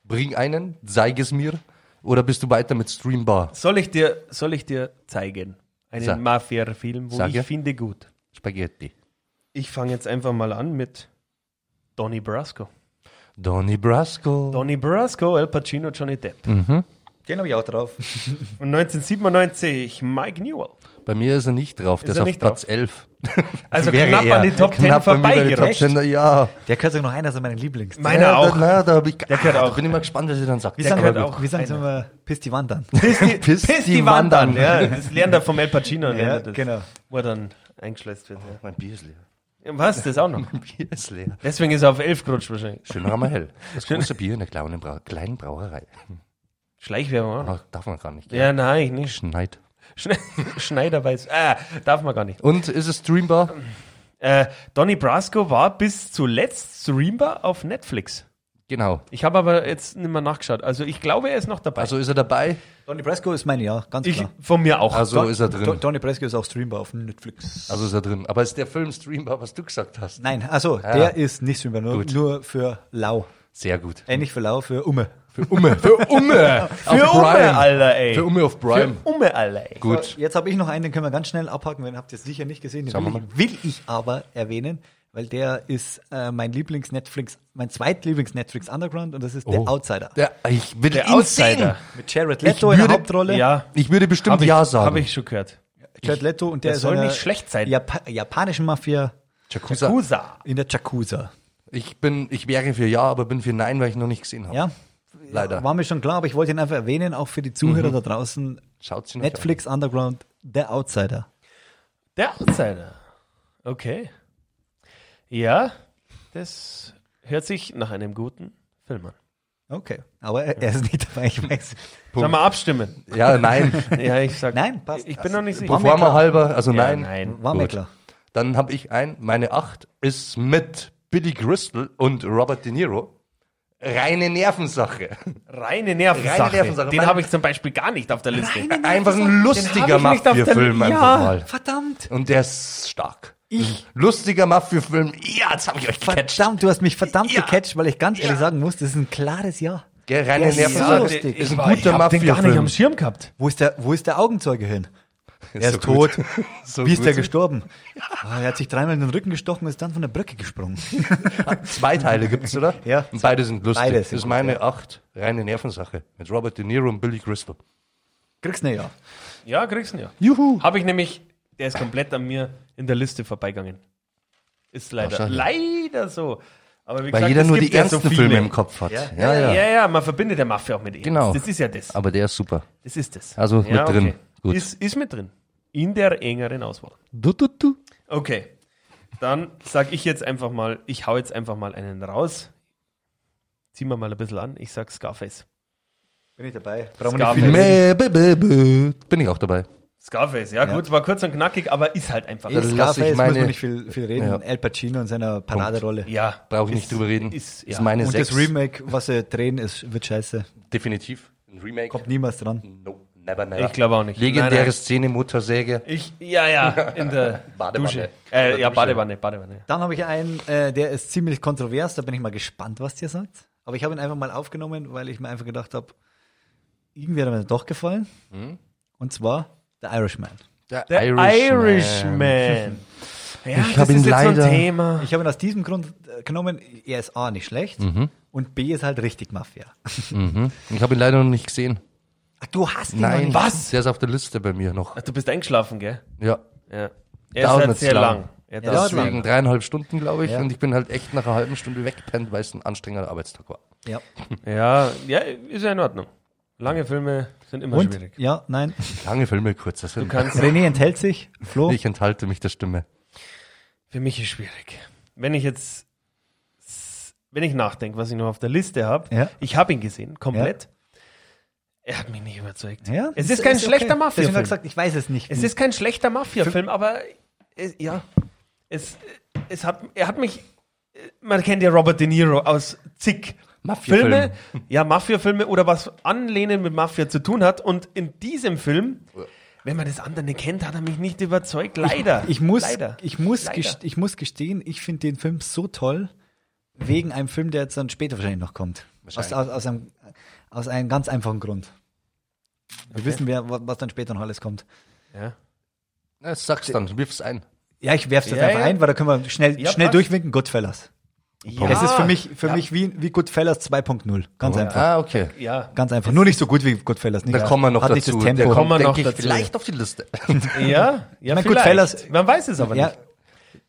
[SPEAKER 4] Bring einen, zeig es mir. Oder bist du weiter mit Streambar?
[SPEAKER 9] Soll ich dir, soll ich dir zeigen? Einen
[SPEAKER 4] Sag.
[SPEAKER 9] Mafia-Film, wo
[SPEAKER 4] Sag
[SPEAKER 9] ich
[SPEAKER 4] ja.
[SPEAKER 9] finde gut.
[SPEAKER 4] Spaghetti.
[SPEAKER 9] Ich fange jetzt einfach mal an mit Donny Brasco.
[SPEAKER 4] Donny Brasco.
[SPEAKER 9] Donny Brasco, El Pacino, Johnny Depp.
[SPEAKER 3] Den habe ich auch drauf.
[SPEAKER 9] Und 1997 Mike Newell.
[SPEAKER 4] Bei mir ist er nicht drauf, der
[SPEAKER 9] Ist
[SPEAKER 4] ist,
[SPEAKER 9] er
[SPEAKER 4] auf
[SPEAKER 9] nicht
[SPEAKER 4] Platz 11.
[SPEAKER 9] Also
[SPEAKER 3] Wäre
[SPEAKER 9] knapp
[SPEAKER 3] er.
[SPEAKER 9] an die Top 10
[SPEAKER 4] Knapp bei mir bei den Top
[SPEAKER 9] vorbeigerutscht.
[SPEAKER 4] 10, ja.
[SPEAKER 3] Der gehört sogar noch einer so meiner Lieblings.
[SPEAKER 9] Meiner
[SPEAKER 4] ja,
[SPEAKER 9] auch.
[SPEAKER 4] Da, na, da, hab ich, der
[SPEAKER 9] gehört auch.
[SPEAKER 4] bin ich mal gespannt, was ihr dann sagt.
[SPEAKER 3] Wie
[SPEAKER 9] Der
[SPEAKER 3] sagen
[SPEAKER 9] gehört
[SPEAKER 3] wir halt
[SPEAKER 9] auch
[SPEAKER 3] auch? Wie sagen
[SPEAKER 9] einer.
[SPEAKER 3] wir? Piss die Wand an.
[SPEAKER 9] Piss die,
[SPEAKER 4] Piss
[SPEAKER 9] piss
[SPEAKER 4] die
[SPEAKER 9] die Wand
[SPEAKER 4] Wand
[SPEAKER 9] an.
[SPEAKER 4] an.
[SPEAKER 9] Ja, das lernt er vom El Pacino. lernt
[SPEAKER 3] Ja,
[SPEAKER 9] er das,
[SPEAKER 3] genau.
[SPEAKER 9] Wo er dann eingeschleust wird.
[SPEAKER 4] Mein Bier ist leer.
[SPEAKER 9] Ja. Was? Das auch noch.
[SPEAKER 4] Mein Bier ist leer.
[SPEAKER 9] Deswegen ist er auf 11 gerutscht wahrscheinlich.
[SPEAKER 4] Schön Ramahell. Das große Bier in der kleinen, Brau kleinen Brauerei.
[SPEAKER 9] Schleichwerbung, oder?
[SPEAKER 4] Ach, darf man gar nicht.
[SPEAKER 9] Ja, nein, nicht.
[SPEAKER 4] Schneid.
[SPEAKER 9] Schne Schneider weiß. Ah, darf man gar nicht.
[SPEAKER 4] Und ist es streambar?
[SPEAKER 9] Äh, Donny Brasco war bis zuletzt streambar auf Netflix.
[SPEAKER 4] Genau.
[SPEAKER 9] Ich habe aber jetzt nicht mehr nachgeschaut. Also ich glaube, er ist noch dabei.
[SPEAKER 4] Also ist er dabei?
[SPEAKER 3] Donny Brasco ist mein Ja, ganz
[SPEAKER 9] ich,
[SPEAKER 3] klar.
[SPEAKER 9] von mir auch.
[SPEAKER 4] Also ist er
[SPEAKER 3] Do-
[SPEAKER 4] drin.
[SPEAKER 3] Donny Brasco ist auch streambar auf Netflix.
[SPEAKER 4] Also ist er drin. Aber ist der Film streambar, was du gesagt hast?
[SPEAKER 3] Nein, also
[SPEAKER 4] Ja.
[SPEAKER 3] der ist nicht streambar, nur,
[SPEAKER 4] Gut.
[SPEAKER 3] nur für Lau.
[SPEAKER 4] Sehr gut.
[SPEAKER 3] Äh, nicht für Lau, für Umme.
[SPEAKER 4] Für Umme. Für Umme. Für
[SPEAKER 9] Für Umme, Alter, ey.
[SPEAKER 4] Für Umme auf
[SPEAKER 9] Für
[SPEAKER 4] Prime.
[SPEAKER 9] Umme, Alter. ey.
[SPEAKER 4] Gut.
[SPEAKER 3] Jetzt habe ich noch einen, den können wir ganz schnell abhaken, den habt ihr sicher nicht gesehen. Den
[SPEAKER 4] Schauen
[SPEAKER 3] will,
[SPEAKER 4] wir
[SPEAKER 3] ich, will ich aber erwähnen, weil der ist äh, mein Lieblings-Netflix, mein zweitlieblings-Netflix Underground und das ist
[SPEAKER 4] Oh.
[SPEAKER 3] der Outsider.
[SPEAKER 4] Der, ich will
[SPEAKER 9] Der
[SPEAKER 4] ihn
[SPEAKER 9] Outsider.
[SPEAKER 4] sehen.
[SPEAKER 3] Mit Jared Leto in der
[SPEAKER 4] würde-
[SPEAKER 3] Hauptrolle.
[SPEAKER 9] Ja,
[SPEAKER 4] Ich würde bestimmt
[SPEAKER 9] habe ich,
[SPEAKER 4] Ja sagen.
[SPEAKER 9] hab ich schon gehört.
[SPEAKER 3] Jared Leto und der,
[SPEAKER 9] Das
[SPEAKER 3] ist
[SPEAKER 9] soll
[SPEAKER 3] einer
[SPEAKER 9] nicht schlecht sein.
[SPEAKER 3] Japa japanischen Mafia
[SPEAKER 4] Jacuzza.
[SPEAKER 9] Usa.
[SPEAKER 3] in der Jacuzza.
[SPEAKER 4] Ich, bin, ich wäre für Ja, aber bin für Nein, weil ich ihn noch nicht gesehen habe.
[SPEAKER 3] Ja,
[SPEAKER 4] Leider.
[SPEAKER 3] war mir schon klar, aber ich wollte ihn einfach erwähnen, auch für die
[SPEAKER 4] Mhm.
[SPEAKER 3] Zuhörer da draußen.
[SPEAKER 4] Schaut sie
[SPEAKER 3] Netflix Underground, der Outsider.
[SPEAKER 9] Der Outsider. Okay. Ja, das hört sich nach einem guten Film an.
[SPEAKER 3] Okay, aber er, er ist nicht dabei, ich weiß.
[SPEAKER 9] Sollen wir abstimmen?
[SPEAKER 4] An. Ja, nein.
[SPEAKER 9] Ja, ich sag.
[SPEAKER 3] Nein, passt.
[SPEAKER 9] Ich bin noch nicht sicher.
[SPEAKER 4] Bevor wir halber, also
[SPEAKER 9] Ja,
[SPEAKER 4] nein.
[SPEAKER 9] nein.
[SPEAKER 3] War mir
[SPEAKER 4] Gut.
[SPEAKER 3] klar.
[SPEAKER 4] Dann habe ich ein, meine Acht ist mit Billy Crystal und Robert De Niro. Reine Nervensache.
[SPEAKER 9] Reine Nervensache.
[SPEAKER 4] Reine Nervensache.
[SPEAKER 9] Den
[SPEAKER 4] Meine-
[SPEAKER 9] habe ich zum Beispiel gar nicht auf der Liste.
[SPEAKER 4] Einfach ein lustiger
[SPEAKER 9] Den hab ich nicht auf der-
[SPEAKER 4] Mafia-Film
[SPEAKER 9] Ja.
[SPEAKER 4] einfach mal.
[SPEAKER 3] Verdammt,
[SPEAKER 4] Und der ist stark. Ich. Lustiger Mafia-Film. Ja, jetzt habe ich euch gecatcht.
[SPEAKER 3] verdammt, du hast mich verdammt
[SPEAKER 4] Ja.
[SPEAKER 3] gecatcht, weil ich ganz ehrlich sagen muss, das ist ein klares Ja.
[SPEAKER 4] Gell,
[SPEAKER 3] Der
[SPEAKER 4] Reine
[SPEAKER 3] ist so
[SPEAKER 4] Nervensache.
[SPEAKER 3] lustig.
[SPEAKER 4] Ist ein
[SPEAKER 9] Boah, ich
[SPEAKER 4] guter
[SPEAKER 9] hab den gar nicht am
[SPEAKER 4] Mafia-Film.
[SPEAKER 9] Schirm gehabt.
[SPEAKER 3] Wo ist der, wo ist der Augenzeuge hin? Er ist
[SPEAKER 4] so
[SPEAKER 3] tot.
[SPEAKER 4] gut. So
[SPEAKER 3] Wie ist der
[SPEAKER 4] gut.
[SPEAKER 3] gestorben? Ah, er hat sich dreimal in den Rücken gestochen und ist dann von der Brücke gesprungen.
[SPEAKER 4] Zwei Teile gibt's, oder?
[SPEAKER 3] Ja.
[SPEAKER 4] Und beide sind lustig.
[SPEAKER 3] Beide
[SPEAKER 4] das
[SPEAKER 3] sind
[SPEAKER 4] ist
[SPEAKER 3] gut,
[SPEAKER 4] meine acht reine Nervensache. Mit Robert De Niro und Billy Crystal.
[SPEAKER 3] Kriegst ne Ja.
[SPEAKER 9] Ja, kriegst du ja. Juhu. Habe ich nämlich, der ist komplett an mir in der Liste vorbeigegangen. Ist leider,
[SPEAKER 4] Wahrscheinlich.
[SPEAKER 9] leider so. Aber wie
[SPEAKER 4] Weil
[SPEAKER 9] gesagt,
[SPEAKER 4] jeder
[SPEAKER 9] es
[SPEAKER 4] nur
[SPEAKER 9] gibt
[SPEAKER 4] die
[SPEAKER 9] ja
[SPEAKER 4] ernsten
[SPEAKER 9] so viele.
[SPEAKER 4] Filme im Kopf hat. Ja, ja.
[SPEAKER 9] Ja, ja, man verbindet ja Mafia auch mit Ernst.
[SPEAKER 4] Genau.
[SPEAKER 9] Das ist ja das.
[SPEAKER 4] Aber der ist super.
[SPEAKER 9] Das ist das.
[SPEAKER 4] Also mit
[SPEAKER 9] ja,
[SPEAKER 4] drin. Gut.
[SPEAKER 9] Ist, ist mit drin. In der engeren Auswahl.
[SPEAKER 4] Du, du, du.
[SPEAKER 9] Okay. Dann sag ich jetzt einfach mal, ich hau jetzt einfach mal einen raus. Ziehen wir mal ein bisschen an. Ich sag Scarface.
[SPEAKER 3] Bin ich dabei. Brauchen wir
[SPEAKER 9] Scarface.
[SPEAKER 3] nicht viel.
[SPEAKER 4] Mäh, bä, bä, bä. Bin ich auch dabei.
[SPEAKER 9] Scarface, ja, gut, war kurz und knackig, aber ist halt einfach.
[SPEAKER 4] Dann lass ich
[SPEAKER 3] Scarface
[SPEAKER 4] meine-
[SPEAKER 3] muss man nicht viel, viel reden.
[SPEAKER 4] Ja.
[SPEAKER 3] Al Pacino in seiner Paraderolle.
[SPEAKER 9] ja.
[SPEAKER 4] Brauche ich
[SPEAKER 9] Ist-
[SPEAKER 4] nicht drüber reden.
[SPEAKER 9] Ist, ja.
[SPEAKER 4] ist meine
[SPEAKER 3] Und
[SPEAKER 4] sechs.
[SPEAKER 3] das Remake, was sie drehen, ist, wird scheiße.
[SPEAKER 4] Definitiv. Ein Remake.
[SPEAKER 3] Kommt niemals dran.
[SPEAKER 4] No, never, never.
[SPEAKER 9] Ich glaube auch nicht.
[SPEAKER 4] Legendäre
[SPEAKER 9] Nein, nein.
[SPEAKER 4] Szene, Motorsäge.
[SPEAKER 9] Ich, ja, ja, in der
[SPEAKER 4] Badewanne.
[SPEAKER 9] Dusche. Äh, ja,
[SPEAKER 4] Dusche.
[SPEAKER 9] Badewanne, Badewanne.
[SPEAKER 3] Dann habe ich einen, äh, der ist ziemlich kontrovers, da bin ich mal gespannt, was ihr sagt. Aber ich habe ihn einfach mal aufgenommen, weil ich mir einfach gedacht habe, irgendwie hat er mir doch gefallen.
[SPEAKER 4] Mhm.
[SPEAKER 3] Und zwar The Irishman.
[SPEAKER 4] Der,
[SPEAKER 9] Der Irishman. Ja,
[SPEAKER 4] Ich
[SPEAKER 9] das
[SPEAKER 4] hab ihn
[SPEAKER 9] ist jetzt so
[SPEAKER 4] leider-
[SPEAKER 9] ein Thema.
[SPEAKER 3] Ich habe ihn aus diesem Grund äh, genommen, er ist A, nicht schlecht
[SPEAKER 4] Mhm.
[SPEAKER 3] und B ist halt richtig Mafia.
[SPEAKER 4] Ich habe ihn leider noch nicht gesehen.
[SPEAKER 3] Ach, du hast ihn noch
[SPEAKER 4] Nein.
[SPEAKER 3] nicht.
[SPEAKER 9] Was?
[SPEAKER 4] Der ist auf der Liste bei mir noch.
[SPEAKER 9] Ach, du bist eingeschlafen, gell?
[SPEAKER 4] Ja.
[SPEAKER 9] Ja. Er
[SPEAKER 4] Dauert
[SPEAKER 9] ist halt
[SPEAKER 4] nicht
[SPEAKER 9] sehr
[SPEAKER 4] lang.
[SPEAKER 9] lang. Er
[SPEAKER 3] Ja,
[SPEAKER 9] dauert
[SPEAKER 3] dauert
[SPEAKER 9] lang.
[SPEAKER 4] Wegen dreieinhalb Stunden, glaube ich.
[SPEAKER 3] Ja.
[SPEAKER 4] Und ich bin halt echt nach einer halben Stunde weggepennt, weil es ein anstrengender Arbeitstag war.
[SPEAKER 3] Ja.
[SPEAKER 9] Ja, ja, ist ja in Ordnung. Lange Filme sind immer
[SPEAKER 3] Und?
[SPEAKER 9] schwierig.
[SPEAKER 3] Ja, nein.
[SPEAKER 4] Lange Filme, kurzer Film.
[SPEAKER 9] Kannst,
[SPEAKER 3] René enthält sich. Flo?
[SPEAKER 4] Ich enthalte mich der Stimme.
[SPEAKER 9] für mich ist schwierig. Wenn ich jetzt, wenn ich nachdenke, was ich noch auf der Liste habe,
[SPEAKER 3] Ja.
[SPEAKER 9] ich habe ihn gesehen, komplett. Er hat mich nicht überzeugt.
[SPEAKER 3] Ja,
[SPEAKER 9] es ist kein
[SPEAKER 3] okay. Deswegen habe
[SPEAKER 9] schlechter
[SPEAKER 3] ich
[SPEAKER 9] Mafia-Film.
[SPEAKER 3] gesagt, ich weiß es nicht.
[SPEAKER 9] Es ist kein schlechter Mafia-Film, aber es, ja, es, es hat, er hat mich. Man kennt ja Robert De Niro aus zig
[SPEAKER 4] Mafia-Filmen.
[SPEAKER 9] Filme, ja Mafia-Filme oder was Anlehnen mit Mafia zu tun hat. Und in diesem Film, wenn man das andere nicht kennt, hat er mich nicht überzeugt. Leider.
[SPEAKER 3] Ich muss,
[SPEAKER 9] Leider.
[SPEAKER 3] ich, muss
[SPEAKER 9] Leider.
[SPEAKER 3] gest- ich muss gestehen, ich finde den Film so toll, wegen einem Film, der jetzt dann später wahrscheinlich noch kommt. Aus, aus, aus, einem, aus einem ganz einfachen Grund. Wir wissen, wer, wa- was dann später noch alles kommt.
[SPEAKER 9] Ja.
[SPEAKER 4] Na, sag's dann, wirf's ein.
[SPEAKER 3] Ja, ich werf's jetzt
[SPEAKER 9] Ja,
[SPEAKER 3] einfach
[SPEAKER 9] ja.
[SPEAKER 3] ein, weil da können wir schnell,
[SPEAKER 9] Ja,
[SPEAKER 3] schnell
[SPEAKER 9] passt.
[SPEAKER 3] durchwinken. Goodfellas. Es ist für mich, für mich wie, wie Goodfellas 2.0. Ganz einfach.
[SPEAKER 4] Ah, okay.
[SPEAKER 9] Ja,
[SPEAKER 3] Ganz einfach. Nur nicht so gut wie Goodfellas. Nicht
[SPEAKER 4] Da kommen wir noch
[SPEAKER 3] Hat
[SPEAKER 4] dazu.
[SPEAKER 3] Nicht das
[SPEAKER 4] Da
[SPEAKER 3] Tempo.
[SPEAKER 9] kommen wir noch
[SPEAKER 4] denke ich,
[SPEAKER 9] dazu.
[SPEAKER 4] vielleicht auf die Liste.
[SPEAKER 9] ja, ja
[SPEAKER 3] mein,
[SPEAKER 9] vielleicht.
[SPEAKER 3] gut, Fellas-
[SPEAKER 9] Man weiß es aber
[SPEAKER 3] ja,
[SPEAKER 9] nicht.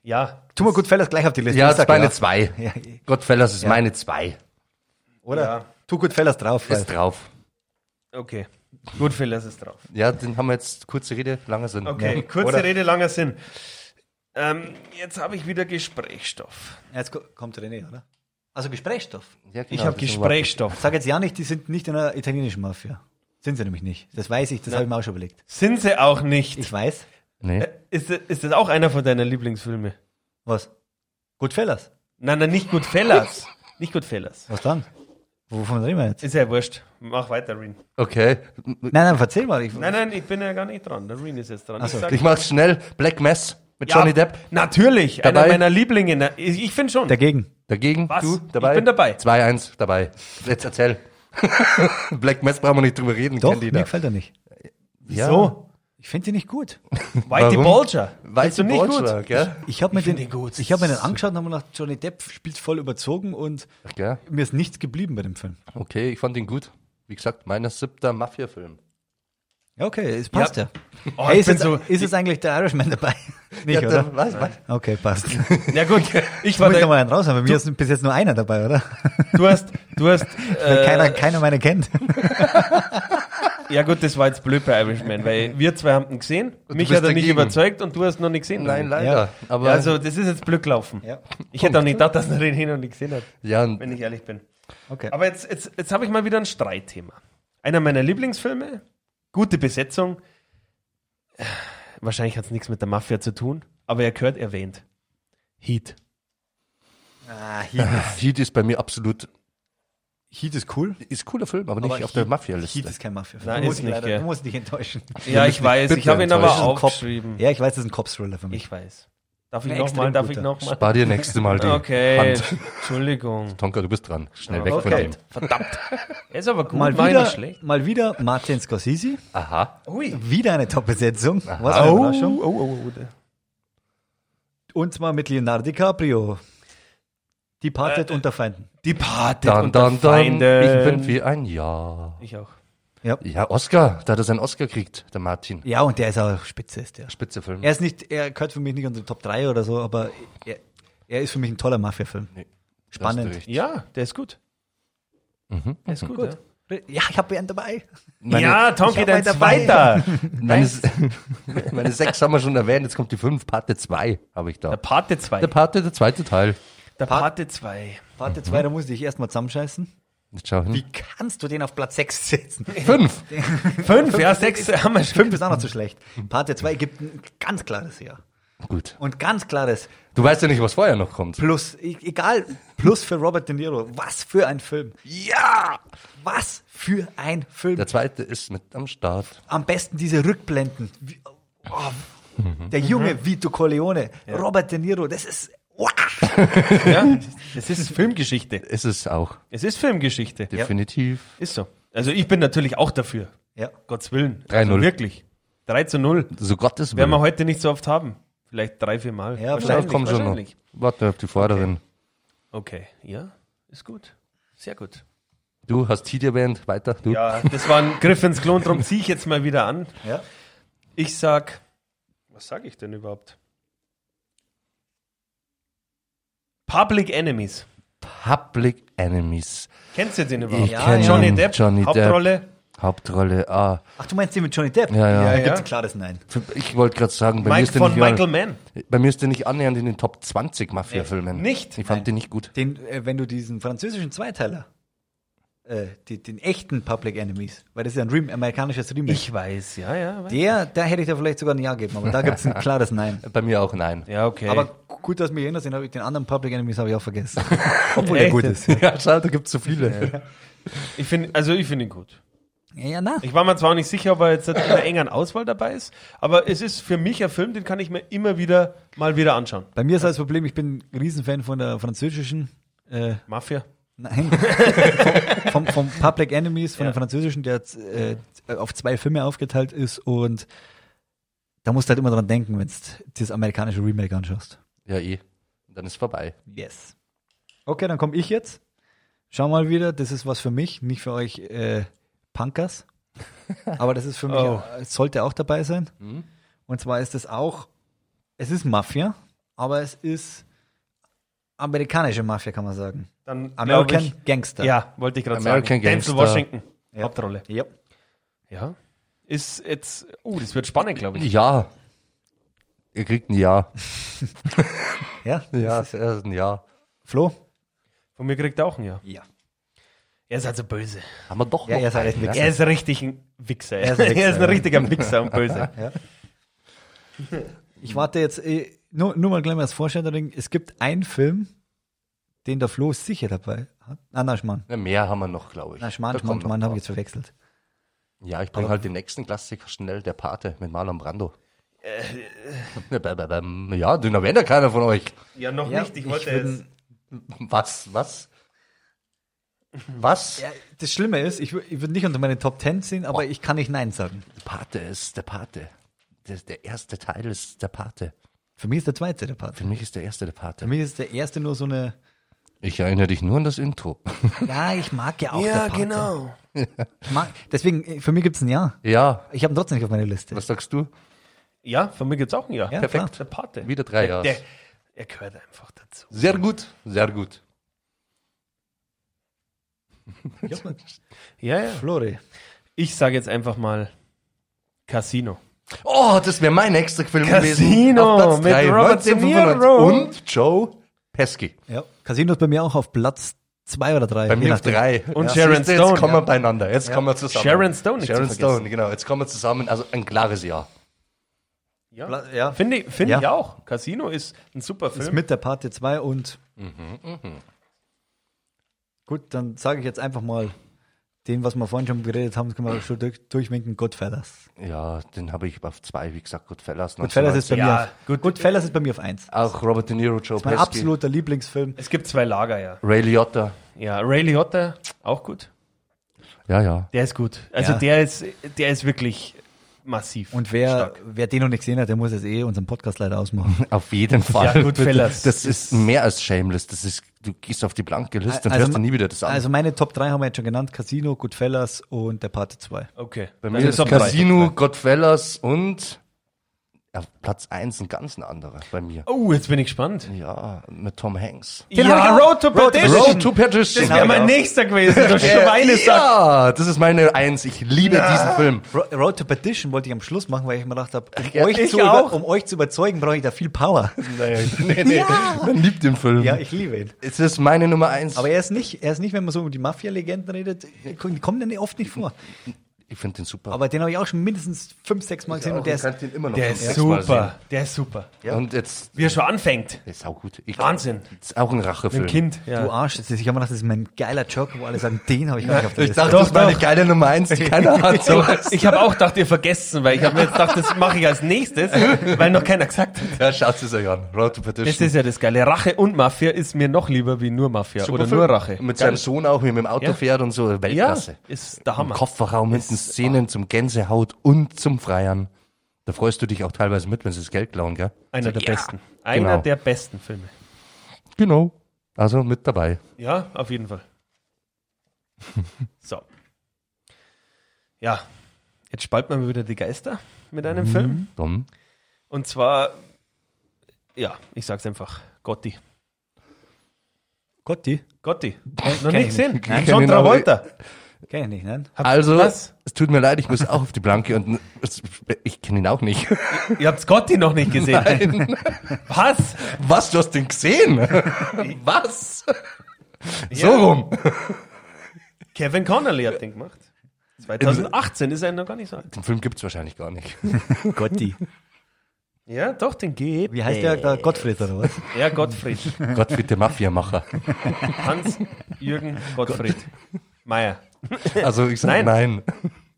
[SPEAKER 9] Ja,
[SPEAKER 3] tu mal Goodfellas gleich auf die Liste.
[SPEAKER 4] ja,
[SPEAKER 3] Ich
[SPEAKER 4] das ist
[SPEAKER 3] sag
[SPEAKER 4] meine
[SPEAKER 3] ja.
[SPEAKER 4] zwei.
[SPEAKER 3] Ja,
[SPEAKER 4] Goodfellas ist meine zwei.
[SPEAKER 3] Oder? Tu Goodfellas drauf.
[SPEAKER 4] Ist
[SPEAKER 3] weil-
[SPEAKER 4] drauf.
[SPEAKER 9] okay. Gut, Phil, das ist drauf.
[SPEAKER 4] Ja, den haben wir jetzt kurze Rede, langer Sinn.
[SPEAKER 9] Okay,
[SPEAKER 3] Ja.
[SPEAKER 9] kurze
[SPEAKER 3] Oder-
[SPEAKER 9] Rede, langer Sinn. Ähm, jetzt habe ich wieder Gesprächsstoff.
[SPEAKER 3] Jetzt ko- kommt René, oder? Also Gesprächsstoff.
[SPEAKER 4] Ja, genau,
[SPEAKER 9] Ich habe
[SPEAKER 4] deswegen
[SPEAKER 9] Gesprächsstoff.
[SPEAKER 3] Sag jetzt ja nicht, die sind nicht in einer italienischen Mafia. Sind sie nämlich nicht. Das weiß ich, das habe ich mir auch schon überlegt.
[SPEAKER 9] Sind sie auch nicht.
[SPEAKER 3] Ich weiß.
[SPEAKER 4] war- Nee.
[SPEAKER 9] Ist, ist das auch einer von deiner Lieblingsfilme?
[SPEAKER 3] Was? Goodfellas.
[SPEAKER 9] Nein, nein, nicht Goodfellas. nicht Goodfellas.
[SPEAKER 3] Was dann? Wovon reden wir jetzt?
[SPEAKER 9] Ist ja wurscht. Mach weiter, Rin.
[SPEAKER 4] Okay.
[SPEAKER 3] Nein, nein, erzähl mal. Ich,
[SPEAKER 9] Nein, nein, ich bin ja gar nicht dran. Der Rin ist jetzt dran.
[SPEAKER 3] so.
[SPEAKER 9] sag-
[SPEAKER 4] Ich mach's schnell. Black Mass mit
[SPEAKER 9] Ja,
[SPEAKER 4] Johnny Depp.
[SPEAKER 9] Natürlich,
[SPEAKER 4] Dabei?
[SPEAKER 9] einer meiner Lieblinge. Na, Ich, ich finde schon.
[SPEAKER 3] Dagegen.
[SPEAKER 4] Dagegen,
[SPEAKER 9] Was?
[SPEAKER 4] du
[SPEAKER 9] Ich
[SPEAKER 4] dabei?
[SPEAKER 9] bin dabei.
[SPEAKER 4] 2-1 dabei. Jetzt erzähl. Black Mass brauchen wir nicht drüber reden,
[SPEAKER 3] Doch,
[SPEAKER 4] kennt
[SPEAKER 3] mir
[SPEAKER 4] jeder.
[SPEAKER 3] gefällt er nicht.
[SPEAKER 4] Ja.
[SPEAKER 9] So,
[SPEAKER 3] Ich finde sie nicht gut.
[SPEAKER 9] Whitey
[SPEAKER 4] Warum?
[SPEAKER 9] Bulger.
[SPEAKER 4] Weißt du
[SPEAKER 9] nicht
[SPEAKER 4] nicht
[SPEAKER 9] gut?
[SPEAKER 4] gut? Gell?
[SPEAKER 3] Ich habe mir, den,
[SPEAKER 9] finde ihn gut.
[SPEAKER 3] ich hab mir den angeschaut und habe mir gedacht, Johnny Depp spielt voll überzogen und
[SPEAKER 4] Gell?
[SPEAKER 3] mir ist nichts geblieben bei dem Film.
[SPEAKER 4] Okay, ich fand ihn gut. Wie gesagt, meiner siebter Mafia-Film.
[SPEAKER 3] Ja, okay, es passt ja.
[SPEAKER 9] Oh,
[SPEAKER 3] Hey,
[SPEAKER 9] ich
[SPEAKER 3] ist,
[SPEAKER 9] bin
[SPEAKER 3] jetzt,
[SPEAKER 9] so,
[SPEAKER 3] ist jetzt eigentlich der Irishman dabei? Nicht, oder?
[SPEAKER 4] was, was?
[SPEAKER 3] Okay, passt. Ich
[SPEAKER 9] na gut, ich war
[SPEAKER 3] muss da
[SPEAKER 9] der,
[SPEAKER 3] mal einen raushauen, bei mir ist bis jetzt nur einer dabei, oder?
[SPEAKER 9] du hast, du hast,
[SPEAKER 3] Weil
[SPEAKER 9] äh,
[SPEAKER 3] keiner, keiner meine kennt.
[SPEAKER 9] ja gut, das war jetzt blöd bei Irishman, weil wir zwei haben ihn gesehen, mich
[SPEAKER 4] bist
[SPEAKER 9] hat er nicht
[SPEAKER 4] dagegen.
[SPEAKER 9] überzeugt und du hast noch nicht gesehen.
[SPEAKER 4] Nein, leider. Aber
[SPEAKER 9] Ja, also das ist jetzt Glück laufen.
[SPEAKER 3] Ja.
[SPEAKER 9] Ich hätte auch nicht gedacht, dass er den hin und nicht gesehen hat,
[SPEAKER 4] ja,
[SPEAKER 9] wenn ich ehrlich bin.
[SPEAKER 3] Okay.
[SPEAKER 9] Aber jetzt, jetzt, jetzt habe ich mal wieder ein Streitthema. Einer meiner Lieblingsfilme, gute Besetzung. Wahrscheinlich hat es nichts mit der Mafia zu tun, aber er gehört erwähnt. Heat.
[SPEAKER 3] Ah, Heat,
[SPEAKER 4] Heat ist bei mir absolut.
[SPEAKER 3] Heat ist cool.
[SPEAKER 4] Ist cooler Film, aber nicht
[SPEAKER 3] Aber
[SPEAKER 4] auf der
[SPEAKER 3] Heat- Heat
[SPEAKER 4] Mafia-Liste.
[SPEAKER 3] ist kein Mafia.
[SPEAKER 9] Nein, ist nicht, gell.
[SPEAKER 3] du musst dich enttäuschen.
[SPEAKER 9] Ja, ich weiß, ich
[SPEAKER 4] bitte
[SPEAKER 9] habe ihn
[SPEAKER 4] enttäuschen.
[SPEAKER 9] aber
[SPEAKER 4] Das ist ein
[SPEAKER 3] Cop.
[SPEAKER 9] aufgeschrieben.
[SPEAKER 3] Ja, ich weiß, das ist ein Cops-Thriller für mich.
[SPEAKER 9] Ich weiß. Darf ich
[SPEAKER 3] Ein
[SPEAKER 9] nochmal?
[SPEAKER 3] extrem
[SPEAKER 9] Darf ich
[SPEAKER 3] guter.
[SPEAKER 9] nochmal?
[SPEAKER 4] Spar dir nächstes Mal die
[SPEAKER 9] Okay,
[SPEAKER 4] Hand.
[SPEAKER 9] Entschuldigung.
[SPEAKER 4] Tonka, du bist dran. Schnell weg
[SPEAKER 9] Okay.
[SPEAKER 4] von dem.
[SPEAKER 9] Verdammt. Er ist aber gut,
[SPEAKER 3] Mal
[SPEAKER 9] war nicht
[SPEAKER 3] wieder,
[SPEAKER 9] schlecht.
[SPEAKER 3] mal wieder Martin Scorsese.
[SPEAKER 4] Aha.
[SPEAKER 9] Ui.
[SPEAKER 3] Wieder eine Top-Besetzung. Was für eine Überraschung.
[SPEAKER 9] oh, oh.
[SPEAKER 3] Und zwar mit Leonardo DiCaprio. Departed unter Feinden.
[SPEAKER 9] Die Party
[SPEAKER 4] Dann,
[SPEAKER 9] unter
[SPEAKER 4] dann, dann. Ich
[SPEAKER 9] Feinden.
[SPEAKER 4] bin wie ein Jahr.
[SPEAKER 9] Ich auch.
[SPEAKER 4] Ja, Oscar. Da hat er seinen Oscar gekriegt, der Martin.
[SPEAKER 3] Ja, und der ist auch spitze, ist der.
[SPEAKER 4] Spitze Film.
[SPEAKER 3] Er ist nicht, er gehört für mich nicht unter die Top 3 oder so, aber er, er ist für mich ein toller Mafia-Film.
[SPEAKER 4] Nee,
[SPEAKER 3] spannend.
[SPEAKER 4] Da hast du recht.
[SPEAKER 9] Ja, der ist gut. Der ist gut, ja.
[SPEAKER 3] Ja, ich habe einen dabei.
[SPEAKER 4] Meine,
[SPEAKER 9] ja, Tonki,
[SPEAKER 3] hab
[SPEAKER 9] dann
[SPEAKER 3] weiter
[SPEAKER 9] weiter.
[SPEAKER 4] meine, meine sechs haben wir schon erwähnt. Jetzt kommt die fünf. Parte zwei habe ich da.
[SPEAKER 9] Der Parte 2.
[SPEAKER 4] Der Parte, der zweite Teil.
[SPEAKER 9] Der Parte 2.
[SPEAKER 3] Parte
[SPEAKER 4] Mhm.
[SPEAKER 3] 2, da musste ich erstmal zusammenscheißen.
[SPEAKER 4] Jetzt schau hin.
[SPEAKER 3] Wie kannst du den auf Platz 6 setzen?
[SPEAKER 4] Fünf.
[SPEAKER 9] Fünf, ja, sechs haben wir schon.
[SPEAKER 3] 5 ist auch noch zu schlecht. Parte 2 gibt ein ganz klares Ja.
[SPEAKER 4] Gut.
[SPEAKER 3] Und ganz klares
[SPEAKER 4] Du weißt ja nicht, was vorher noch kommt.
[SPEAKER 3] Plus. E- Egal, Plus für Robert De Niro. Was für ein Film.
[SPEAKER 4] Ja!
[SPEAKER 3] Was für ein Film.
[SPEAKER 4] Der zweite ist mit am Start.
[SPEAKER 3] Am besten diese Rückblenden. Wie- Oh,
[SPEAKER 4] Mhm.
[SPEAKER 3] der junge Vito Corleone, Robert De Niro, das ist. Wow.
[SPEAKER 9] Ja, es ist Filmgeschichte.
[SPEAKER 4] Ist es auch.
[SPEAKER 9] Es ist Filmgeschichte.
[SPEAKER 4] Definitiv.
[SPEAKER 9] Ist so. Also ich bin natürlich auch dafür.
[SPEAKER 3] Ja.
[SPEAKER 9] Gottes Willen.
[SPEAKER 4] 3-0.
[SPEAKER 9] Also wirklich. 3 zu 0.
[SPEAKER 4] So Gottes
[SPEAKER 9] Werden wir
[SPEAKER 4] Willen.
[SPEAKER 9] heute nicht so oft haben. Vielleicht drei, vier Mal.
[SPEAKER 3] Ja,
[SPEAKER 4] Ja,
[SPEAKER 3] vielleicht
[SPEAKER 4] komm schon noch.
[SPEAKER 9] wahrscheinlich.
[SPEAKER 4] Warte auf die Vorderen.
[SPEAKER 9] Okay, ja, ist gut. Sehr gut.
[SPEAKER 4] Du hast Heat erwähnt. Weiter. Du.
[SPEAKER 9] Ja, das war ein Griff ins Klon, drum ziehe ich jetzt mal wieder an.
[SPEAKER 3] Ja.
[SPEAKER 9] Ich sag. Was sag ich denn überhaupt? Public Enemies.
[SPEAKER 4] Public Enemies.
[SPEAKER 9] Kennst du den
[SPEAKER 4] Ich
[SPEAKER 9] überhaupt?
[SPEAKER 3] Ja,
[SPEAKER 4] kenn
[SPEAKER 3] ja.
[SPEAKER 9] Johnny
[SPEAKER 4] ihn.
[SPEAKER 9] Depp,
[SPEAKER 4] Johnny Depp.
[SPEAKER 9] Hauptrolle.
[SPEAKER 4] Hauptrolle. Ah.
[SPEAKER 3] Ach, du meinst den mit Johnny Depp?
[SPEAKER 4] Ja, ja.
[SPEAKER 3] Da
[SPEAKER 9] Ja,
[SPEAKER 3] gibt
[SPEAKER 9] ja.
[SPEAKER 3] ein klares Nein.
[SPEAKER 4] Ich wollte gerade sagen, bei mir,
[SPEAKER 9] Mike
[SPEAKER 4] ist der
[SPEAKER 9] von
[SPEAKER 4] nicht
[SPEAKER 9] Michael Mann.
[SPEAKER 4] an- bei mir ist der nicht annähernd in den Top 20 Mafia-Filmen.
[SPEAKER 9] nicht?
[SPEAKER 4] Ich fand den nicht gut.
[SPEAKER 3] Den, äh, wenn du diesen französischen Zweiteiler, äh, die, den echten Public Enemies, weil das ist ja ein Rem amerikanisches Remake.
[SPEAKER 9] Ich weiß, ja, ja. weiß.
[SPEAKER 3] der, da hätte ich da vielleicht sogar ein Ja geben, aber da gibt es ein klares Nein.
[SPEAKER 4] Bei mir auch nein.
[SPEAKER 9] Ja, okay.
[SPEAKER 3] Aber gut, dass mir erinnerst, den, hab ich- den anderen Public Enemies habe ich auch vergessen. Obwohl der
[SPEAKER 9] Echt
[SPEAKER 3] gut
[SPEAKER 9] jetzt?
[SPEAKER 3] ist. Ja,
[SPEAKER 4] Ja, schau, da gibt es so viele.
[SPEAKER 9] ich finde, also ich finde ihn gut.
[SPEAKER 3] ja, na.
[SPEAKER 9] Ich war mir zwar nicht sicher, ob er jetzt in der engeren Auswahl dabei ist, aber es ist für mich ein Film, den kann ich mir immer wieder mal wieder anschauen.
[SPEAKER 3] Bei mir ist das Problem, ich bin ein Riesenfan von der französischen, äh,
[SPEAKER 9] Mafia.
[SPEAKER 3] nein, vom, vom Public Enemies, von der französischen, der äh, auf zwei Filme aufgeteilt ist und da musst du halt immer dran denken, wenn du das amerikanische Remake anschaust.
[SPEAKER 4] Ja, eh. Dann ist vorbei.
[SPEAKER 3] Yes. Okay, dann komme ich jetzt. Schau mal wieder, das ist was für mich, nicht für euch äh, Punkers. Aber das ist für mich,
[SPEAKER 9] Oh.
[SPEAKER 3] äh, sollte auch dabei sein. Und zwar ist das auch, es ist Mafia, aber es ist amerikanische Mafia, kann man sagen.
[SPEAKER 9] Dann glaub
[SPEAKER 3] American
[SPEAKER 9] ich-
[SPEAKER 3] Gangster.
[SPEAKER 9] Ja, wollte ich gerade sagen.
[SPEAKER 4] American Gangster.
[SPEAKER 9] Denzel Washington,
[SPEAKER 3] Ja.
[SPEAKER 9] Hauptrolle.
[SPEAKER 3] Ja.
[SPEAKER 9] Ja. Ist jetzt, uh, das wird spannend, glaube ich.
[SPEAKER 4] Ja. Ihr kriegt ein Ja.
[SPEAKER 3] Ja.
[SPEAKER 4] Ja, das ist ein Ja.
[SPEAKER 3] Flo?
[SPEAKER 9] Von mir kriegt er auch ein Ja.
[SPEAKER 3] Ja.
[SPEAKER 9] Er ist also böse.
[SPEAKER 4] Haben wir doch
[SPEAKER 3] Ja,
[SPEAKER 4] noch
[SPEAKER 3] ihr seid
[SPEAKER 4] einen, ne?
[SPEAKER 3] echt
[SPEAKER 9] Er ist richtig ein Wichser.
[SPEAKER 3] Er ist ein
[SPEAKER 9] er ist ein
[SPEAKER 3] Wichser,
[SPEAKER 9] richtiger Wichser und böse.
[SPEAKER 3] Ich warte jetzt, eh, nur, nur mal gleich mal als Vorstellung, es gibt einen Film, den der Flo sicher dabei hat. Ah, na, Schmarrn.
[SPEAKER 4] ne? Mehr haben wir noch, glaube ich.
[SPEAKER 3] Na, Schmarrn,
[SPEAKER 4] Da
[SPEAKER 3] Schmarrn,
[SPEAKER 4] kommt noch
[SPEAKER 3] Schmarrn, habe ich
[SPEAKER 4] was.
[SPEAKER 3] jetzt verwechselt.
[SPEAKER 4] Ja, ich bringe halt den nächsten Klassiker schnell, der Pate mit Marlon Brando.
[SPEAKER 3] Äh,
[SPEAKER 4] Ne, bäm, bäm, bäm. Ja, den erwähnt ja keiner von euch.
[SPEAKER 9] Ja, noch
[SPEAKER 3] Ja,
[SPEAKER 9] nicht. Ich wollte
[SPEAKER 3] würden-
[SPEAKER 9] es.
[SPEAKER 4] Was? Was? Was?
[SPEAKER 3] Ja, das Schlimme ist, ich, wür- ich würde nicht unter meine Top 10 ziehen,
[SPEAKER 4] Oh.
[SPEAKER 3] aber ich kann nicht Nein sagen.
[SPEAKER 4] Der Pate ist der Pate. Der, der erste Teil ist der Pate.
[SPEAKER 3] Für mich ist der zweite der
[SPEAKER 4] Für
[SPEAKER 3] Part.
[SPEAKER 4] mich ist der erste der
[SPEAKER 3] Für
[SPEAKER 4] Pate.
[SPEAKER 3] mich ist der erste nur so eine.
[SPEAKER 4] Ich erinnere dich nur an das Intro.
[SPEAKER 3] Ja, ich mag ja auch. der
[SPEAKER 2] Ja,
[SPEAKER 3] Pate.
[SPEAKER 2] genau.
[SPEAKER 3] Ich Mag, deswegen, äh, für mich gibt es ein Ja.
[SPEAKER 4] Ja,
[SPEAKER 3] Ich habe ihn trotzdem nicht auf meiner Liste.
[SPEAKER 4] was sagst du?
[SPEAKER 9] Ja, von mir gibt es auch ein Ja.
[SPEAKER 3] Ja,
[SPEAKER 4] Perfekt.
[SPEAKER 9] Der Pate.
[SPEAKER 4] Wieder drei
[SPEAKER 9] der,
[SPEAKER 4] Ja's.
[SPEAKER 9] der, Er gehört einfach dazu.
[SPEAKER 4] Sehr gut, sehr gut.
[SPEAKER 3] Klar.
[SPEAKER 9] Ja, ja.
[SPEAKER 3] Flori.
[SPEAKER 9] Ich sage jetzt einfach mal Casino.
[SPEAKER 4] Oh, das wäre mein nächster Film gewesen.
[SPEAKER 9] Casino
[SPEAKER 4] Auf Platz
[SPEAKER 9] mit
[SPEAKER 4] drei,
[SPEAKER 9] Robert De Niro.
[SPEAKER 4] 1995 Und Joe Pesky.
[SPEAKER 3] Ja. Casino ist bei mir auch auf Platz zwei oder drei.
[SPEAKER 4] Bei
[SPEAKER 3] je
[SPEAKER 4] mir auf
[SPEAKER 3] nachdem.
[SPEAKER 4] drei.
[SPEAKER 9] Und
[SPEAKER 4] Ja.
[SPEAKER 9] Sharon
[SPEAKER 4] Siehst du,
[SPEAKER 9] Stone,
[SPEAKER 4] Jetzt kommen
[SPEAKER 9] ja.
[SPEAKER 4] wir beieinander. Jetzt kommen wir zusammen.
[SPEAKER 9] Sharon Stone nicht
[SPEAKER 4] Sharon
[SPEAKER 9] zu vergessen.
[SPEAKER 4] Stone, genau. Jetzt kommen wir zusammen. Also ein klares Ja.
[SPEAKER 9] Ja.
[SPEAKER 3] Pla- Ja.
[SPEAKER 9] Finde ich- finde
[SPEAKER 3] Ja.
[SPEAKER 9] ich auch. Casino ist ein super
[SPEAKER 3] Ist
[SPEAKER 9] Film.
[SPEAKER 3] mit der Party 2 und.
[SPEAKER 4] Mhm,
[SPEAKER 3] Gut, dann sage ich jetzt einfach mal den, was wir vorhin schon geredet haben, das können wir schon durch, durchwinken: Goodfellas.
[SPEAKER 4] Ja, den habe ich auf zwei, wie gesagt, Goodfellas.
[SPEAKER 3] Goodfellas ist bei mir.
[SPEAKER 9] Ja,
[SPEAKER 3] auf, Goodfellas ist bei mir auf eins.
[SPEAKER 4] Auch Robert De Niro, Joe
[SPEAKER 3] Mein
[SPEAKER 4] Pesky.
[SPEAKER 3] absoluter Lieblingsfilm.
[SPEAKER 9] es gibt zwei Lager, ja.
[SPEAKER 4] Ray Liotta.
[SPEAKER 9] Ja, Ray Liotta, auch gut.
[SPEAKER 4] Ja, ja.
[SPEAKER 9] Der ist gut. Also
[SPEAKER 3] Ja.
[SPEAKER 9] der ist der ist wirklich massiv.
[SPEAKER 3] Und wer,
[SPEAKER 9] stark.
[SPEAKER 3] wer den noch nicht gesehen hat, der muss jetzt eh unseren Podcast leider ausmachen.
[SPEAKER 4] Auf jeden Fall.
[SPEAKER 9] Ja, Goodfellas.
[SPEAKER 4] Das ist mehr als shameless. Das ist, du gehst auf die blanke Liste und hörst dann nie wieder das an.
[SPEAKER 3] Also meine Top 3 haben wir jetzt schon genannt. Casino, Goodfellas und der Pate 2.
[SPEAKER 9] Okay.
[SPEAKER 4] Bei
[SPEAKER 9] Dann
[SPEAKER 4] mir ist
[SPEAKER 9] er bereit.
[SPEAKER 4] Casino, Goodfellas und auf Platz 1 ein ganz ein anderer bei mir.
[SPEAKER 9] Oh, jetzt bin ich gespannt.
[SPEAKER 4] Ja, mit Tom Hanks.
[SPEAKER 9] Ja, Road to Perdition.
[SPEAKER 4] Road to Perdition.
[SPEAKER 9] Das wäre mein nächster gewesen, du Schweinesack.
[SPEAKER 4] Ja, das ist meine Eins. Ich liebe diesen Film.
[SPEAKER 3] Ro- Road to Perdition wollte ich am Schluss machen, weil ich mir gedacht habe, um,
[SPEAKER 4] ja,
[SPEAKER 3] euch
[SPEAKER 9] ich
[SPEAKER 3] zu über-
[SPEAKER 9] auch.
[SPEAKER 3] um euch zu überzeugen, brauche ich da viel Power.
[SPEAKER 4] Nein, nee, nee. Man liebt den Film.
[SPEAKER 3] Ja, ich liebe ihn.
[SPEAKER 4] es ist meine Nummer Eins.
[SPEAKER 3] Aber er ist nicht, er ist nicht, wenn man so über die Mafia-Legenden redet, die kommen dann oft nicht vor.
[SPEAKER 4] ich finde den super.
[SPEAKER 3] Aber den habe ich auch schon mindestens fünf, sechs Mal gesehen
[SPEAKER 4] Ja,
[SPEAKER 3] und der
[SPEAKER 4] ich
[SPEAKER 3] ist,
[SPEAKER 4] kann den immer noch
[SPEAKER 9] Der
[SPEAKER 4] fünf,
[SPEAKER 9] ist
[SPEAKER 4] sechs Mal
[SPEAKER 9] super. Der ist super.
[SPEAKER 4] sehen. Und jetzt
[SPEAKER 9] Wie er schon anfängt.
[SPEAKER 4] ist auch gut. Ich,
[SPEAKER 9] Wahnsinn.
[SPEAKER 4] Ist auch ein Rachefilm.
[SPEAKER 9] Ein Kind. Ja.
[SPEAKER 3] du Arsch, das ist- ich habe mir gedacht, das ist mein geiler Joke, wo alle sagen, den habe ich gar nicht auf der
[SPEAKER 4] Ich
[SPEAKER 3] Liste.
[SPEAKER 4] dachte,
[SPEAKER 9] Doch,
[SPEAKER 4] das war eine
[SPEAKER 9] doch.
[SPEAKER 4] geile Nummer Eins, die keiner hat. So.
[SPEAKER 9] Ich habe auch gedacht, ihr vergesst es, weil ich habe mir jetzt gedacht, das mache ich als nächstes, weil noch keiner gesagt hat.
[SPEAKER 4] Ja, schaut es euch an. Road to Perdition.
[SPEAKER 9] Das ist ja das Geile. Rache und Mafia ist mir noch lieber wie nur Mafia
[SPEAKER 4] Super
[SPEAKER 9] oder
[SPEAKER 4] Film.
[SPEAKER 9] nur Rache.
[SPEAKER 4] Mit seinem Sohn auch, wie er mit dem Auto
[SPEAKER 9] Ja.
[SPEAKER 4] fährt und so.
[SPEAKER 9] ja,
[SPEAKER 4] Weltklasse.
[SPEAKER 9] ist der
[SPEAKER 4] Im
[SPEAKER 9] Hammer.
[SPEAKER 4] Kofferraum hinten Szenen zum Gänsehaut und zum Freiern. Da freust du dich auch teilweise mit, wenn sie das Geld klauen, gell?
[SPEAKER 9] Einer der
[SPEAKER 4] Ja,
[SPEAKER 9] besten. Einer
[SPEAKER 4] genau.
[SPEAKER 9] der besten Filme.
[SPEAKER 4] Genau. Also mit dabei.
[SPEAKER 9] Ja, auf jeden Fall. so. Ja, jetzt spalten wir mal wieder die Geister mit einem Film.
[SPEAKER 4] Dumm.
[SPEAKER 9] Und zwar, ja, ich sag's einfach, Gotti.
[SPEAKER 3] Gotti?
[SPEAKER 9] Gotti. Noch
[SPEAKER 3] kenn
[SPEAKER 9] nicht
[SPEAKER 3] ich
[SPEAKER 9] gesehen.
[SPEAKER 3] nicht.
[SPEAKER 4] Nein.
[SPEAKER 9] John
[SPEAKER 4] Kenn ihn, aber-
[SPEAKER 9] Travolta.
[SPEAKER 3] Kenn ich nicht, ne? nein?
[SPEAKER 4] Also,
[SPEAKER 9] was?
[SPEAKER 4] es tut mir leid, ich muss auch auf die Blanke und ich kenne ihn auch nicht.
[SPEAKER 9] Ihr habt's Gotti noch nicht gesehen. Was?
[SPEAKER 4] Was? Du hast den gesehen? Was? So rum.
[SPEAKER 9] Kevin Connolly hat den gemacht. 2018 ist er noch gar nicht so alt.
[SPEAKER 4] Den Film gibt's wahrscheinlich gar nicht.
[SPEAKER 3] Gotti.
[SPEAKER 9] Ja, doch, den gibt.
[SPEAKER 3] Wie heißt der, der Gottfried oder was?
[SPEAKER 9] Ja, Gottfried.
[SPEAKER 4] Gottfried der Mafiamacher.
[SPEAKER 9] Hans-Jürgen Gottfried. Meier.
[SPEAKER 4] Also ich sage nein.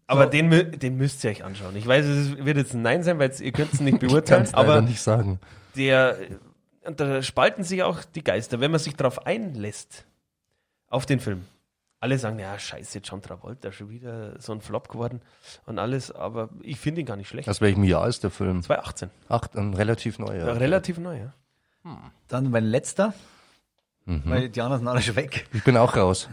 [SPEAKER 9] Aber den, mü- den müsst ihr euch anschauen. Ich weiß, es ist- wird jetzt ein Nein sein, weil ihr könnt es nicht beurteilen,
[SPEAKER 4] Kannst leider
[SPEAKER 9] aber
[SPEAKER 4] nicht sagen.
[SPEAKER 9] der, äh, und da spalten sich auch die Geister, wenn man sich darauf einlässt, auf den Film. Alle sagen, ja, scheiße, John Travolta, schon wieder so ein Flop geworden und alles, aber ich finde ihn gar nicht schlecht.
[SPEAKER 4] Aus welchem Jahr ist der Film?
[SPEAKER 9] 2018,
[SPEAKER 4] Acht, ein relativ neuer.
[SPEAKER 9] relativ neu, ja.
[SPEAKER 3] Dann mein letzter.
[SPEAKER 4] Mhm.
[SPEAKER 3] weil die anderen sind alle schon weg.
[SPEAKER 4] Ich bin auch raus.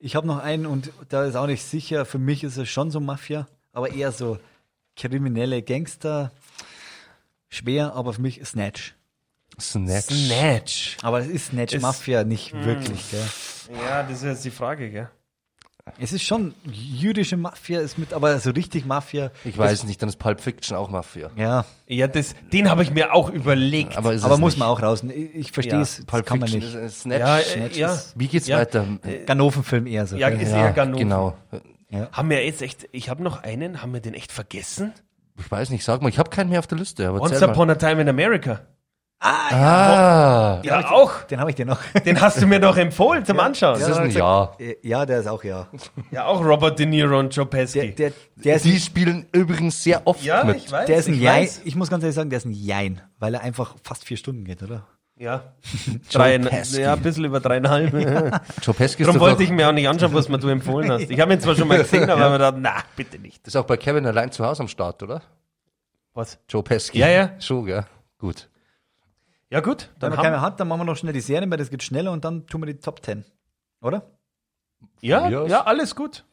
[SPEAKER 3] Ich habe noch einen und da ist auch nicht sicher. Für mich ist es schon so Mafia, aber eher so kriminelle Gangster. Schwer, aber für mich ist Snatch.
[SPEAKER 4] Snatch.
[SPEAKER 3] Snatch. Aber es ist Snatch
[SPEAKER 9] Ist-
[SPEAKER 3] Mafia nicht
[SPEAKER 4] Mhm.
[SPEAKER 3] wirklich. Gell.
[SPEAKER 9] Ja, das ist jetzt die Frage, gell?
[SPEAKER 3] Es ist schon jüdische Mafia, ist mit, aber so richtig Mafia.
[SPEAKER 4] Ich weiß nicht, dann ist Pulp Fiction auch Mafia.
[SPEAKER 3] Ja,
[SPEAKER 9] Ja, das, den habe ich mir auch überlegt.
[SPEAKER 4] Aber, ist
[SPEAKER 3] aber
[SPEAKER 4] es
[SPEAKER 3] muss
[SPEAKER 4] nicht.
[SPEAKER 3] man auch raus. Ich, ich verstehe
[SPEAKER 9] Ja,
[SPEAKER 3] es, das
[SPEAKER 4] Pulp
[SPEAKER 3] kann man
[SPEAKER 4] Fiction
[SPEAKER 3] nicht.
[SPEAKER 4] Ist, äh, Snatch.
[SPEAKER 9] ja, äh,
[SPEAKER 3] Snatch
[SPEAKER 9] ja.
[SPEAKER 3] ist-
[SPEAKER 4] Wie geht's
[SPEAKER 9] Ja. äh,
[SPEAKER 4] weiter?
[SPEAKER 3] Ganoven-Film eher so.
[SPEAKER 9] Ja,
[SPEAKER 3] gell.
[SPEAKER 9] ist
[SPEAKER 4] Ja,
[SPEAKER 9] eher Ganoven.
[SPEAKER 4] genau.
[SPEAKER 9] Haben wir jetzt echt, ich habe noch einen, haben wir den echt vergessen?
[SPEAKER 4] Ich weiß nicht, sag mal, ich habe keinen mehr auf der Liste. Aber
[SPEAKER 9] Once
[SPEAKER 4] erzähl mal.
[SPEAKER 9] Upon a Time in America.
[SPEAKER 4] Ah,
[SPEAKER 9] Ja, auch.
[SPEAKER 3] Den habe ich dir noch.
[SPEAKER 9] Den hast du mir doch empfohlen zum Anschauen.
[SPEAKER 4] das ist ein
[SPEAKER 3] gesagt.
[SPEAKER 4] Ja.
[SPEAKER 3] ja, der ist auch ja.
[SPEAKER 9] Ja, auch Robert De Niro und Joe Pesci.
[SPEAKER 3] Der, der, der ist
[SPEAKER 4] Die spielen übrigens sehr oft
[SPEAKER 9] ja,
[SPEAKER 4] mit.
[SPEAKER 9] ich weiß.
[SPEAKER 3] Der ist ein
[SPEAKER 9] ich
[SPEAKER 3] Jein.
[SPEAKER 9] weiß.
[SPEAKER 3] Ich muss ganz ehrlich sagen, der ist ein Jein, weil er einfach fast vier Stunden geht, oder?
[SPEAKER 9] Ja. Drei,
[SPEAKER 4] Pesci.
[SPEAKER 9] ja, ein bisschen über dreieinhalb.
[SPEAKER 4] Joe Pesci ist,
[SPEAKER 9] Darum
[SPEAKER 4] doch
[SPEAKER 9] wollte ich
[SPEAKER 4] auch,
[SPEAKER 9] mir auch nicht anschauen, was mir du empfohlen hast. Ich habe ihn zwar schon mal gesehen, aber mir gedacht, na, bitte nicht.
[SPEAKER 4] ist auch bei Kevin allein zu Hause am Start, oder?
[SPEAKER 9] Was?
[SPEAKER 4] Joe Pesci.
[SPEAKER 9] Ja, ja.
[SPEAKER 4] Schon, gell? Gut.
[SPEAKER 9] Ja, gut.
[SPEAKER 3] Wenn
[SPEAKER 9] Dann
[SPEAKER 3] man keine
[SPEAKER 9] haben,
[SPEAKER 3] hat, dann machen wir noch schnell die Serien, weil das geht schneller und dann tun wir die Top 10. Oder?
[SPEAKER 9] ja,
[SPEAKER 4] Ja.
[SPEAKER 9] ja, alles gut.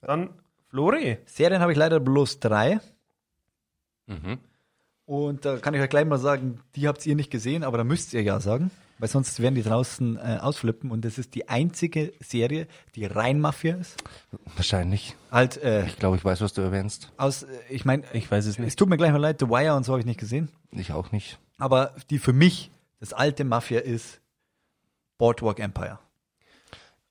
[SPEAKER 9] Dann Flori.
[SPEAKER 3] Serien habe ich leider bloß drei.
[SPEAKER 4] Mhm.
[SPEAKER 3] Und da kann ich euch gleich mal sagen, die habt ihr nicht gesehen, aber da müsst ihr ja sagen, weil sonst werden die draußen äh, ausflippen. Und das ist die einzige Serie, die rein Mafia ist.
[SPEAKER 4] Wahrscheinlich.
[SPEAKER 3] Halt, äh,
[SPEAKER 4] Ich glaube, ich weiß, was du erwähnst.
[SPEAKER 3] aus, äh, ich meine,
[SPEAKER 9] Ich weiß es
[SPEAKER 3] es tut mir gleich mal leid, The Wire und so habe ich nicht gesehen.
[SPEAKER 4] Ich auch nicht.
[SPEAKER 3] Aber die für mich, das alte Mafia ist Boardwalk Empire.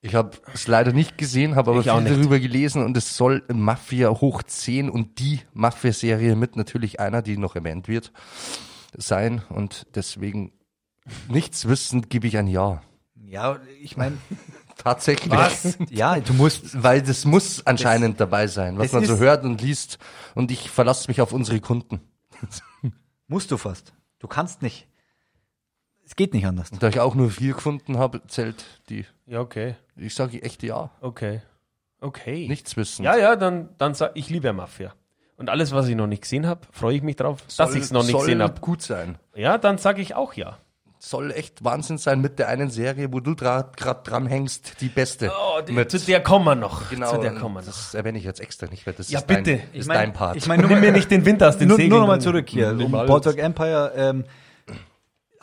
[SPEAKER 4] Ich habe es leider nicht gesehen, habe aber
[SPEAKER 9] Ich auch
[SPEAKER 4] viel
[SPEAKER 9] nicht.
[SPEAKER 4] darüber gelesen und es soll Mafia hoch 10 und die Mafia-Serie mit natürlich einer, die noch erwähnt wird, sein und deswegen nichts wissend gebe ich ein Ja.
[SPEAKER 3] Ja, ich meine,
[SPEAKER 4] Tatsächlich.
[SPEAKER 9] Was?
[SPEAKER 3] ja, du musst
[SPEAKER 4] Weil das muss anscheinend dabei sein, was
[SPEAKER 3] das
[SPEAKER 4] man so
[SPEAKER 3] ist-
[SPEAKER 4] hört und liest und ich verlasse mich auf unsere Kunden.
[SPEAKER 3] Musst du fast. Du kannst nicht. Es geht nicht anders.
[SPEAKER 4] Und da ich auch nur vier gefunden habe, zählt die,
[SPEAKER 9] Ja, okay.
[SPEAKER 4] ich sage echt Ja,
[SPEAKER 9] Okay. Okay.
[SPEAKER 4] nichts wissend.
[SPEAKER 9] Ja, ja, dann, dann sag ich liebe Mafia. Und alles, was ich noch nicht gesehen habe, freue ich mich drauf, dass
[SPEAKER 4] Soll-
[SPEAKER 9] ich es noch nicht
[SPEAKER 4] soll
[SPEAKER 9] gesehen habe.
[SPEAKER 4] gut sein.
[SPEAKER 9] Ja, dann sage ich auch ja.
[SPEAKER 4] soll echt Wahnsinn sein mit der einen Serie, wo du gerade dranhängst, die beste.
[SPEAKER 9] Oh, die,
[SPEAKER 4] mit,
[SPEAKER 9] zu der kommen wir noch.
[SPEAKER 4] genau,
[SPEAKER 9] zu der kommen wir noch.
[SPEAKER 4] das erwähne ich jetzt extra nicht, weil das
[SPEAKER 9] Ja,
[SPEAKER 4] ist,
[SPEAKER 9] bitte.
[SPEAKER 4] Dein,
[SPEAKER 9] Ich
[SPEAKER 4] ist
[SPEAKER 3] mein-
[SPEAKER 4] dein Part.
[SPEAKER 3] ich mein, nur-
[SPEAKER 9] Nimm mir nicht den Wind aus den
[SPEAKER 3] Nur,
[SPEAKER 9] Segeln.
[SPEAKER 3] nur nochmal zurück hier. Um
[SPEAKER 9] alles.
[SPEAKER 3] Boardwalk Empire. Ähm,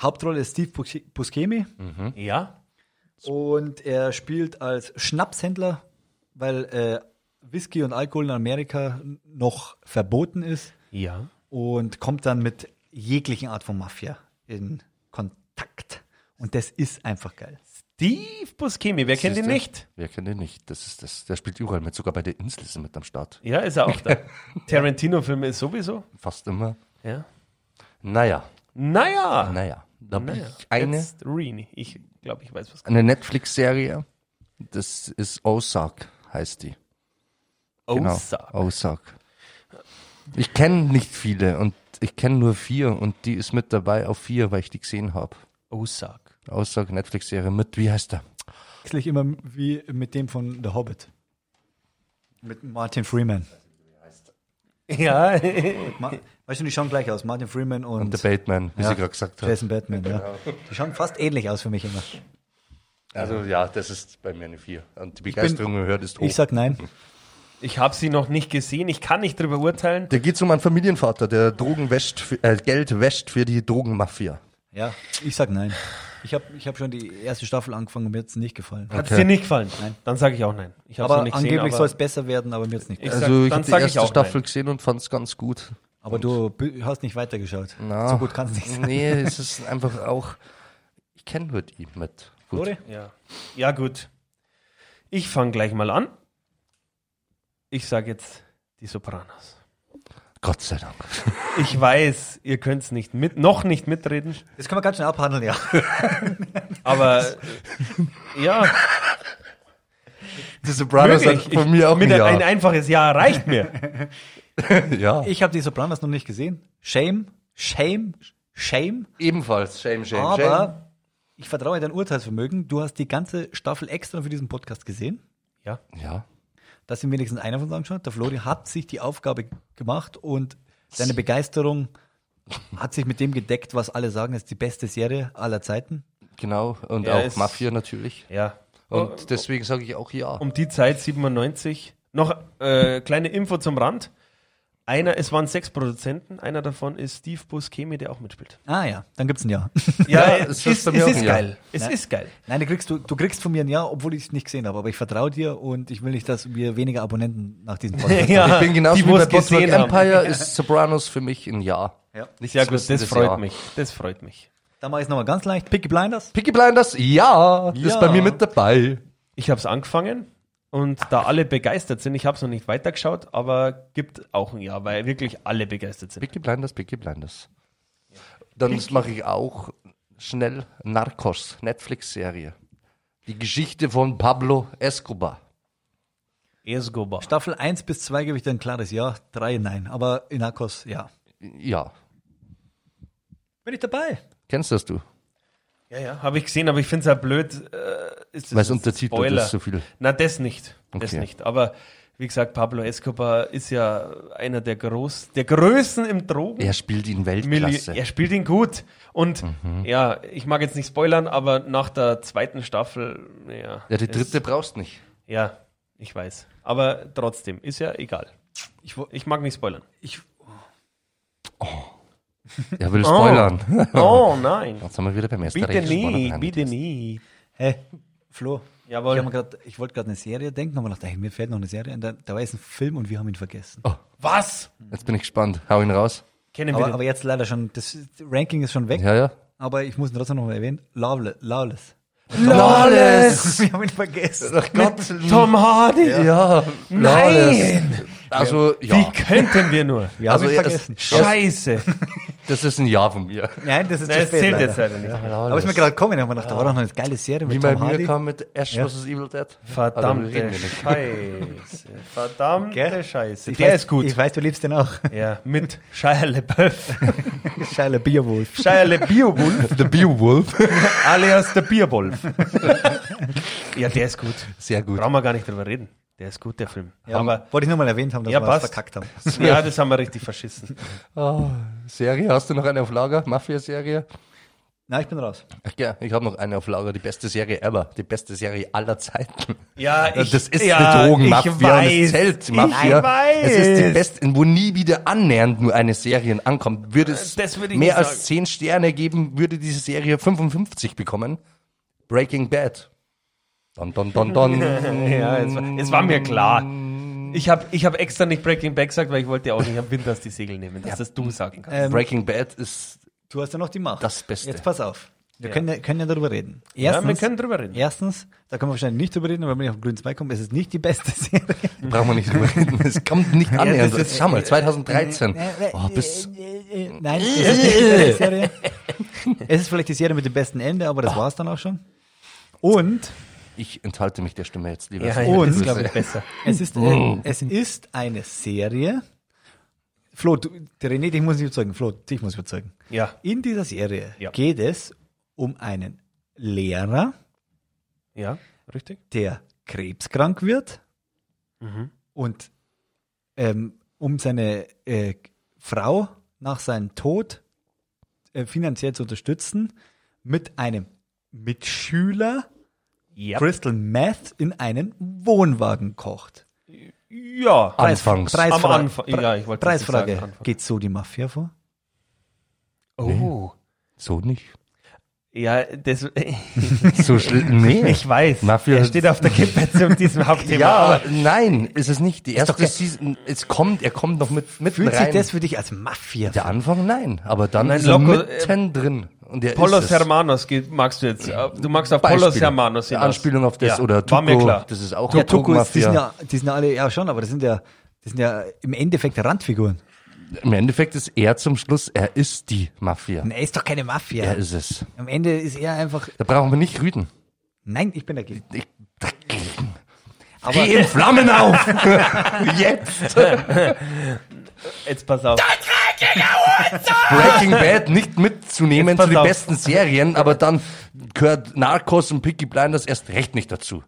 [SPEAKER 3] Hauptrolle ist Steve Busce- Buscemi
[SPEAKER 4] Mhm.
[SPEAKER 9] Ja,
[SPEAKER 3] und er spielt als Schnapshändler, weil äh, Whisky und Alkohol in Amerika noch verboten ist
[SPEAKER 9] ja.
[SPEAKER 3] und kommt dann mit jeglichen Art von Mafia in Kontakt. Und das ist einfach geil.
[SPEAKER 9] Steve Buscemi, wer kennt ihn
[SPEAKER 4] Siehste?
[SPEAKER 9] nicht?
[SPEAKER 4] Wer kennt den nicht? Das ist das. Der spielt überall mit, sogar bei der Insel ist er mit am Start.
[SPEAKER 9] Ja, ist er auch da. Tarantino-Filme ist sowieso.
[SPEAKER 4] Fast immer.
[SPEAKER 9] Ja.
[SPEAKER 4] Naja,
[SPEAKER 9] Naja.
[SPEAKER 4] naja. Da hab
[SPEAKER 9] Ah. Naja.
[SPEAKER 4] ich eine,
[SPEAKER 9] Jetzt Rini. Ich glaube, ich weiß was.
[SPEAKER 4] eine Netflix-Serie. Das ist Ozark, heißt die. Genau.
[SPEAKER 9] Ozark.
[SPEAKER 4] Ozark. Ich kenne nicht viele und ich kenne nur vier und die ist mit dabei auf vier, weil ich die gesehen habe.
[SPEAKER 9] Ozark.
[SPEAKER 4] Ozark, Netflix-Serie mit, wie heißt der?
[SPEAKER 3] Eigentlich immer wie mit dem von The Hobbit. Mit Martin Freeman.
[SPEAKER 9] Ja.
[SPEAKER 3] Ma weißt du, die schauen gleich aus. Martin Freeman und,
[SPEAKER 4] Und der Bateman, wie
[SPEAKER 3] Ja.
[SPEAKER 4] sie gerade gesagt hat.
[SPEAKER 3] Jason Batman, ja. Die schauen fast ähnlich aus für mich immer.
[SPEAKER 4] Also ja, das ist bei mir eine 4. Und die Begeisterung gehört
[SPEAKER 9] Oh.
[SPEAKER 4] ist hoch.
[SPEAKER 3] Ich sag nein.
[SPEAKER 9] Ich habe sie noch nicht gesehen. Ich kann nicht drüber urteilen.
[SPEAKER 4] da geht es um einen Familienvater, der Drogen wäscht, für, äh, Geld wäscht für die Drogenmafia.
[SPEAKER 3] Ja, ich sag nein. Ich habe ich hab schon die erste Staffel angefangen und mir hat's nicht gefallen.
[SPEAKER 9] Hat
[SPEAKER 4] Okay.
[SPEAKER 9] dir nicht gefallen? Nein. Dann sage ich auch nein. Ich hab's noch
[SPEAKER 3] aber
[SPEAKER 9] nicht gesehen,
[SPEAKER 3] angeblich
[SPEAKER 9] aber-
[SPEAKER 3] soll es besser werden, aber mir hat's nicht
[SPEAKER 9] Ich
[SPEAKER 3] gefallen.
[SPEAKER 9] sag-
[SPEAKER 4] Also ich
[SPEAKER 9] dann
[SPEAKER 4] habe die
[SPEAKER 9] sag ich
[SPEAKER 4] erste
[SPEAKER 9] auch
[SPEAKER 4] Staffel
[SPEAKER 9] nein.
[SPEAKER 4] gesehen und fand es ganz gut.
[SPEAKER 3] Aber du b- hast nicht weitergeschaut.
[SPEAKER 4] Na.
[SPEAKER 3] So gut kann's nicht sein.
[SPEAKER 4] Nee, es ist einfach auch, ich kenne nur die mit. Gut.
[SPEAKER 3] Lore?
[SPEAKER 9] Ja. ja, gut. Ich fange gleich mal an. Ich sage jetzt die Sopranos.
[SPEAKER 4] Gott sei Dank.
[SPEAKER 9] Ich weiß, ihr könnt es nicht mit, noch nicht mitreden,
[SPEAKER 3] Das können wir ganz schnell abhandeln, ja.
[SPEAKER 9] aber äh, ja,
[SPEAKER 4] Die Sopranos hat
[SPEAKER 9] möglich.
[SPEAKER 4] von mir auch ein
[SPEAKER 9] mit ein, ein
[SPEAKER 4] Ja.
[SPEAKER 9] einfaches Ja reicht mir.
[SPEAKER 4] ja.
[SPEAKER 3] Ich habe die Sopranos noch nicht gesehen. Shame, shame, shame.
[SPEAKER 4] Ebenfalls, shame, shame,
[SPEAKER 3] aber
[SPEAKER 4] shame.
[SPEAKER 3] ich vertraue dein Urteilsvermögen. Du hast die ganze Staffel extra für diesen Podcast gesehen.
[SPEAKER 9] Ja,
[SPEAKER 4] Ja.
[SPEAKER 3] dass ihm wenigstens einer von uns angeschaut. Der Flori hat sich die Aufgabe gemacht und seine Begeisterung hat sich mit dem gedeckt, was alle sagen, das ist die beste Serie aller Zeiten.
[SPEAKER 4] Genau, und
[SPEAKER 9] Er
[SPEAKER 4] auch
[SPEAKER 9] ist-
[SPEAKER 4] Mafia natürlich.
[SPEAKER 9] Ja.
[SPEAKER 4] Und deswegen sage ich auch ja.
[SPEAKER 9] um die Zeit 97. Noch äh, kleine Info zum Rand. Einer, es waren sechs Produzenten, einer davon ist Steve Buscemi, der auch mitspielt.
[SPEAKER 3] Ah ja, dann gibt's ein Ja.
[SPEAKER 4] Ja, es ist bei mir auch ein Ja.
[SPEAKER 9] Es
[SPEAKER 3] Ne?
[SPEAKER 9] ist geil.
[SPEAKER 3] Nein, du kriegst, du, du kriegst von mir ein Ja, obwohl ich es nicht gesehen habe. Aber ich vertraue dir und ich will nicht, dass wir weniger Abonnenten nach diesem Podcast haben.
[SPEAKER 4] Ich bin genauso
[SPEAKER 9] die
[SPEAKER 4] wie bei
[SPEAKER 9] muss
[SPEAKER 4] Boardwalk
[SPEAKER 9] gesehen haben.
[SPEAKER 4] Empire, ist Sopranos für mich ein Ja.
[SPEAKER 3] Ja.
[SPEAKER 4] Nichts
[SPEAKER 9] Sehr gut,
[SPEAKER 4] wissen
[SPEAKER 9] das
[SPEAKER 4] des
[SPEAKER 9] freut
[SPEAKER 4] Ja.
[SPEAKER 9] mich. Das freut mich.
[SPEAKER 3] Dann mache ich es nochmal ganz leicht. Picky Blinders.
[SPEAKER 4] Picky Blinders,
[SPEAKER 3] Ja.
[SPEAKER 4] ja, ist bei mir mit dabei.
[SPEAKER 9] Ich habe es angefangen und da alle begeistert sind, ich habe es noch nicht weitergeschaut, aber gibt auch ein Ja, weil wirklich alle begeistert sind.
[SPEAKER 4] Picky Blinders, Picky Blinders. Dann mache ich auch schnell Narcos, Netflix-Serie. Die Geschichte von Pablo Escobar.
[SPEAKER 9] Escobar.
[SPEAKER 3] Staffel 1 bis 2 gebe ich dir ein klares Ja. 3 nein. Aber Inakos, ja.
[SPEAKER 4] Ja,
[SPEAKER 3] Bin ich dabei.
[SPEAKER 4] kennst das du?
[SPEAKER 9] Ja, ja, habe ich gesehen, aber ich finde es ja blöd. Äh, ist das
[SPEAKER 4] Weil es
[SPEAKER 9] ein
[SPEAKER 4] untertitelt
[SPEAKER 9] Spoiler?
[SPEAKER 4] ist so viel.
[SPEAKER 9] Na, das nicht. Das
[SPEAKER 4] Okay.
[SPEAKER 9] nicht. Aber wie gesagt, Pablo Escobar ist ja einer der, Groß, der Größen im Drogen.
[SPEAKER 4] Er spielt Mhm. ihn
[SPEAKER 9] Milli-
[SPEAKER 4] Weltklasse.
[SPEAKER 9] er spielt ihn gut. Und ja, ich mag jetzt nicht spoilern, aber nach der zweiten Staffel, ja.
[SPEAKER 4] Ja, die
[SPEAKER 9] es-
[SPEAKER 4] dritte brauchst nicht.
[SPEAKER 9] Ja, ich weiß. Aber trotzdem, ist ja egal. Ich, wo- ich mag nicht spoilern.
[SPEAKER 4] Er will spoilern.
[SPEAKER 9] Oh nein.
[SPEAKER 4] Jetzt sind wir wieder beim ersten
[SPEAKER 9] Bitte
[SPEAKER 4] Recht.
[SPEAKER 9] nie, bitte nie.
[SPEAKER 3] Hä? Flo.
[SPEAKER 9] Jawohl.
[SPEAKER 3] Ich, hab mir grad- ich wollte gerade eine Serie denken, aber dachte, hey, mir fällt noch eine Serie ein. Da, dabei ist ein Film und wir haben ihn vergessen.
[SPEAKER 9] Was?
[SPEAKER 4] Jetzt bin ich gespannt. Hau ihn raus.
[SPEAKER 9] Kennen wir
[SPEAKER 3] aber,
[SPEAKER 9] den?
[SPEAKER 3] aber jetzt leider schon, das Ranking ist schon weg.
[SPEAKER 4] Ja, ja.
[SPEAKER 3] Aber ich muss ihn trotzdem nochmal erwähnen. Lawless. Lawless.
[SPEAKER 4] Lawless!
[SPEAKER 3] Wir haben ihn vergessen.
[SPEAKER 4] Ach Gott.
[SPEAKER 9] Tom Hardy.
[SPEAKER 4] Ja.
[SPEAKER 9] Nein!
[SPEAKER 4] Also,
[SPEAKER 9] Wie
[SPEAKER 4] ja.
[SPEAKER 9] könnten wir nur?
[SPEAKER 3] Wir
[SPEAKER 4] Also
[SPEAKER 3] haben ihn
[SPEAKER 4] er ist-
[SPEAKER 3] vergessen.
[SPEAKER 9] Scheiße.
[SPEAKER 4] Das ist ein Ja von mir.
[SPEAKER 3] Nein, das ist
[SPEAKER 9] Nein,
[SPEAKER 3] zu spät.
[SPEAKER 9] es zählt
[SPEAKER 3] leider.
[SPEAKER 9] jetzt leider nicht.
[SPEAKER 3] Aber ist mir gerade gekommen, ich habe mir gedacht, da war doch noch eine geile Serie
[SPEAKER 4] Wie
[SPEAKER 3] mit
[SPEAKER 4] bei
[SPEAKER 3] Tom
[SPEAKER 4] mir
[SPEAKER 3] Hardy.
[SPEAKER 4] kam mit Ash
[SPEAKER 3] Ja.
[SPEAKER 4] vs. Evil Dead. Aber Also, wir
[SPEAKER 9] Verdammte
[SPEAKER 4] reden nicht.
[SPEAKER 9] Scheiße. Verdammte
[SPEAKER 3] Gell?
[SPEAKER 9] Scheiße.
[SPEAKER 3] Ich
[SPEAKER 9] Der
[SPEAKER 3] weiß,
[SPEAKER 9] ist gut.
[SPEAKER 3] Ich weiß, du liebst den auch.
[SPEAKER 9] ja, mit Shia LeBeouf.
[SPEAKER 3] Scheile Bierwolf.
[SPEAKER 9] Shia LeBeowulf,
[SPEAKER 4] The Beowulf.
[SPEAKER 9] alias der Bierwolf. ja, der ist gut.
[SPEAKER 4] Sehr gut.
[SPEAKER 9] Brauchen wir gar nicht drüber reden. Der ist gut, der Film.
[SPEAKER 3] Ja,
[SPEAKER 9] Aber
[SPEAKER 3] wollte ich nur mal erwähnt haben, dass
[SPEAKER 9] Ja,
[SPEAKER 3] wir was
[SPEAKER 9] passt.
[SPEAKER 3] verkackt haben.
[SPEAKER 9] ja, das haben wir richtig verschissen.
[SPEAKER 4] Serie, hast du noch eine auf Lager? Mafia-Serie?
[SPEAKER 3] Na, ich bin raus.
[SPEAKER 4] Ach ja, ich habe noch eine auf Lager. Die beste Serie ever. Die beste Serie aller Zeiten.
[SPEAKER 9] Ja, Ah, ich,
[SPEAKER 4] das ist
[SPEAKER 9] ja,
[SPEAKER 4] eine Drogenmafia.
[SPEAKER 9] Ich
[SPEAKER 4] und
[SPEAKER 9] weiß,
[SPEAKER 4] es zählt Mafia.
[SPEAKER 9] Ich weiß.
[SPEAKER 4] Es ist die beste, wo nie wieder annähernd nur eine Serie ankommt. Würde es
[SPEAKER 9] Äh, Das würde ich
[SPEAKER 4] mehr
[SPEAKER 9] nicht
[SPEAKER 4] als 10
[SPEAKER 9] sagen.
[SPEAKER 4] Sterne geben, würde diese Serie 55 bekommen. Breaking Bad. Don, don, don, don.
[SPEAKER 9] Ja, es war, es war mir klar. Ich habe ich hab extra nicht Breaking Back gesagt, weil ich wollte ja auch nicht am Winters die Segel nehmen, dass das du sagen
[SPEAKER 4] Äh,
[SPEAKER 9] kannst.
[SPEAKER 4] Breaking Bad ist
[SPEAKER 3] Du hast ja noch die Macht.
[SPEAKER 4] Das Beste.
[SPEAKER 3] Jetzt pass auf. Wir können, ja, können ja darüber reden.
[SPEAKER 9] ja,
[SPEAKER 3] Erstens,
[SPEAKER 9] wir können drüber reden.
[SPEAKER 3] erstens, da können wir wahrscheinlich nicht drüber reden, weil wenn ich auf grünen Zweig komme, ist es nicht die beste Serie.
[SPEAKER 4] Brauchen wir nicht drüber reden. Es kommt nicht an.
[SPEAKER 3] das
[SPEAKER 4] also,
[SPEAKER 3] ist-
[SPEAKER 4] schau mal,
[SPEAKER 9] Hm.
[SPEAKER 4] 2013.
[SPEAKER 9] Äh,
[SPEAKER 4] Oh, bis,
[SPEAKER 3] äh, Nein, das ist nicht die beste Serie. Es ist vielleicht die Serie mit dem besten Ende, aber das war es dann auch schon. Und
[SPEAKER 4] ich enthalte mich der Stimme jetzt lieber.
[SPEAKER 9] Ja, ja,
[SPEAKER 3] Und-
[SPEAKER 9] das ist,
[SPEAKER 4] äh,
[SPEAKER 9] glaube ich, besser. Oh.
[SPEAKER 3] es ist, äh, es ist eine Serie. Flo, du, der René, dich muss ich überzeugen. Flo, dich muss ich überzeugen.
[SPEAKER 9] Ja.
[SPEAKER 3] In dieser Serie
[SPEAKER 9] Ja.
[SPEAKER 3] geht es um einen Lehrer,
[SPEAKER 9] Ja, richtig.
[SPEAKER 3] der krebskrank wird
[SPEAKER 9] Mhm.
[SPEAKER 3] und ähm, um seine äh, Frau nach seinem Tod äh, finanziell zu unterstützen, mit einem Mitschüler
[SPEAKER 9] Ja.
[SPEAKER 3] Crystal Meth in einen Wohnwagen kocht.
[SPEAKER 9] Ja.
[SPEAKER 4] Anfangs.
[SPEAKER 3] Preis- Preisfrage,
[SPEAKER 9] Am Anfang- ja, ich wollte jetzt nicht
[SPEAKER 3] Preisfrage.
[SPEAKER 9] sagen, Anfang.
[SPEAKER 3] Geht so die Mafia vor?
[SPEAKER 9] Oh.
[SPEAKER 4] So nicht.
[SPEAKER 9] Ja, das,
[SPEAKER 4] So schl- nee.
[SPEAKER 9] ich weiß.
[SPEAKER 4] Mafia-
[SPEAKER 9] er steht auf der Kippe zu diesem Hauptthema.
[SPEAKER 4] ja,
[SPEAKER 9] aber
[SPEAKER 4] aber nein, ist es nicht. Die erste Season, es kommt, er kommt noch mit, mitten
[SPEAKER 3] Fühlt
[SPEAKER 4] rein.
[SPEAKER 3] sich das für dich als Mafia
[SPEAKER 4] der Anfang nein, aber dann
[SPEAKER 9] Nein,
[SPEAKER 4] ist er
[SPEAKER 9] locker,
[SPEAKER 4] mittendrin. Und er ist
[SPEAKER 9] Polos
[SPEAKER 4] es.
[SPEAKER 9] Hermanos geht- magst du jetzt. äh, Du magst auf
[SPEAKER 4] Beispiel.
[SPEAKER 9] Polos Hermanos
[SPEAKER 4] Die
[SPEAKER 9] hinaus.
[SPEAKER 4] Anspielung auf das
[SPEAKER 9] Ja,
[SPEAKER 4] oder Tuco,
[SPEAKER 9] War mir klar.
[SPEAKER 4] das ist auch
[SPEAKER 3] Ja,
[SPEAKER 4] eine
[SPEAKER 3] Tuko ist, die sind
[SPEAKER 4] Drogenmafia.
[SPEAKER 3] ja, die sind ja alle, ja schon, aber das sind ja, das sind ja im Endeffekt Randfiguren.
[SPEAKER 4] Im Endeffekt ist er zum Schluss, er ist die Mafia.
[SPEAKER 3] Er ist doch keine Mafia.
[SPEAKER 4] Er ist es.
[SPEAKER 3] Am Ende ist er einfach,
[SPEAKER 4] Da brauchen wir nicht rüden.
[SPEAKER 3] nein, ich bin dagegen.
[SPEAKER 4] Ich,
[SPEAKER 3] Aber
[SPEAKER 4] Geh in Flammen auf! Jetzt!
[SPEAKER 9] Jetzt pass auf.
[SPEAKER 4] Breaking Bad nicht mitzunehmen
[SPEAKER 9] Jetzt
[SPEAKER 4] zu
[SPEAKER 9] pass
[SPEAKER 4] den
[SPEAKER 9] auf.
[SPEAKER 4] besten Serien, aber dann gehört Narcos und Picky Blinders erst recht nicht dazu.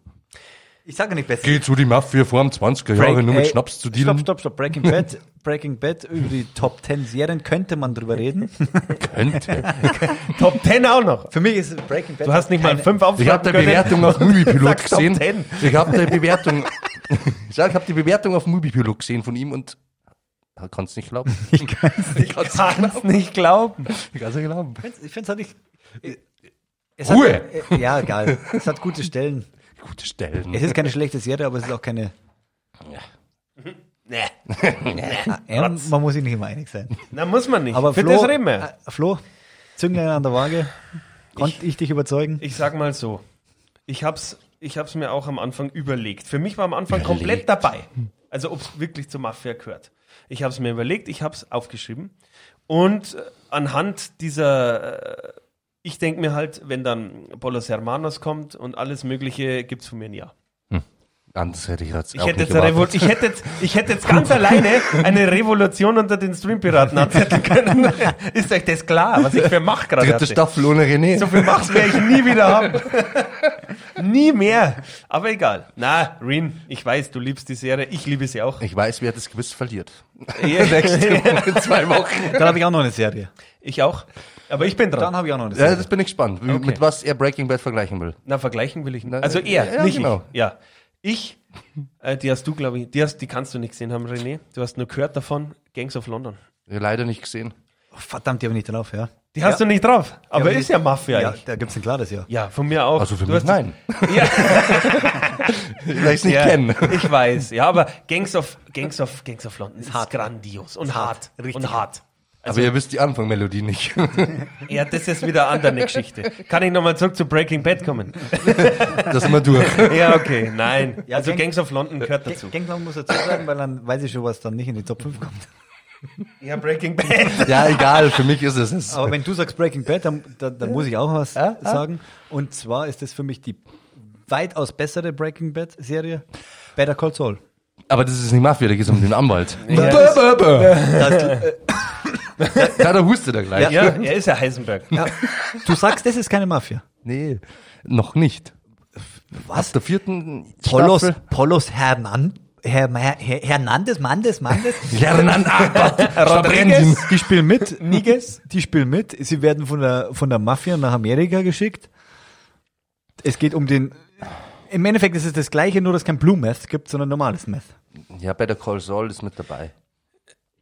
[SPEAKER 3] Ich sage nicht besser.
[SPEAKER 4] Geh zu die Mafia vor dem 20er Jahre, nur mit
[SPEAKER 3] Ey,
[SPEAKER 4] Schnaps zu
[SPEAKER 3] Stopp,
[SPEAKER 4] dealen.
[SPEAKER 3] stopp, stopp. Breaking Bad, Breaking Bad über die Top 10 Serien könnte man drüber reden.
[SPEAKER 4] Könnte.
[SPEAKER 9] Top 10 auch noch.
[SPEAKER 3] Für mich ist Breaking Bad.
[SPEAKER 9] Du hast nicht mal
[SPEAKER 3] keine-
[SPEAKER 9] fünf aufschreiben
[SPEAKER 4] Ich habe die
[SPEAKER 9] können.
[SPEAKER 4] Bewertung auf Movie-Pilot
[SPEAKER 9] Sagst Top
[SPEAKER 4] gesehen.
[SPEAKER 9] 10.
[SPEAKER 4] Ich habe die Bewertung. Ich sag, ich habe die Bewertung auf Movie-Pilot gesehen von ihm und kann es nicht glauben. Ich kann es nicht glauben.
[SPEAKER 9] Kannst nicht glauben.
[SPEAKER 4] Ich kann's nicht glauben.
[SPEAKER 3] Ich finde es hat nicht. Es
[SPEAKER 4] Ruhe!
[SPEAKER 3] Hat, äh, ja, egal. Es hat gute Stellen.
[SPEAKER 4] Gute Stellen.
[SPEAKER 3] Es ist keine schlechte Serie, aber es ist auch keine. Ja, man muss sich nicht immer einig sein.
[SPEAKER 9] Na, muss man nicht.
[SPEAKER 3] Aber
[SPEAKER 9] Für
[SPEAKER 3] Flo,
[SPEAKER 9] das reden wir.
[SPEAKER 3] äh, Flo, Zünglein an der Waage. Konnte ich, dich überzeugen?
[SPEAKER 9] Ich sag mal so. Ich hab's, ich hab's mir auch am Anfang überlegt. Für mich war am Anfang komplett dabei. Also ob es wirklich zur Mafia gehört. Ich hab's mir überlegt, ich hab's aufgeschrieben. Und äh, anhand dieser, äh, ich denk mir halt, wenn dann Polos Hermanos kommt und alles Mögliche, gibt's von mir ein Ja.
[SPEAKER 4] Anders hätte ich jetzt
[SPEAKER 9] Ich
[SPEAKER 4] auch
[SPEAKER 9] hätte,
[SPEAKER 4] nicht
[SPEAKER 9] jetzt eine Revol-
[SPEAKER 4] erwartet.
[SPEAKER 9] ich, hätte jetzt, ich hätte jetzt ganz alleine eine Revolution unter den Streampiraten anzetteln können. Ist euch das klar, was ich für Macht gerade
[SPEAKER 4] Dritte
[SPEAKER 9] hatte?
[SPEAKER 4] Staffel ohne René.
[SPEAKER 9] So viel Macht werde ich nie wieder haben. nie mehr. Aber egal. Na, Rin, ich weiß, du liebst die Serie. Ich liebe sie auch.
[SPEAKER 4] Ich weiß, wer das gewiss verliert. Nächste Woche, in zwei Wochen.
[SPEAKER 3] Dann habe ich auch noch eine Serie.
[SPEAKER 9] Ich auch. Aber ich bin dran.
[SPEAKER 3] Dann habe ich auch noch eine
[SPEAKER 4] Ja,
[SPEAKER 3] Serie.
[SPEAKER 4] das bin ich gespannt, wie- mit was er Breaking Bad vergleichen will.
[SPEAKER 9] Na, vergleichen will ich nicht.
[SPEAKER 4] Na,
[SPEAKER 9] Also er,
[SPEAKER 4] ja,
[SPEAKER 9] nicht
[SPEAKER 4] genau.
[SPEAKER 9] ich. Ja. Ich, äh, die hast du, glaube ich, die, hast, die kannst du nicht gesehen haben, René. Du hast nur gehört davon, Gangs of London.
[SPEAKER 4] Ja, Leider nicht gesehen.
[SPEAKER 3] Oh, verdammt, die habe ich nicht drauf, ja.
[SPEAKER 9] Die hast du nicht drauf. Aber ist ja Mafia
[SPEAKER 3] Ja,
[SPEAKER 9] eigentlich.
[SPEAKER 3] da gibt es ein klares Ja.
[SPEAKER 9] Ja, von mir auch.
[SPEAKER 4] Also für
[SPEAKER 9] Du
[SPEAKER 4] mich
[SPEAKER 9] hast-
[SPEAKER 4] nein.
[SPEAKER 9] Ja,
[SPEAKER 4] Ich weiß nicht
[SPEAKER 9] ja,
[SPEAKER 4] kennen.
[SPEAKER 9] Ich weiß, ja, aber Gangs of, Gangs of, Gangs of London ist
[SPEAKER 3] hart.
[SPEAKER 9] grandios und hart.
[SPEAKER 3] hart, richtig
[SPEAKER 9] Und hart. Also
[SPEAKER 4] Aber ihr wisst die Anfangmelodie nicht.
[SPEAKER 9] Ja, das ist wieder eine andere Geschichte. Kann ich nochmal zurück zu Breaking Bad kommen?
[SPEAKER 4] Das sind wir durch.
[SPEAKER 9] Ja, okay, nein. also
[SPEAKER 3] Gang-
[SPEAKER 9] Gangs of London gehört dazu.
[SPEAKER 3] Gangplank muss dazu sagen, weil dann weiß ich schon, was dann nicht in die Top 5 kommt.
[SPEAKER 9] Ja, Breaking Bad.
[SPEAKER 4] Ja, egal, für mich ist es. es.
[SPEAKER 3] Aber wenn du sagst Breaking Bad, dann, dann, dann muss ich auch was sagen. Und zwar ist das für mich die weitaus bessere Breaking Bad-Serie. Better Call Saul.
[SPEAKER 4] Aber das ist nicht Mafia, da geht es um den Anwalt.
[SPEAKER 9] Ja.
[SPEAKER 4] Bäh, bäh, bäh. Ja, da hustet er gleich.
[SPEAKER 9] Ja, er ist ja Heisenberg.
[SPEAKER 3] Ja. Du sagst, das ist keine Mafia.
[SPEAKER 4] Nee, noch nicht.
[SPEAKER 3] Was?
[SPEAKER 4] Der vierten
[SPEAKER 3] Polos,
[SPEAKER 4] Staffel.
[SPEAKER 3] Polos Hernan, Her, Her, Her, Hernandez, Mandes, Mandes.
[SPEAKER 4] Ja, Renan, ah Gott, verbrennen
[SPEAKER 3] Die spielen mit. Niges. Die spielen mit. Sie werden von der, von der Mafia nach Amerika geschickt. Es geht um den. Im Endeffekt ist es das gleiche, nur dass kein Blue Meth gibt, sondern normales Meth.
[SPEAKER 4] Sie. Ja, Better Call Saul ist mit dabei.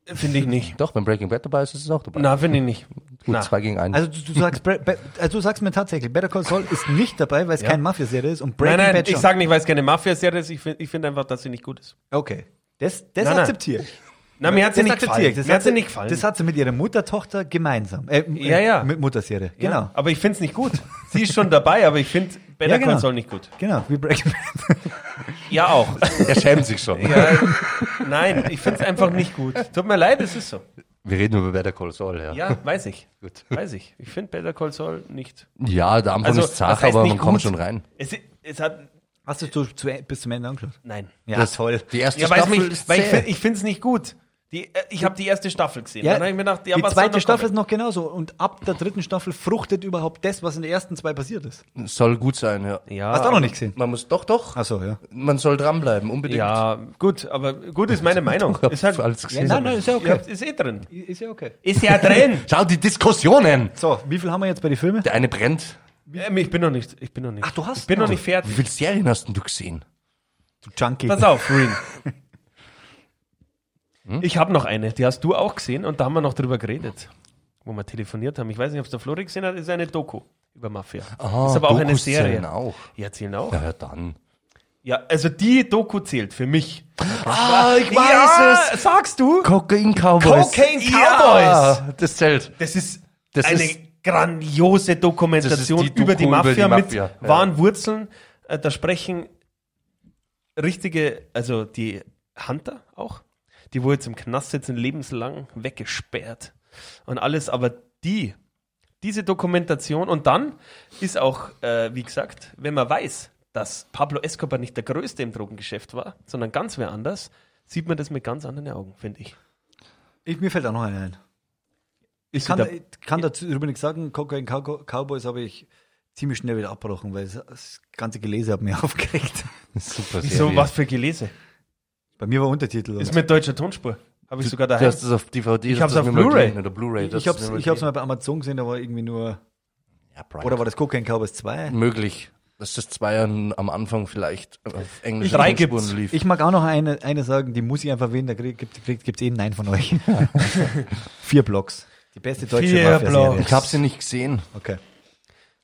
[SPEAKER 9] Finde ich nicht.
[SPEAKER 4] Doch, wenn Breaking Bad dabei ist, ist es auch dabei.
[SPEAKER 9] Na, finde ich nicht.
[SPEAKER 4] Gut,
[SPEAKER 9] na.
[SPEAKER 4] zwei gegen einen.
[SPEAKER 3] Also du, du sagst, Bre- Be- also du sagst mir tatsächlich, Better Call Saul ist nicht dabei, weil es keine Mafia-Serie ist und Breaking
[SPEAKER 9] Nein, nein,
[SPEAKER 3] Bad
[SPEAKER 9] ich
[SPEAKER 3] schon.
[SPEAKER 9] sage nicht, weil es keine Mafia-Serie ist. Ich finde ich find einfach, dass sie nicht gut ist.
[SPEAKER 3] okay, das, das
[SPEAKER 9] Nein, nein.
[SPEAKER 3] akzeptiere ich.
[SPEAKER 9] Na, mir hat sie
[SPEAKER 3] das
[SPEAKER 9] nicht
[SPEAKER 3] akzeptiere
[SPEAKER 9] gefallen.
[SPEAKER 3] ich. Das
[SPEAKER 9] Mir hat sie
[SPEAKER 3] sie-
[SPEAKER 9] nicht gefallen.
[SPEAKER 3] Das hat sie mit ihrer Mutter-Tochter gemeinsam. Äh, m-
[SPEAKER 9] Ja, ja.
[SPEAKER 3] Mit Mutterserie.
[SPEAKER 9] Ja,
[SPEAKER 3] Genau.
[SPEAKER 9] Aber ich finde es nicht gut. Sie ist schon dabei, aber ich finde Better
[SPEAKER 3] Ja, genau.
[SPEAKER 9] Call Saul nicht gut.
[SPEAKER 3] Genau, wie Breaking Bad.
[SPEAKER 9] Ja, auch.
[SPEAKER 4] er schämt sich schon.
[SPEAKER 9] Ja, nein, ich finde es einfach nicht gut. Tut mir leid, es ist so.
[SPEAKER 4] Wir reden über Better Call Saul, ja.
[SPEAKER 9] Ja, weiß ich.
[SPEAKER 4] Gut.
[SPEAKER 9] Weiß ich. Ich finde Better Call Saul nicht.
[SPEAKER 4] Ja, der Anfang
[SPEAKER 9] Also,
[SPEAKER 4] ist zart,
[SPEAKER 9] das heißt
[SPEAKER 4] aber man
[SPEAKER 9] nicht
[SPEAKER 4] kommt
[SPEAKER 9] gut.
[SPEAKER 4] schon rein.
[SPEAKER 9] Es, es hat.
[SPEAKER 3] Hast du es zu, zu, bis zum Ende angeschaut?
[SPEAKER 9] Nein.
[SPEAKER 3] Ja,
[SPEAKER 4] Das-
[SPEAKER 3] toll.
[SPEAKER 4] Die erste
[SPEAKER 9] Ja, weiß
[SPEAKER 4] Staffel
[SPEAKER 9] mich,
[SPEAKER 4] ist
[SPEAKER 9] weil ich,
[SPEAKER 4] zäh.
[SPEAKER 9] find- ich finde es nicht gut. Die, äh, ich habe die erste Staffel gesehen.
[SPEAKER 3] Ja,
[SPEAKER 9] Dann habe ich mir gedacht, ja,
[SPEAKER 3] die
[SPEAKER 9] was soll
[SPEAKER 3] zweite
[SPEAKER 9] noch
[SPEAKER 3] Staffel ist
[SPEAKER 9] kommen?
[SPEAKER 3] noch genauso. Und ab der dritten Staffel fruchtet überhaupt das, was in den ersten zwei passiert ist.
[SPEAKER 4] Soll gut sein, ja.
[SPEAKER 9] Ja,
[SPEAKER 3] Hast du auch noch nicht gesehen?
[SPEAKER 4] Man muss doch, doch.
[SPEAKER 3] Achso, ja.
[SPEAKER 4] Man soll dranbleiben, unbedingt.
[SPEAKER 9] Ja, gut, aber gut ist meine Meinung.
[SPEAKER 4] hab
[SPEAKER 9] Ist halt.
[SPEAKER 4] alles gesehen.
[SPEAKER 3] nein, nein, ist ja
[SPEAKER 9] Ja,
[SPEAKER 3] okay.
[SPEAKER 9] ist eh drin.
[SPEAKER 3] Ist ja okay.
[SPEAKER 9] Ist ja drin.
[SPEAKER 4] Schau, die Diskussionen.
[SPEAKER 3] So, wie viel haben wir jetzt bei den Filmen?
[SPEAKER 4] Der eine brennt.
[SPEAKER 9] Ähm, Ich bin noch nicht. Ich bin noch nicht.
[SPEAKER 3] Ach, du hast
[SPEAKER 9] Ich bin noch
[SPEAKER 3] noch.
[SPEAKER 9] nicht
[SPEAKER 4] Wie
[SPEAKER 9] fertig.
[SPEAKER 4] viele Serien hast denn du gesehen?
[SPEAKER 3] Du Junkie.
[SPEAKER 9] Pass auf, Rin. Ich habe noch eine, die hast du auch gesehen und da haben wir noch drüber geredet, wo wir telefoniert haben. Ich weiß nicht, ob es der Flori gesehen hat, ist eine Doku über Mafia. ist aber auch eine
[SPEAKER 4] Ah, Dokus zählen
[SPEAKER 9] Serie.
[SPEAKER 4] auch.
[SPEAKER 9] Die erzählen auch.
[SPEAKER 4] Ja, ja, dann.
[SPEAKER 9] Ja, also die Doku zählt für mich.
[SPEAKER 4] Ah, ich
[SPEAKER 9] es! Sagst du?
[SPEAKER 4] Cocaine Cowboys.
[SPEAKER 9] Cocaine
[SPEAKER 4] Ja, das zählt.
[SPEAKER 9] Das ist
[SPEAKER 4] Das
[SPEAKER 9] eine
[SPEAKER 4] ist-
[SPEAKER 9] grandiose Dokumentation
[SPEAKER 4] Das ist die
[SPEAKER 9] über, die
[SPEAKER 4] Doku
[SPEAKER 9] Mafia
[SPEAKER 4] über die Mafia,
[SPEAKER 9] mit
[SPEAKER 4] ja.
[SPEAKER 9] wahren Wurzeln. Äh, Da sprechen richtige, also die Hunter auch, die wo jetzt im Knast sitzen, lebenslang weggesperrt und alles, aber die, diese Dokumentation und dann ist auch, äh, wie gesagt, wenn man weiß, dass Pablo Escobar nicht der Größte im Drogengeschäft war, sondern ganz wer anders, sieht man das mit ganz anderen Augen, finde ich.
[SPEAKER 3] Ich, mir fällt auch noch einer ein. Ich
[SPEAKER 9] Ist
[SPEAKER 3] kann,
[SPEAKER 9] wieder-
[SPEAKER 3] ich kann dazu darüber nichts sagen. Cocaine Cow- Cowboys habe ich ziemlich schnell wieder abgebrochen, weil das ganze Gelese hat mich aufgeregt.
[SPEAKER 4] Super
[SPEAKER 9] Wieso,
[SPEAKER 4] Serie.
[SPEAKER 9] was für Gelese?
[SPEAKER 3] Bei mir war Untertitel.
[SPEAKER 9] Ist mit deutscher Tonspur. Habe ich sogar
[SPEAKER 4] Du
[SPEAKER 9] daheim.
[SPEAKER 4] hast es auf DVD.
[SPEAKER 9] Ich
[SPEAKER 4] das
[SPEAKER 9] hab's
[SPEAKER 4] ist
[SPEAKER 9] auf
[SPEAKER 4] nicht mehr
[SPEAKER 9] Blu-ray.
[SPEAKER 4] drin, Oder Blu-ray. das
[SPEAKER 3] ich
[SPEAKER 4] ist
[SPEAKER 3] hab's,
[SPEAKER 4] nicht mehr
[SPEAKER 3] ich hab's
[SPEAKER 4] drin.
[SPEAKER 3] mal bei Amazon gesehen, da war irgendwie nur.
[SPEAKER 4] Ja, Prime.
[SPEAKER 3] Oder war das Cocaine Cowboys 2?
[SPEAKER 4] möglich, dass das zwei Jahren am Anfang vielleicht auf Englisch
[SPEAKER 9] Drei
[SPEAKER 4] Tonspuren
[SPEAKER 9] gibt's.
[SPEAKER 4] lief.
[SPEAKER 3] Ich mag auch noch eine, eine sagen, die muss ich einfach wählen, da krieg, gibt, krieg, gibt's eh einen Nein von euch. Vier Blocks. Die beste deutsche
[SPEAKER 9] Vier
[SPEAKER 3] Mafia-Serie.
[SPEAKER 9] Blocks.
[SPEAKER 4] Ich habe sie nicht gesehen,
[SPEAKER 3] Okay.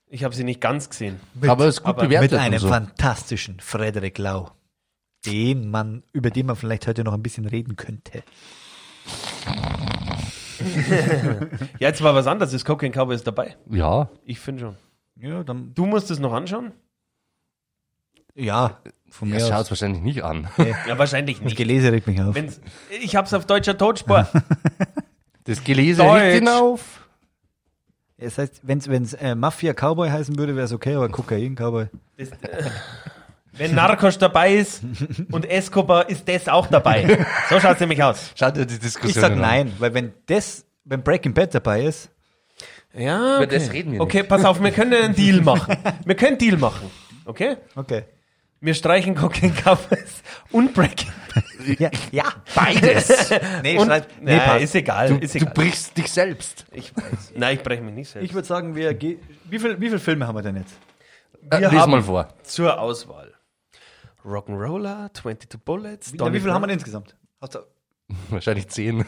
[SPEAKER 9] Ich habe sie nicht ganz gesehen.
[SPEAKER 4] aber es ist gut
[SPEAKER 9] aber
[SPEAKER 4] bewertet.
[SPEAKER 3] Mit einem
[SPEAKER 4] und so.
[SPEAKER 3] fantastischen Frederik Lau. Den man, über den man vielleicht heute noch ein bisschen reden könnte.
[SPEAKER 9] Ja, jetzt war was anderes. Das Cocaine Cowboy ist dabei.
[SPEAKER 4] Ja,
[SPEAKER 9] Ich finde schon.
[SPEAKER 3] Ja, dann.
[SPEAKER 9] Du musst es noch anschauen?
[SPEAKER 3] Ja, von
[SPEAKER 4] er
[SPEAKER 3] mir
[SPEAKER 4] schaut
[SPEAKER 3] aus.
[SPEAKER 4] es wahrscheinlich nicht an.
[SPEAKER 9] Ja, wahrscheinlich
[SPEAKER 3] Das
[SPEAKER 9] nicht.
[SPEAKER 3] Gelese regt mich auf.
[SPEAKER 9] Wenn's, ich hab's auf deutscher Tonspur.
[SPEAKER 4] Das Gelese
[SPEAKER 9] Deutsch.
[SPEAKER 4] regt ihn auf.
[SPEAKER 3] Das heißt, wenn's wenn's äh, Mafia Cowboy heißen würde, wäre es okay, aber Kokain Cowboy.
[SPEAKER 9] Das, äh, wenn Narcos dabei ist und Escobar ist das auch dabei. So schaut's nämlich aus.
[SPEAKER 4] Schaut dir die Diskussion
[SPEAKER 3] Ich sag
[SPEAKER 4] an.
[SPEAKER 3] nein, weil wenn das, wenn Breaking Bad dabei ist,
[SPEAKER 9] Ja, okay.
[SPEAKER 4] Über das reden wir
[SPEAKER 9] Okay, pass auf, wir können einen Deal machen. Wir können einen Deal machen. Okay?
[SPEAKER 3] okay.
[SPEAKER 9] Wir streichen Cocaine Cowboys und Breaking
[SPEAKER 3] Ja, ja.
[SPEAKER 4] Beides.
[SPEAKER 3] Nee,
[SPEAKER 9] und,
[SPEAKER 3] schreib, nee,
[SPEAKER 9] Nein,
[SPEAKER 3] passt.
[SPEAKER 9] ist egal. ist
[SPEAKER 4] genau Du
[SPEAKER 9] egal.
[SPEAKER 4] brichst dich selbst.
[SPEAKER 9] ich, nein, ich breche mich nicht selbst.
[SPEAKER 3] Ich würde sagen, wir ge- wie viel, wie viel Filme haben wir denn jetzt?
[SPEAKER 4] Äh,
[SPEAKER 9] Wir
[SPEAKER 4] lies
[SPEAKER 9] haben-
[SPEAKER 4] mal vor.
[SPEAKER 9] Zur Auswahl. Rock'n'Roller, 22 Bullets,
[SPEAKER 3] Na, wie viel haben wir denn insgesamt? Hast du,
[SPEAKER 4] Wahrscheinlich zehn.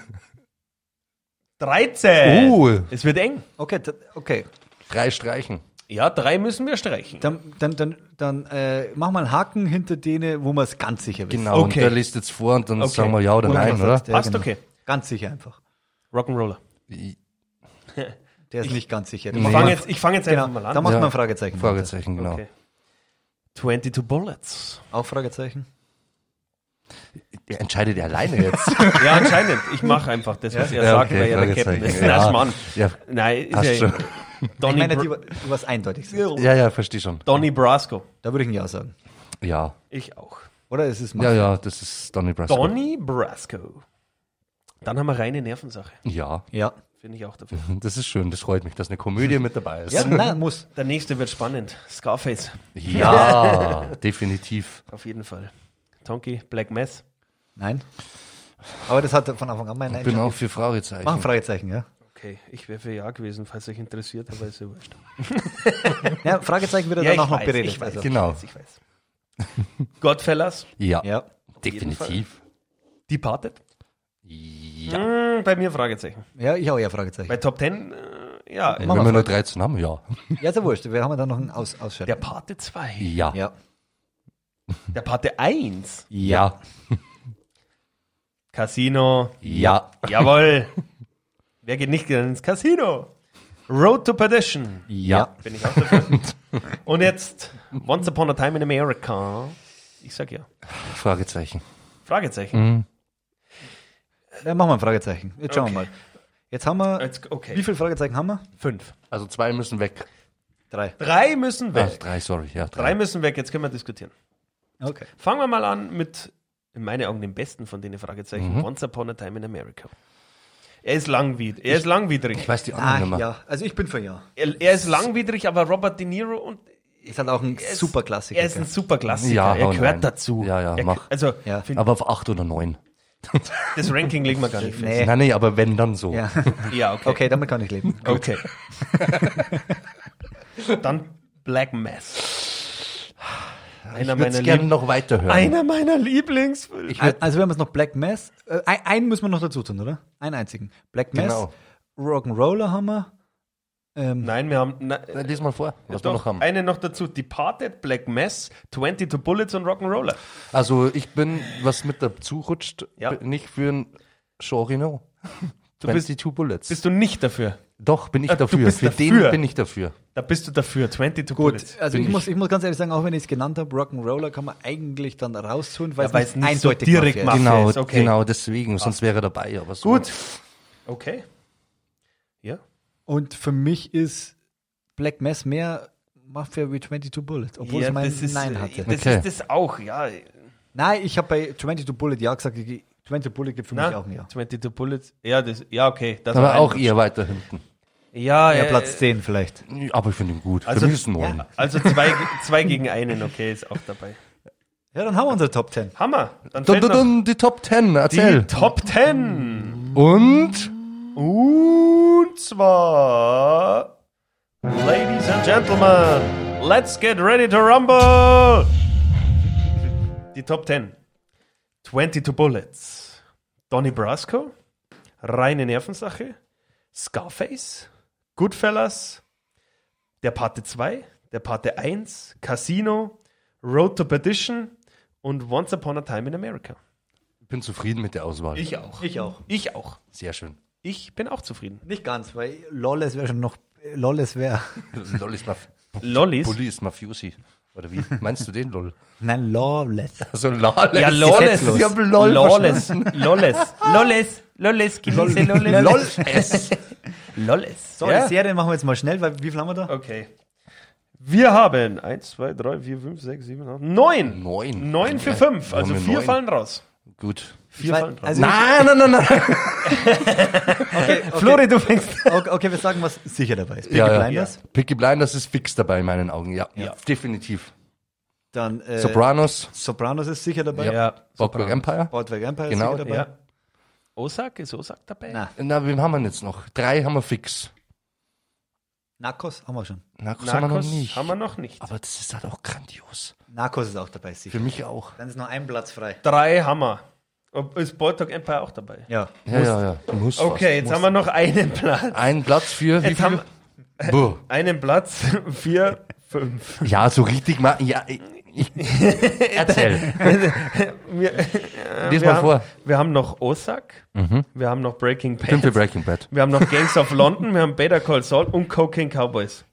[SPEAKER 9] 13! Uh, Es wird eng.
[SPEAKER 3] okay, da- okay.
[SPEAKER 4] Drei Streichen.
[SPEAKER 9] Ja, drei müssen wir streichen.
[SPEAKER 3] Dann, dann, dann, dann äh, mach mal einen Haken hinter denen, wo man es ganz sicher wissen.
[SPEAKER 4] Genau,
[SPEAKER 9] Okay.
[SPEAKER 4] und der liest jetzt vor und dann
[SPEAKER 9] Okay.
[SPEAKER 4] sagen wir ja oder
[SPEAKER 3] Wo
[SPEAKER 4] nein,
[SPEAKER 3] man's
[SPEAKER 4] oder?
[SPEAKER 3] sagt, ja,
[SPEAKER 9] Passt
[SPEAKER 3] genau.
[SPEAKER 9] okay.
[SPEAKER 3] Ganz sicher einfach.
[SPEAKER 9] Rock'n'Roller.
[SPEAKER 3] Der ist nicht ganz sicher.
[SPEAKER 9] Ich
[SPEAKER 4] Nee.
[SPEAKER 9] fange jetzt, ich fang jetzt
[SPEAKER 3] genau,
[SPEAKER 9] einfach mal
[SPEAKER 3] da
[SPEAKER 9] an.
[SPEAKER 3] macht
[SPEAKER 4] Ja.
[SPEAKER 3] man ein Fragezeichen.
[SPEAKER 4] Fragezeichen, genau.
[SPEAKER 9] Okay. 22 Bullets.
[SPEAKER 3] Auch Fragezeichen?
[SPEAKER 4] Er entscheidet er alleine jetzt.
[SPEAKER 9] Ja, anscheinend. Ich mache einfach das, was er
[SPEAKER 4] Ja,
[SPEAKER 9] sagt, weil er der Captain
[SPEAKER 4] Fragezeichen.
[SPEAKER 9] ist.
[SPEAKER 4] Ja.
[SPEAKER 9] Na, Mann.
[SPEAKER 4] Ja,
[SPEAKER 9] Nein, ist
[SPEAKER 4] passt
[SPEAKER 9] ja
[SPEAKER 4] schon.
[SPEAKER 3] Ich
[SPEAKER 9] Donny,
[SPEAKER 3] meine, die,
[SPEAKER 9] Br
[SPEAKER 3] die was eindeutig sind.
[SPEAKER 4] Ja, ja, verstehe schon.
[SPEAKER 9] Donny Brasco.
[SPEAKER 3] Da würde ich ein Ja sagen.
[SPEAKER 4] Ja.
[SPEAKER 9] Ich auch.
[SPEAKER 3] Oder es ist
[SPEAKER 4] Ja,
[SPEAKER 3] Mafia.
[SPEAKER 4] ja, das ist Donny Brasco.
[SPEAKER 9] Donny Brasco. Dann haben wir reine Nervensache.
[SPEAKER 4] Ja,
[SPEAKER 3] Ja.
[SPEAKER 9] Finde ich auch dafür.
[SPEAKER 4] das ist schön. Das freut mich, dass eine Komödie mit dabei ist.
[SPEAKER 3] Ja, nein, muss.
[SPEAKER 9] Der nächste wird spannend. Scarface.
[SPEAKER 4] Ja, definitiv.
[SPEAKER 9] Auf jeden Fall. Tonky, Black Mess.
[SPEAKER 3] Nein. Aber das hat von Anfang an mein Nein.
[SPEAKER 4] Ich bin
[SPEAKER 3] Mach
[SPEAKER 4] auch für
[SPEAKER 3] ein
[SPEAKER 4] Fragezeichen.
[SPEAKER 3] Fragezeichen, ja.
[SPEAKER 9] Okay, ich wäre für Ja gewesen, falls euch interessiert, aber ist ja wurscht.
[SPEAKER 3] Ja, Fragezeichen wird er
[SPEAKER 9] Ja, ich
[SPEAKER 3] danach noch
[SPEAKER 9] weiß,
[SPEAKER 3] beredet.
[SPEAKER 9] ich weiß.
[SPEAKER 3] also.
[SPEAKER 4] Genau.
[SPEAKER 9] Ich weiß. Godfellas,
[SPEAKER 4] Ja,
[SPEAKER 3] Ja.
[SPEAKER 4] definitiv.
[SPEAKER 9] Departed.
[SPEAKER 4] Ja.
[SPEAKER 9] Hm, bei mir Fragezeichen.
[SPEAKER 3] ja, ich auch eher Fragezeichen.
[SPEAKER 9] Bei Top Ten, äh, ja.
[SPEAKER 4] Wenn
[SPEAKER 3] Machen wir
[SPEAKER 4] wir nur 13 haben, ja.
[SPEAKER 3] Ja, ist ja wurscht. Wir haben ja dann noch einen Aus Ausschnitt.
[SPEAKER 9] Der Pate 2.
[SPEAKER 4] Ja. Ja.
[SPEAKER 3] Ja.
[SPEAKER 9] Der Pate 1.
[SPEAKER 4] Ja.
[SPEAKER 9] Casino. Jawohl. Wer geht nicht gerne ins Casino? Road to Perdition.
[SPEAKER 4] Ja.
[SPEAKER 9] Bin ich auch dafür. Und jetzt Once Upon a Time in America. Ich sag ja.
[SPEAKER 4] Fragezeichen.
[SPEAKER 9] Fragezeichen.
[SPEAKER 3] Dann machen wir ein Fragezeichen. Jetzt schauen wir mal. Jetzt haben wir.
[SPEAKER 9] Jetzt- okay.
[SPEAKER 3] Wie viele Fragezeichen haben wir?
[SPEAKER 9] Fünf.
[SPEAKER 4] Also zwei müssen weg.
[SPEAKER 3] Drei.
[SPEAKER 9] Drei müssen
[SPEAKER 4] Ach,
[SPEAKER 9] weg.
[SPEAKER 4] drei, sorry. Ja, drei.
[SPEAKER 9] Drei müssen weg. Jetzt können wir diskutieren.
[SPEAKER 3] Okay.
[SPEAKER 9] Fangen wir mal an mit, in meinen Augen, dem besten von denen Fragezeichen.
[SPEAKER 4] Mhm.
[SPEAKER 9] Once Upon a Time in America. Er ist langwidrig. Er ist langwidrig.
[SPEAKER 4] Ich weiß die
[SPEAKER 3] Ah,
[SPEAKER 4] andere Nummer.
[SPEAKER 3] ja. Also ich bin für Ja.
[SPEAKER 9] Er, er ist langwidrig, aber Robert De Niro und
[SPEAKER 3] Ist halt auch ein
[SPEAKER 9] er ist-
[SPEAKER 3] super Klassiker.
[SPEAKER 9] Er ist ein super Klassiker.
[SPEAKER 4] Ja,
[SPEAKER 9] er
[SPEAKER 4] hau
[SPEAKER 9] gehört
[SPEAKER 4] rein.
[SPEAKER 9] dazu.
[SPEAKER 4] Ja, ja,
[SPEAKER 9] er,
[SPEAKER 4] mach.
[SPEAKER 9] Also,
[SPEAKER 3] Ja.
[SPEAKER 9] find,
[SPEAKER 4] Aber auf acht oder neun.
[SPEAKER 9] das Ranking legen wir gar nicht fest.
[SPEAKER 3] Nee.
[SPEAKER 4] Nein, nee, aber wenn, dann so.
[SPEAKER 3] ja.
[SPEAKER 9] Ja, okay.
[SPEAKER 3] Okay, damit kann ich leben.
[SPEAKER 9] Okay. Dann Black Mass. Einer
[SPEAKER 4] Ich würde
[SPEAKER 9] meiner,
[SPEAKER 4] es gerne
[SPEAKER 9] Lieb
[SPEAKER 4] noch weiterhören.
[SPEAKER 9] einer meiner Lieblingsfilme.
[SPEAKER 4] Ich würd,
[SPEAKER 3] Also wir haben jetzt noch Black Mass. Äh, ein- einen müssen wir noch dazu tun, oder? Einen einzigen. Black Mass.
[SPEAKER 4] Genau.
[SPEAKER 3] Rock'n'Roller haben wir. Ähm,
[SPEAKER 9] Nein, wir haben. Na,
[SPEAKER 4] Dann lies mal vor, was wir
[SPEAKER 9] doch,
[SPEAKER 4] noch haben.
[SPEAKER 9] Eine noch dazu. Departed, Black Mass, 22 Bullets und Rock'n'Roller.
[SPEAKER 4] Also ich bin, was mit dazu rutscht,
[SPEAKER 9] Ja.
[SPEAKER 4] bin nicht für ein Chorino. Du
[SPEAKER 9] bist-
[SPEAKER 4] bist die Two Bullets.
[SPEAKER 9] Bist du nicht dafür?
[SPEAKER 4] Doch, bin ich
[SPEAKER 9] Äh, du
[SPEAKER 4] dafür.
[SPEAKER 9] bist
[SPEAKER 4] Für
[SPEAKER 9] dafür.
[SPEAKER 4] den bin ich dafür.
[SPEAKER 9] Da bist du dafür. 22 Bullets.
[SPEAKER 3] Gut, also
[SPEAKER 4] bin
[SPEAKER 3] ich
[SPEAKER 4] ich.
[SPEAKER 3] muss, ich muss ganz ehrlich sagen, auch wenn ich es genannt habe, Rock'n'Roller kann man eigentlich dann raustun, weil
[SPEAKER 9] Ja, weil
[SPEAKER 3] es
[SPEAKER 9] es
[SPEAKER 3] nicht
[SPEAKER 9] nicht so
[SPEAKER 3] eindeutig
[SPEAKER 9] direkt
[SPEAKER 3] Mafia
[SPEAKER 9] macht.
[SPEAKER 3] ist.
[SPEAKER 4] genau,
[SPEAKER 9] ist okay.
[SPEAKER 4] genau deswegen, sonst wäre er dabei. Aber so.
[SPEAKER 9] Gut. Okay. Ja.
[SPEAKER 3] Und für mich ist Black Mass mehr Mafia wie 22 Bullet, obwohl
[SPEAKER 9] ja,
[SPEAKER 3] es mein
[SPEAKER 9] das ist, äh,
[SPEAKER 3] Nein hatte.
[SPEAKER 9] Das
[SPEAKER 4] Okay.
[SPEAKER 9] ist das auch, ja.
[SPEAKER 3] Nein, ich habe bei 22 Bullet ja gesagt, ich- 22 Bullet gibt für mich auch ein Ja.
[SPEAKER 9] 22 Bullets. Ja, das, ja okay. Das war
[SPEAKER 4] Aber
[SPEAKER 9] Also ein-
[SPEAKER 4] auch eher weiter hinten.
[SPEAKER 9] Ja,
[SPEAKER 3] Ja,
[SPEAKER 9] ja,
[SPEAKER 3] Platz 10 vielleicht.
[SPEAKER 4] Aber ich finde ihn gut.
[SPEAKER 9] Also-
[SPEAKER 4] für mich ist ein Neun.
[SPEAKER 9] Also zwei, ge- zwei gegen einen, okay, ist auch dabei.
[SPEAKER 3] Ja, dann haben wir unsere Top 10.
[SPEAKER 9] Hammer. Dann
[SPEAKER 4] Dun,
[SPEAKER 9] fällt
[SPEAKER 4] dun,
[SPEAKER 9] noch
[SPEAKER 4] dun, die Top Ten,
[SPEAKER 9] die
[SPEAKER 4] erzähl.
[SPEAKER 9] Top 10.
[SPEAKER 4] Und?
[SPEAKER 9] Und zwar, Ladies and Gentlemen, let's get ready to rumble! Die Top 10. 22 Bullets. Donny Brasco. Reine Nervensache. Scarface. Goodfellas. Der Pate 2. Der Pate 1. Casino. Road to Perdition. Und Once Upon a Time in America.
[SPEAKER 4] Ich bin zufrieden mit der Auswahl.
[SPEAKER 9] auch.
[SPEAKER 3] Ich auch.
[SPEAKER 9] Ich auch.
[SPEAKER 4] Sehr schön.
[SPEAKER 9] Ich bin auch zufrieden.
[SPEAKER 3] Nicht ganz, weil Lawless wäre schon noch. Lawless wäre.
[SPEAKER 4] LOL ist Maf
[SPEAKER 9] Lollis.
[SPEAKER 4] Bulli ist Mafiosi. Oder wie? Meinst du den LOL?
[SPEAKER 3] Nein, Lawless.
[SPEAKER 4] Also LOL.
[SPEAKER 9] Ja, Lawless.
[SPEAKER 4] Ich hab LOL.
[SPEAKER 9] Lawless.
[SPEAKER 4] verstanden.
[SPEAKER 9] Lawless. Lawless. Lawless. Genieße Lawless.
[SPEAKER 4] LOL S.
[SPEAKER 9] Lawless.
[SPEAKER 3] So, die Serien machen wir jetzt mal schnell, weil wie viel haben wir da?
[SPEAKER 9] Okay. Wir haben 1, 2, 3, 4, 5, 6, 7, 8, 9.
[SPEAKER 4] Neun.
[SPEAKER 9] 9 für 5. Also
[SPEAKER 4] Haben wir
[SPEAKER 9] 4
[SPEAKER 4] neun?
[SPEAKER 9] fallen raus.
[SPEAKER 4] Gut.
[SPEAKER 9] 4
[SPEAKER 3] Weil-
[SPEAKER 9] fallen raus.
[SPEAKER 3] also-
[SPEAKER 4] Nein, nein, nein, nein.
[SPEAKER 3] okay,
[SPEAKER 9] Flori, du fängst an.
[SPEAKER 3] okay, okay, wir sagen, was sicher dabei ist. Peaky
[SPEAKER 4] Ja, ja.
[SPEAKER 3] Blinders,
[SPEAKER 4] Picky Blinders ist fix dabei in meinen Augen. Ja, definitiv.
[SPEAKER 3] dann äh,
[SPEAKER 4] Sopranos,
[SPEAKER 3] Sopranos ist sicher dabei,
[SPEAKER 9] Ja.
[SPEAKER 4] Boardwalk Empire.
[SPEAKER 3] Boardwalk Empire
[SPEAKER 4] Genau,
[SPEAKER 3] ist sicher dabei.
[SPEAKER 9] ja. Osak? Ist Osak dabei?
[SPEAKER 3] Na.
[SPEAKER 4] Na, wem haben wir denn jetzt noch? Drei haben wir fix.
[SPEAKER 3] Narcos haben wir schon.
[SPEAKER 4] Narcos, haben wir noch
[SPEAKER 9] Narcos
[SPEAKER 4] nicht.
[SPEAKER 9] haben wir noch nicht.
[SPEAKER 4] Aber das ist halt auch grandios.
[SPEAKER 3] Narcos ist auch dabei, sicher.
[SPEAKER 4] Für mich auch.
[SPEAKER 3] Dann ist noch ein Platz frei.
[SPEAKER 9] 3 haben wir. Ob- Ist Boardwalk Empire auch dabei?
[SPEAKER 3] Ja.
[SPEAKER 4] Ja, ja, ja. Muss
[SPEAKER 9] Okay, jetzt haben wir noch einen Platz.
[SPEAKER 4] Ein Platz für wie
[SPEAKER 9] Jetzt haben
[SPEAKER 4] viel? Buh.
[SPEAKER 9] Einen Platz. 4, 5.
[SPEAKER 4] Ja, so richtig mal. Ja, ich, ich, erzähl. Lies
[SPEAKER 9] wir
[SPEAKER 4] mal
[SPEAKER 9] haben,
[SPEAKER 4] vor.
[SPEAKER 9] Wir haben noch Osak, wir haben noch Breaking
[SPEAKER 4] Film für
[SPEAKER 9] Bad,
[SPEAKER 4] Breaking Bad.
[SPEAKER 9] wir haben noch Gangs of London, wir haben Better Call Saul und Cocaine Cowboys.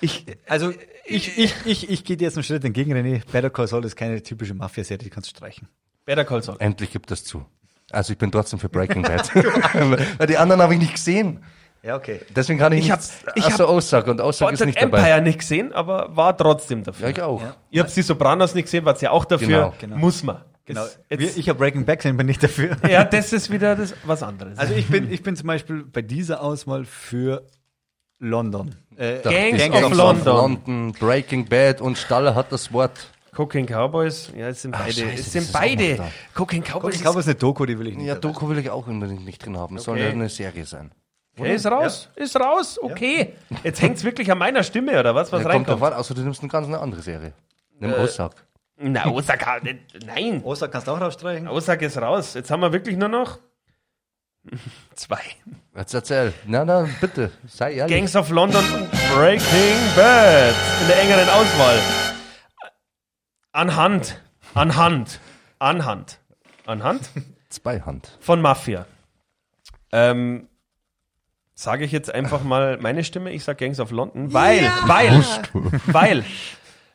[SPEAKER 3] Ich, also ich, ich, ich, ich gehe dir jetzt einen Schritt entgegen, René. Better Call Saul ist keine typische Mafia-Serie, die kannst du streichen.
[SPEAKER 9] Better Call Saul.
[SPEAKER 4] Endlich gibt das zu. Also ich bin trotzdem für Breaking Bad. Weil die anderen habe ich nicht gesehen.
[SPEAKER 3] Ja, okay.
[SPEAKER 4] Deswegen kann ich,
[SPEAKER 9] Ich
[SPEAKER 4] nichts.
[SPEAKER 9] hab- ich
[SPEAKER 4] Achso, Aussage. Und Aussage ist
[SPEAKER 9] Boardwalk
[SPEAKER 4] nicht
[SPEAKER 9] Empire
[SPEAKER 4] dabei.
[SPEAKER 9] nicht gesehen, aber war trotzdem
[SPEAKER 4] Ja,
[SPEAKER 9] dafür.
[SPEAKER 4] ich auch.
[SPEAKER 9] Ihr habt die Sopranos nicht gesehen, wart ja auch dafür.
[SPEAKER 4] Genau,
[SPEAKER 3] genau.
[SPEAKER 9] Muss man.
[SPEAKER 3] Genau.
[SPEAKER 9] Ist-
[SPEAKER 3] Wir,
[SPEAKER 9] Jetzt,
[SPEAKER 3] ich habe Breaking Back, sind wir nicht dafür.
[SPEAKER 9] ja, das ist wieder das, was anderes.
[SPEAKER 3] Also ich bin, ich bin zum Beispiel bei dieser Auswahl für London. Äh,
[SPEAKER 4] Da-
[SPEAKER 9] Gangs
[SPEAKER 4] Gangs
[SPEAKER 9] of
[SPEAKER 4] of
[SPEAKER 9] London.
[SPEAKER 4] London, Breaking Bad und Staller hat das Wort.
[SPEAKER 9] Cocaine Cowboys, ja, es sind beide.
[SPEAKER 4] scheiße,
[SPEAKER 9] es
[SPEAKER 4] das
[SPEAKER 9] sind
[SPEAKER 4] ist auch noch
[SPEAKER 9] beide.
[SPEAKER 4] da.
[SPEAKER 9] Cocaine Cowboys.
[SPEAKER 3] ich glaube, es ist eine Doku, die will ich nicht.
[SPEAKER 4] Ja,
[SPEAKER 3] dabei.
[SPEAKER 4] Doku will ich auch unbedingt nicht drin haben. Es soll ja
[SPEAKER 9] Okay.
[SPEAKER 4] eine Serie sein.
[SPEAKER 9] ist, okay, ist raus, ist raus, okay. Jetzt hängt es wirklich an meiner Stimme, oder was, was
[SPEAKER 4] Ja, kommt
[SPEAKER 9] reinkommt? Äh.
[SPEAKER 4] davon, außer du nimmst eine ganz eine andere Serie. Nimm Aussage.
[SPEAKER 9] Na, Osaka, nein.
[SPEAKER 3] Osaka kannst du auch rausstreichen.
[SPEAKER 9] Aussage ist raus. Jetzt haben wir wirklich nur noch zwei.
[SPEAKER 4] Jetzt erzähl. Nein, nein, bitte. Sei ehrlich.
[SPEAKER 9] Gangs of London und Breaking Bad in der engeren Auswahl. Anhand, anhand, anhand, anhand
[SPEAKER 4] Zwei Hand.
[SPEAKER 9] von Mafia. Ähm, sage ich jetzt einfach mal meine Stimme, ich sage Gangs of London, weil, weil, weil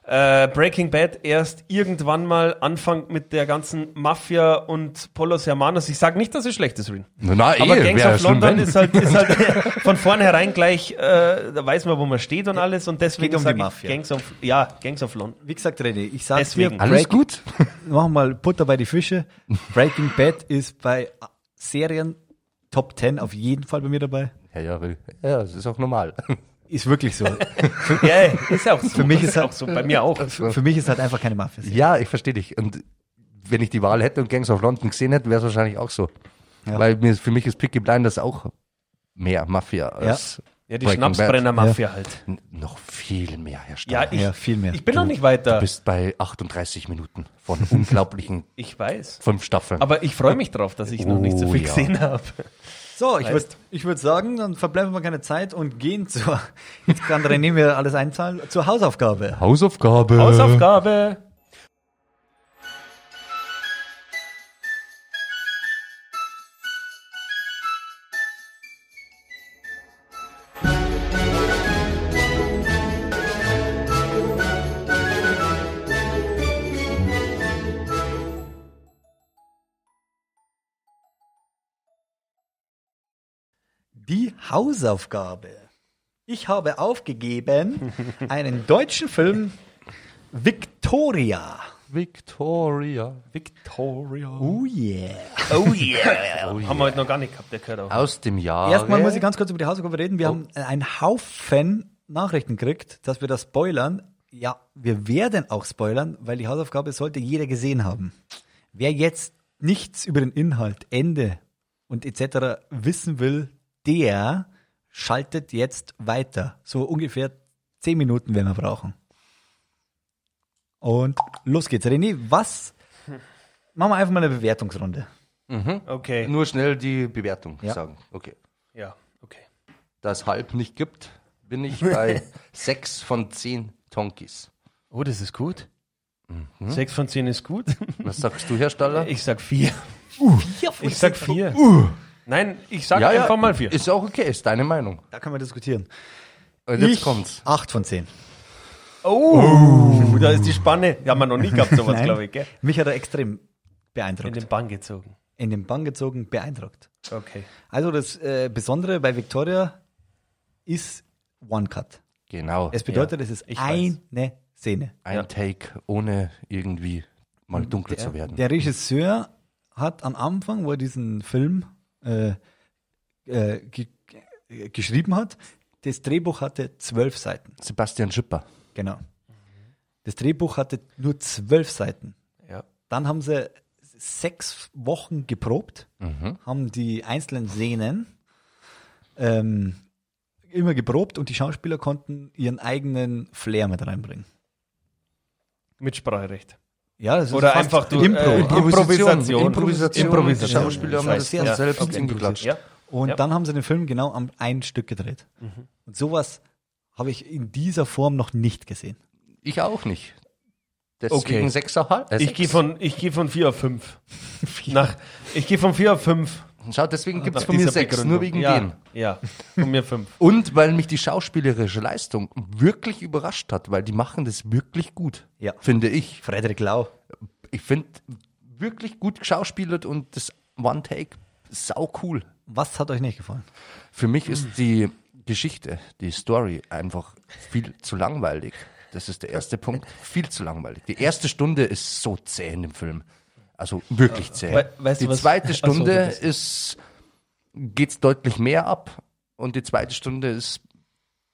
[SPEAKER 9] äh, Breaking Bad erst irgendwann mal anfängt mit der ganzen Mafia und Polos Hermanos. Ich sage nicht, dass es schlecht ist, Rin.
[SPEAKER 4] Na, na, eh,
[SPEAKER 9] Aber Gangs
[SPEAKER 4] wär
[SPEAKER 9] of
[SPEAKER 4] schlimm,
[SPEAKER 9] London
[SPEAKER 4] wenn.
[SPEAKER 9] ist halt, ist halt von vornherein gleich, äh, da weiß man, wo man steht und alles und deswegen
[SPEAKER 3] Geht um die
[SPEAKER 9] sag
[SPEAKER 3] Mafia.
[SPEAKER 9] ich Gangs of, ja, Gangs of London.
[SPEAKER 3] Wie gesagt, René, ich sag
[SPEAKER 9] Deswegen.
[SPEAKER 3] dir,
[SPEAKER 4] Alles
[SPEAKER 3] Break,
[SPEAKER 4] gut?
[SPEAKER 3] mach mal Butter bei die Fische. Breaking Bad ist bei Serien Top 10 auf jeden Fall bei mir dabei.
[SPEAKER 4] Ja, ja, will. Ja, das ist auch normal.
[SPEAKER 3] Ist wirklich so.
[SPEAKER 9] Ja, ist auch so. Für
[SPEAKER 3] mich ist
[SPEAKER 9] auch
[SPEAKER 3] halt-
[SPEAKER 9] so, bei mir auch.
[SPEAKER 3] Für für mich ist halt einfach keine Mafia.
[SPEAKER 4] Ja, ich verstehe dich. Und wenn ich die Wahl hätte und Gangs of London gesehen hätte, wäre es wahrscheinlich auch so.
[SPEAKER 3] Ja.
[SPEAKER 4] Weil mir, für mich ist Picky Blinders auch mehr Mafia als
[SPEAKER 9] Ja, die
[SPEAKER 4] Breaking
[SPEAKER 9] Schnapsbrenner-Mafia halt.
[SPEAKER 4] Bad. N- Noch viel mehr, Herr Stein.
[SPEAKER 9] Ja, ich,
[SPEAKER 3] Ja, viel mehr.
[SPEAKER 9] ich bin noch nicht weiter.
[SPEAKER 4] Du bist bei 38 Minuten von unglaublichen
[SPEAKER 9] Ich weiß.
[SPEAKER 4] fünf Staffeln.
[SPEAKER 9] Aber ich freue mich drauf, dass ich noch nicht so
[SPEAKER 4] Oh,
[SPEAKER 9] viel
[SPEAKER 4] ja.
[SPEAKER 9] gesehen habe.
[SPEAKER 3] So, ich würde
[SPEAKER 9] Heißt-
[SPEAKER 3] ich würd sagen, dann verbleiben wir keine Zeit und gehen zur, jetzt kann René mir alles einzahlen, zur Hausaufgabe.
[SPEAKER 4] Hausaufgabe.
[SPEAKER 9] Hausaufgabe.
[SPEAKER 3] Die Hausaufgabe. Ich habe aufgegeben einen deutschen Film Victoria.
[SPEAKER 4] Victoria. Uh,
[SPEAKER 9] Victoria.
[SPEAKER 3] Oh yeah.
[SPEAKER 9] Oh yeah. Haben wir heute noch gar nicht gehabt, der gehört auch.
[SPEAKER 4] Aus dem Jahr.
[SPEAKER 3] Erstmal muss ich äh, ganz kurz über die Hausaufgabe reden. Wir haben einen Haufen Nachrichten gekriegt, dass wir das spoilern. ja, wir werden auch spoilern, weil die Hausaufgabe sollte jeder gesehen haben. Wer jetzt nichts über den Inhalt, Ende und etc. wissen will, der schaltet jetzt weiter. So ungefähr 10 Minuten werden wir brauchen. Und los geht's. René, was? Machen wir einfach mal eine Bewertungsrunde.
[SPEAKER 9] Okay.
[SPEAKER 4] Äh, Nur schnell die Bewertung
[SPEAKER 3] Ja.
[SPEAKER 4] sagen. Okay.
[SPEAKER 9] Ja, okay.
[SPEAKER 4] Da es halb nicht gibt, bin ich bei 6 von 10 Tonkis.
[SPEAKER 9] Oh, das ist gut. Sechs von zehn ist gut.
[SPEAKER 4] Was sagst du, Herr Staller?
[SPEAKER 9] Ich sag vier. Ich sag vier. Nein, ich sag einfach mal vier.
[SPEAKER 4] Ist auch okay, ist deine Meinung.
[SPEAKER 3] Da können wir diskutieren.
[SPEAKER 4] Und jetzt kommt's.
[SPEAKER 3] 8 von 10.
[SPEAKER 9] Oh, da ist die Spanne. Ja, man noch nie gehabt sowas,
[SPEAKER 3] Nein.
[SPEAKER 9] glaube ich, gell?
[SPEAKER 3] Mich hat er extrem
[SPEAKER 9] In
[SPEAKER 3] beeindruckt.
[SPEAKER 9] den Bann gezogen.
[SPEAKER 3] In den Bann gezogen, beeindruckt.
[SPEAKER 9] Okay.
[SPEAKER 3] Also das äh, Besondere bei Victoria ist One Cut.
[SPEAKER 4] Genau.
[SPEAKER 3] Es bedeutet, es ist
[SPEAKER 9] ich
[SPEAKER 3] eine Szene.
[SPEAKER 4] Ein Take, ohne irgendwie mal dunkel zu werden.
[SPEAKER 3] Der Regisseur hat am Anfang, wo er diesen Film äh, äh, ge ge- geschrieben hat, das Drehbuch hatte zwölf Seiten.
[SPEAKER 4] Sebastian Schipper.
[SPEAKER 3] Genau. Das Drehbuch hatte nur zwölf Seiten.
[SPEAKER 9] Mhm. Ja.
[SPEAKER 3] Dann haben sie sechs Wochen geprobt,
[SPEAKER 9] Mhm.
[SPEAKER 3] haben die einzelnen Szenen ähm, immer geprobt und die Schauspieler konnten ihren eigenen Flair mit reinbringen.
[SPEAKER 9] Mitspracherecht.
[SPEAKER 3] Ja, das
[SPEAKER 9] Also Oder
[SPEAKER 3] fast
[SPEAKER 9] einfach durch
[SPEAKER 3] Impro.
[SPEAKER 9] äh, Improvisation.
[SPEAKER 4] Improvisation. Die
[SPEAKER 9] Improvisation.
[SPEAKER 4] Schauspieler haben
[SPEAKER 3] Ja.
[SPEAKER 4] das dann
[SPEAKER 9] Ja.
[SPEAKER 4] selbst hingeklatscht.
[SPEAKER 9] Ja.
[SPEAKER 3] Und
[SPEAKER 9] Ja. Mhm.
[SPEAKER 3] dann haben sie den Film genau am ein Stück gedreht. Und sowas habe ich in dieser Form noch nicht gesehen.
[SPEAKER 4] Ich auch nicht.
[SPEAKER 9] Okay.
[SPEAKER 4] Deswegen 6,5. Äh,
[SPEAKER 9] Ich gehe von, ich geh von vier auf fünf. Nach, ich gehe von vier auf fünf.
[SPEAKER 4] Schau, deswegen gibt es
[SPEAKER 9] Nach
[SPEAKER 4] von mir
[SPEAKER 9] dieser
[SPEAKER 4] 6,
[SPEAKER 9] Begründung.
[SPEAKER 4] nur wegen
[SPEAKER 9] ja,
[SPEAKER 4] dem.
[SPEAKER 9] Ja, von mir fünf.
[SPEAKER 4] Und weil mich die schauspielerische Leistung wirklich überrascht hat, weil die machen das wirklich gut,
[SPEAKER 3] Ja.
[SPEAKER 4] finde ich.
[SPEAKER 3] Frederik Lau.
[SPEAKER 4] Ich finde wirklich gut geschauspielert und das One-Take sau cool.
[SPEAKER 3] Was hat euch nicht gefallen?
[SPEAKER 4] Für mich
[SPEAKER 9] Hm.
[SPEAKER 4] ist die Geschichte, die Story einfach viel zu langweilig. Das ist der erste Punkt. Viel zu langweilig. Die erste Stunde ist so zäh in dem Film. Also wirklich zäh.
[SPEAKER 9] Äh, We- weißt du
[SPEAKER 4] die
[SPEAKER 9] was-
[SPEAKER 4] zweite
[SPEAKER 9] Ach so, du
[SPEAKER 4] Stunde
[SPEAKER 9] bist-
[SPEAKER 4] ist geht's deutlich mehr ab und die zweite Stunde ist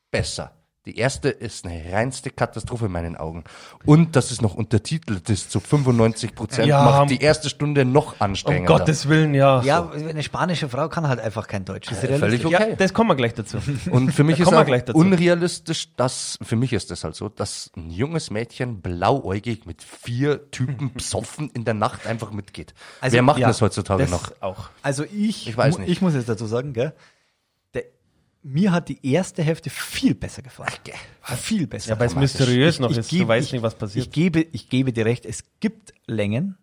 [SPEAKER 4] besser. Die erste ist eine reinste Katastrophe in meinen Augen. Und dass es noch untertitelt ist zu 95 Prozent,
[SPEAKER 9] Ja,
[SPEAKER 4] macht
[SPEAKER 9] um-
[SPEAKER 4] die erste Stunde noch
[SPEAKER 9] Um
[SPEAKER 4] anstrengender.
[SPEAKER 9] Gottes Willen, ja.
[SPEAKER 3] Ja, eine spanische Frau kann halt einfach kein Deutsch. Das ist
[SPEAKER 4] völlig
[SPEAKER 3] realistisch.
[SPEAKER 4] okay.
[SPEAKER 9] Ja, das kommen wir gleich dazu.
[SPEAKER 4] Und für mich
[SPEAKER 9] Da
[SPEAKER 4] ist
[SPEAKER 9] kommen wir
[SPEAKER 4] auch
[SPEAKER 9] gleich dazu.
[SPEAKER 4] unrealistisch, dass, für mich ist das halt so, dass ein junges Mädchen blauäugig mit vier Typen besoffen in der Nacht einfach mitgeht.
[SPEAKER 3] Also,
[SPEAKER 4] Wer macht
[SPEAKER 3] ja,
[SPEAKER 4] das heutzutage
[SPEAKER 9] Das
[SPEAKER 4] noch?
[SPEAKER 9] auch.
[SPEAKER 3] Also ich,
[SPEAKER 4] Ich weiß
[SPEAKER 3] mu-
[SPEAKER 4] nicht.
[SPEAKER 3] ich muss jetzt dazu sagen, gell? Der, mir hat die erste Hälfte viel besser gefallen. Viel besser.
[SPEAKER 9] Ja, weil es mysteriös noch
[SPEAKER 3] ich
[SPEAKER 9] ist.
[SPEAKER 3] geb-
[SPEAKER 9] du weißt
[SPEAKER 3] ich-
[SPEAKER 9] nicht, was passiert.
[SPEAKER 3] Ich gebe, ich gebe dir recht, es gibt Längen.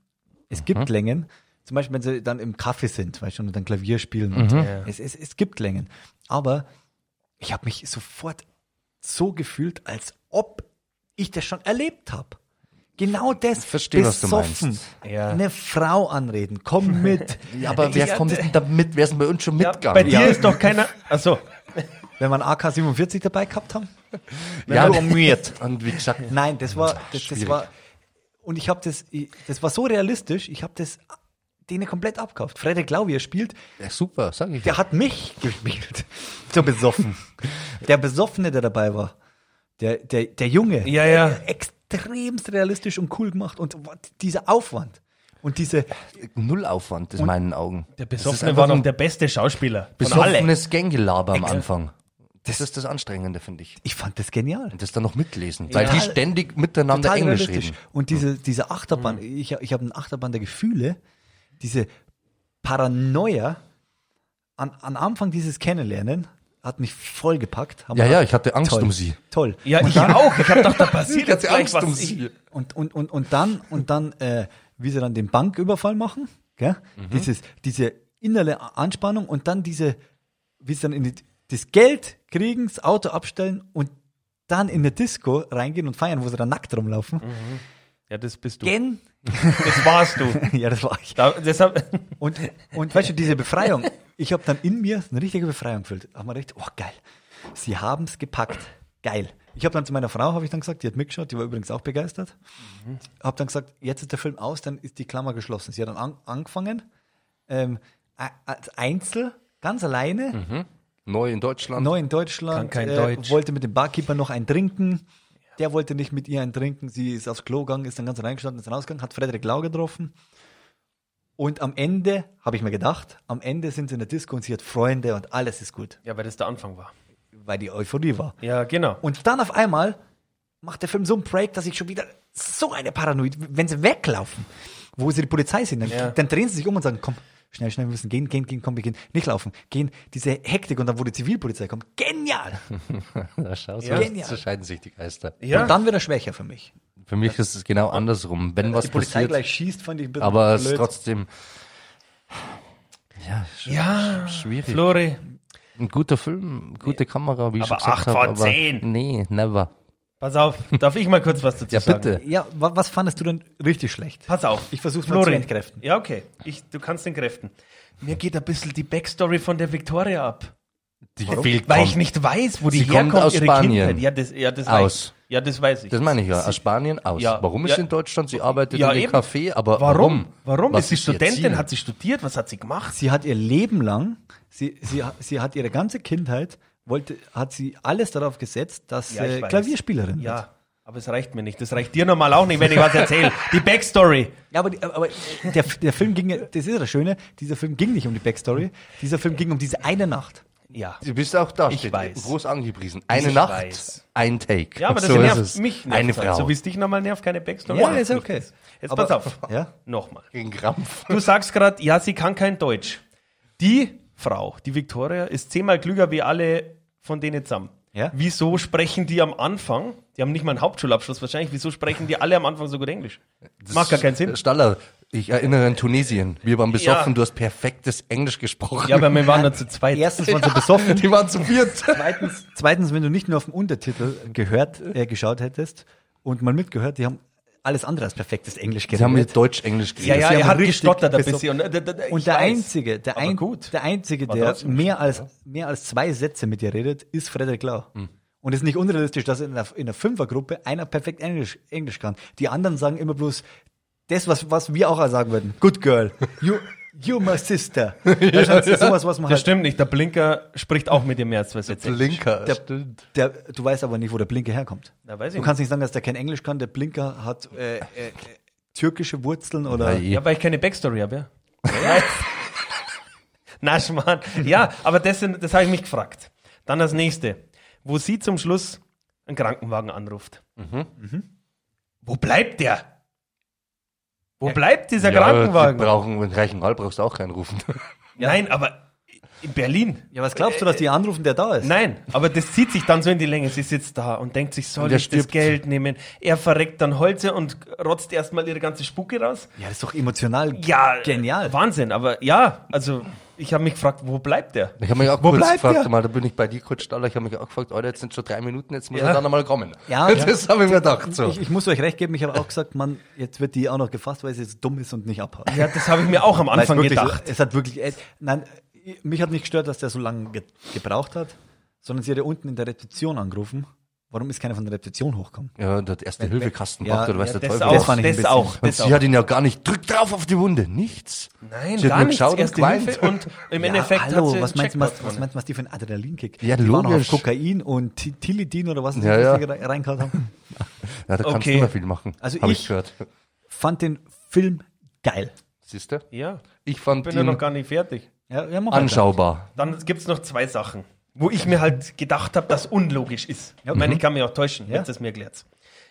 [SPEAKER 3] Es
[SPEAKER 4] Mhm.
[SPEAKER 3] gibt Längen. Zum Beispiel, wenn sie dann im Kaffee sind, weißt du, und dann Klavier spielen.
[SPEAKER 4] Mhm.
[SPEAKER 3] Und es, es, es gibt Längen. Aber ich habe mich sofort so gefühlt, als ob ich das schon erlebt habe. Genau das.
[SPEAKER 4] verstehe, was du
[SPEAKER 3] besoffen,
[SPEAKER 4] meinst.
[SPEAKER 9] Ja.
[SPEAKER 3] Eine Frau anreden, komm mit.
[SPEAKER 4] Ja, aber wer kommt denn da mit? Wer ist denn bei uns schon
[SPEAKER 9] ja, bei
[SPEAKER 4] mitgegangen?
[SPEAKER 9] dir ist doch keiner. Achso,
[SPEAKER 3] Wenn wir einen AK-47 dabei gehabt haben.
[SPEAKER 4] Ja,
[SPEAKER 3] Nur umgehört.
[SPEAKER 4] Und wie gesagt,
[SPEAKER 3] Nein, das war, das, das
[SPEAKER 4] Schwierig.
[SPEAKER 3] war, und ich habe das, ich- das war so realistisch, ich habe das denen komplett abkauft. Frederik Lau, wie er spielt,
[SPEAKER 4] ja, super, sag ich.
[SPEAKER 3] der hat mich gespielt. So besoffen. Der Besoffene, der dabei war. Der, der, der Junge.
[SPEAKER 9] Ja, ja.
[SPEAKER 3] Äh, Extremst realistisch und cool gemacht. Und wat- dieser Aufwand. Und diese,
[SPEAKER 4] Null Aufwand in meinen Augen.
[SPEAKER 9] der
[SPEAKER 4] Das ist
[SPEAKER 9] Besoffene
[SPEAKER 4] einfach
[SPEAKER 9] war noch
[SPEAKER 4] ein
[SPEAKER 9] der beste Schauspieler. Von alle.
[SPEAKER 4] besoffenes Gängelaber am Anfang. Das ist das Anstrengende, finde ich.
[SPEAKER 3] ich fand das genial.
[SPEAKER 4] Und das dann noch mitlesen, weil die
[SPEAKER 3] Total-
[SPEAKER 4] ständig miteinander
[SPEAKER 3] total
[SPEAKER 4] Englisch
[SPEAKER 3] realistisch.
[SPEAKER 4] reden. Mhm.
[SPEAKER 3] Und diese, diese Achterbahn, ich, ich habe eine Achterbahn der Gefühle, diese Paranoia, an, an Anfang dieses Kennenlernen, hat mich voll gepackt. Haben
[SPEAKER 4] Ja,
[SPEAKER 3] wir-
[SPEAKER 4] ja, ich hatte Angst
[SPEAKER 3] toll,
[SPEAKER 4] um sie.
[SPEAKER 3] Toll.
[SPEAKER 9] Ja, ich auch. Ich hab doch da passiert jetzt
[SPEAKER 4] hatte
[SPEAKER 9] gleich
[SPEAKER 4] Angst
[SPEAKER 9] was.
[SPEAKER 4] um sie.
[SPEAKER 3] Und, und, und, und dann, und dann äh, wie sie dann den Banküberfall machen, gell?
[SPEAKER 4] Mhm.
[SPEAKER 3] Dieses, diese innere Anspannung und dann diese, wie sie dann in die, das Geld kriegen, das Auto abstellen und dann in eine Disco reingehen und feiern, wo sie dann nackt rumlaufen.
[SPEAKER 4] Mhm.
[SPEAKER 9] Ja, das bist du.
[SPEAKER 3] Gen
[SPEAKER 9] Das warst du.
[SPEAKER 3] ja, das war ich.
[SPEAKER 9] Da, deshalb,
[SPEAKER 3] Und, und weißt du, diese Befreiung, ich habe dann in mir eine richtige Befreiung gefühlt. Hab mir gedacht, oh geil, sie haben es gepackt. Geil. Ich habe dann zu meiner Frau, habe ich dann gesagt, die hat mitgeschaut, die war übrigens auch begeistert. Habe dann gesagt, jetzt ist der Film aus, dann ist die Klammer geschlossen. Sie hat dann an, angefangen, ähm, a- als Einzel, ganz alleine,
[SPEAKER 4] Neu in Deutschland.
[SPEAKER 3] neu in Deutschland, äh,
[SPEAKER 9] Kann kein Deutsch.
[SPEAKER 3] wollte mit dem Barkeeper noch einen trinken. Der wollte nicht mit ihr einen trinken. Sie ist aufs Klo gegangen, ist dann ganz reingestanden, ist dann rausgegangen, hat Frederik Lau getroffen. Und am Ende, habe ich mir gedacht, am Ende sind sie in der Disco und sie hat Freunde und alles ist gut,
[SPEAKER 9] Ja, weil das der Anfang war.
[SPEAKER 3] weil die Euphorie war.
[SPEAKER 9] Ja, genau.
[SPEAKER 3] Und dann auf einmal macht der Film so einen Break, dass ich schon wieder so eine Paranoid, wenn sie weglaufen, wo sie die Polizei sind, dann,
[SPEAKER 9] Ja.
[SPEAKER 3] dann drehen sie sich um und sagen, komm, schnell, schnell, wir müssen gehen, gehen, gehen, komm, wir gehen, nicht laufen, gehen, diese Hektik und dann, wo die Zivilpolizei kommt, genial!
[SPEAKER 4] Da schaust du,
[SPEAKER 3] Ja.
[SPEAKER 4] ja.
[SPEAKER 3] Genial.
[SPEAKER 4] so scheiden sich die Geister.
[SPEAKER 9] Ja.
[SPEAKER 3] Und dann wieder schwächer für mich.
[SPEAKER 4] Für mich ist es genau andersrum.
[SPEAKER 9] äh,
[SPEAKER 4] Wenn was
[SPEAKER 3] die Polizei
[SPEAKER 4] passiert,
[SPEAKER 3] gleich schießt, fand ich ein bisschen
[SPEAKER 4] aber es
[SPEAKER 3] blöd.
[SPEAKER 4] ist trotzdem. Ja, sch
[SPEAKER 9] Ja,
[SPEAKER 4] sch- schwierig.
[SPEAKER 9] Flori,
[SPEAKER 4] Ein guter Film, gute Kamera, wie ich schon
[SPEAKER 9] Aber
[SPEAKER 4] gesagt
[SPEAKER 9] acht
[SPEAKER 4] habe.
[SPEAKER 9] von
[SPEAKER 4] aber
[SPEAKER 9] zehn.
[SPEAKER 4] Nee, never.
[SPEAKER 9] pass auf, darf ich mal kurz was dazu
[SPEAKER 4] Ja,
[SPEAKER 9] sagen?
[SPEAKER 4] bitte.
[SPEAKER 3] Ja, wa was fandest du denn richtig schlecht?
[SPEAKER 9] Pass auf.
[SPEAKER 3] Ich versuch's mal
[SPEAKER 9] Flori.
[SPEAKER 3] zu entkräften.
[SPEAKER 9] Ja, okay. Ich, du kannst entkräften. Mir geht ein bisschen die Backstory von der Victoria ab.
[SPEAKER 4] Die fehlt
[SPEAKER 9] Weil
[SPEAKER 4] kommt.
[SPEAKER 9] ich nicht weiß, wo die
[SPEAKER 4] Sie
[SPEAKER 9] herkommt,
[SPEAKER 4] kommt aus
[SPEAKER 9] ihre
[SPEAKER 4] Spanien.
[SPEAKER 9] Kindheit. Ja, das, ja, das
[SPEAKER 4] Aus.
[SPEAKER 9] Weiß, ja, das weiß ich.
[SPEAKER 4] Das meine ich ja, aus Spanien aus.
[SPEAKER 9] Ja.
[SPEAKER 4] Warum ist
[SPEAKER 9] Ja.
[SPEAKER 4] sie in Deutschland? Sie arbeitet
[SPEAKER 9] Ja,
[SPEAKER 4] in einem
[SPEAKER 9] eben.
[SPEAKER 4] Café, aber
[SPEAKER 9] Warum? Warum?
[SPEAKER 4] Was
[SPEAKER 9] ist sie Studentin?
[SPEAKER 4] Erziehung?
[SPEAKER 9] Hat sie studiert? Was hat sie gemacht?
[SPEAKER 3] Sie hat ihr Leben lang, sie, sie, sie hat ihre ganze Kindheit, wollte, hat sie alles darauf gesetzt, dass
[SPEAKER 9] Ja, ich
[SPEAKER 3] äh,
[SPEAKER 9] weiß.
[SPEAKER 3] Klavierspielerin wird.
[SPEAKER 9] Ja, aber es reicht mir nicht. Das reicht dir normal auch nicht, wenn ich was erzähle. Die Backstory.
[SPEAKER 3] Ja, aber, die- aber äh, der, der Film ging, ja- das ist das Schöne, dieser Film ging nicht um die Backstory, dieser Film ging um diese eine Nacht.
[SPEAKER 9] Ja.
[SPEAKER 4] Du bist auch da,
[SPEAKER 9] Ich
[SPEAKER 4] steht
[SPEAKER 9] weiß.
[SPEAKER 4] groß angepriesen. Eine
[SPEAKER 9] Ich
[SPEAKER 4] Nacht,
[SPEAKER 9] weiß.
[SPEAKER 4] ein Take.
[SPEAKER 9] Ja, aber das
[SPEAKER 4] So ist es.
[SPEAKER 9] nervt mich nervt
[SPEAKER 4] Eine
[SPEAKER 9] halt.
[SPEAKER 4] Frau.
[SPEAKER 9] So wie es dich nochmal nervt, keine Backstory.
[SPEAKER 3] Ja,
[SPEAKER 9] nervt
[SPEAKER 3] ist
[SPEAKER 9] mich
[SPEAKER 3] okay.
[SPEAKER 9] das. Jetzt
[SPEAKER 3] Aber-
[SPEAKER 9] pass auf.
[SPEAKER 3] Ja?
[SPEAKER 9] Nochmal.
[SPEAKER 4] Gegen Krampf.
[SPEAKER 9] Du sagst gerade, ja, sie kann kein Deutsch. Die Frau, die Victoria, ist zehnmal klüger wie alle von denen zusammen.
[SPEAKER 3] Ja.
[SPEAKER 9] Wieso sprechen die am Anfang, die haben nicht mal einen Hauptschulabschluss wahrscheinlich, wieso sprechen die alle am Anfang so gut Englisch? Macht gar keinen Sinn.
[SPEAKER 4] Staller, ich erinnere an Tunesien. Wir waren besoffen,
[SPEAKER 9] Ja.
[SPEAKER 4] du hast perfektes Englisch gesprochen.
[SPEAKER 9] Ja, aber wir waren Genau. nur zu zweit.
[SPEAKER 3] Erstens waren sie besoffen,
[SPEAKER 4] die waren zu viert.
[SPEAKER 3] zweitens, zweitens, wenn du nicht nur auf den Untertitel gehört, äh, geschaut hättest und mal mitgehört, die haben alles andere als perfektes Englisch
[SPEAKER 4] Die haben mit
[SPEAKER 3] geredet.
[SPEAKER 4] Deutsch-Englisch
[SPEAKER 9] ja,
[SPEAKER 4] geredet.
[SPEAKER 9] ja,
[SPEAKER 3] Sie
[SPEAKER 9] er
[SPEAKER 3] haben
[SPEAKER 9] hat
[SPEAKER 3] richtig
[SPEAKER 9] gestottert ein
[SPEAKER 3] beso-
[SPEAKER 9] bisschen. Und, äh, d- d- ich
[SPEAKER 3] Und der
[SPEAKER 9] weiß.
[SPEAKER 3] einzige, der,
[SPEAKER 9] Aber
[SPEAKER 3] ein,
[SPEAKER 9] gut.
[SPEAKER 3] der einzige,
[SPEAKER 9] War
[SPEAKER 3] der
[SPEAKER 9] trotzdem
[SPEAKER 3] mehr als, mehr als zwei Sätze mit dir redet, ist Frederik Lau.
[SPEAKER 9] Hm.
[SPEAKER 3] Und es ist nicht unrealistisch, dass in einer, in einer Fünfergruppe einer perfekt Englisch, Englisch kann. Die anderen sagen immer bloß das, was, was wir auch sagen würden. Good girl. You, you my sister. Da scheint sowas, was man
[SPEAKER 9] Das
[SPEAKER 3] halt,
[SPEAKER 9] stimmt nicht, der Blinker spricht auch mit dir mehr als zwei Sätze.
[SPEAKER 4] Blinker.
[SPEAKER 3] Der- der, du weißt aber nicht, wo der Blinker herkommt.
[SPEAKER 9] Da weiß ich
[SPEAKER 3] Du kannst nicht sagen, dass der kein Englisch kann. Der Blinker hat äh, äh, äh, türkische Wurzeln oder...
[SPEAKER 4] Ja, eh.
[SPEAKER 9] nicht. Ja, weil ich keine Backstory habe, ja. ja. Na, Schmarrn. Ja, aber das, sind- das habe ich mich gefragt. Dann das nächste, wo sie zum Schluss einen Krankenwagen anruft.
[SPEAKER 4] Mhm.
[SPEAKER 9] Mhm. Wo bleibt der? Wo bleibt dieser
[SPEAKER 4] Ja,
[SPEAKER 9] Krankenwagen?
[SPEAKER 4] Die brauchen, in Reichenhall brauchst du auch keinen rufen.
[SPEAKER 9] Nein, aber in Berlin.
[SPEAKER 3] Ja, was glaubst du, dass die anrufen, der da ist?
[SPEAKER 9] Nein, aber das zieht sich dann so in die Länge. Sie sitzt da und denkt sich, soll
[SPEAKER 4] Und er
[SPEAKER 9] ich das
[SPEAKER 4] stirbt.
[SPEAKER 9] Geld nehmen? Er verreckt dann Holze und rotzt erstmal ihre ganze Spucke raus.
[SPEAKER 3] Ja, das ist doch emotional
[SPEAKER 9] Ja,
[SPEAKER 3] genial.
[SPEAKER 9] Wahnsinn, aber ja, also ich habe mich gefragt, wo bleibt der?
[SPEAKER 4] Ich habe mich auch
[SPEAKER 9] Wo
[SPEAKER 4] kurz
[SPEAKER 9] bleibt
[SPEAKER 4] gefragt,
[SPEAKER 9] der?
[SPEAKER 4] mal, da bin ich bei dir kurz Staller, ich habe mich auch gefragt, Alter, jetzt sind schon drei Minuten, jetzt muss
[SPEAKER 9] Ja.
[SPEAKER 4] er dann einmal kommen.
[SPEAKER 3] Ja,
[SPEAKER 4] das habe ich mir gedacht. So.
[SPEAKER 3] Ich, ich muss euch recht geben, ich habe auch gesagt, man, jetzt wird die auch noch gefasst, weil sie so dumm ist und nicht abhaut.
[SPEAKER 9] Ja, das habe ich mir auch am
[SPEAKER 3] Weil es
[SPEAKER 9] Anfang
[SPEAKER 3] wirklich,
[SPEAKER 9] gedacht.
[SPEAKER 3] Es hat wirklich, äh, nein, ich- mich hat nicht gestört, dass der so lange ge gebraucht hat, sondern sie hat ja unten in der Rezeption angerufen. Warum ist keiner von der Rezeption hochgekommen?
[SPEAKER 4] ja, der erste Hilfekasten
[SPEAKER 3] ja,
[SPEAKER 4] macht, oder weiß
[SPEAKER 9] Ja,
[SPEAKER 4] der
[SPEAKER 9] das
[SPEAKER 4] Teufel.
[SPEAKER 9] auch,
[SPEAKER 4] was.
[SPEAKER 3] das fand ich ein
[SPEAKER 9] das
[SPEAKER 3] bisschen-
[SPEAKER 9] auch.
[SPEAKER 4] Und
[SPEAKER 9] Das
[SPEAKER 4] sie
[SPEAKER 9] auch.
[SPEAKER 4] hat ihn ja gar nicht, drück drauf auf die Wunde, nichts.
[SPEAKER 9] Nein,
[SPEAKER 4] sie hat
[SPEAKER 9] gar
[SPEAKER 4] nur
[SPEAKER 9] nichts.
[SPEAKER 4] geschaut und
[SPEAKER 9] Erste
[SPEAKER 4] geweint.
[SPEAKER 9] Hilfe und im Endeffekt hat
[SPEAKER 3] hallo,
[SPEAKER 9] sie
[SPEAKER 3] was
[SPEAKER 9] einen
[SPEAKER 3] meinst, du, was,
[SPEAKER 9] Jackpot
[SPEAKER 3] was meinst du, was die für einen Adrenalinkick?
[SPEAKER 4] Ja,
[SPEAKER 3] die waren noch auf
[SPEAKER 4] logisch.
[SPEAKER 3] Kokain und Ti- Tilidin oder was,
[SPEAKER 4] Ja, ja.
[SPEAKER 3] die re- reingehauen haben.
[SPEAKER 4] Ja, da kannst du
[SPEAKER 9] Okay.
[SPEAKER 4] nicht mehr viel machen.
[SPEAKER 3] Also
[SPEAKER 4] Hab
[SPEAKER 3] ich-
[SPEAKER 4] gehört.
[SPEAKER 3] Fand den Film geil.
[SPEAKER 4] Siehst du?
[SPEAKER 9] gewonnen. Ja,
[SPEAKER 4] Ich fand
[SPEAKER 9] bin ja
[SPEAKER 4] ihn
[SPEAKER 9] noch gar nicht fertig.
[SPEAKER 3] Ja, ja, mach weiter.
[SPEAKER 4] anschaubar.
[SPEAKER 9] Dann gibt es noch zwei Sachen, wo ich mir halt gedacht habe, dass unlogisch ist. Ich
[SPEAKER 4] Mhm.
[SPEAKER 9] meine, ich kann mich auch täuschen,
[SPEAKER 3] Ja.
[SPEAKER 9] jetzt ist mir erklärt.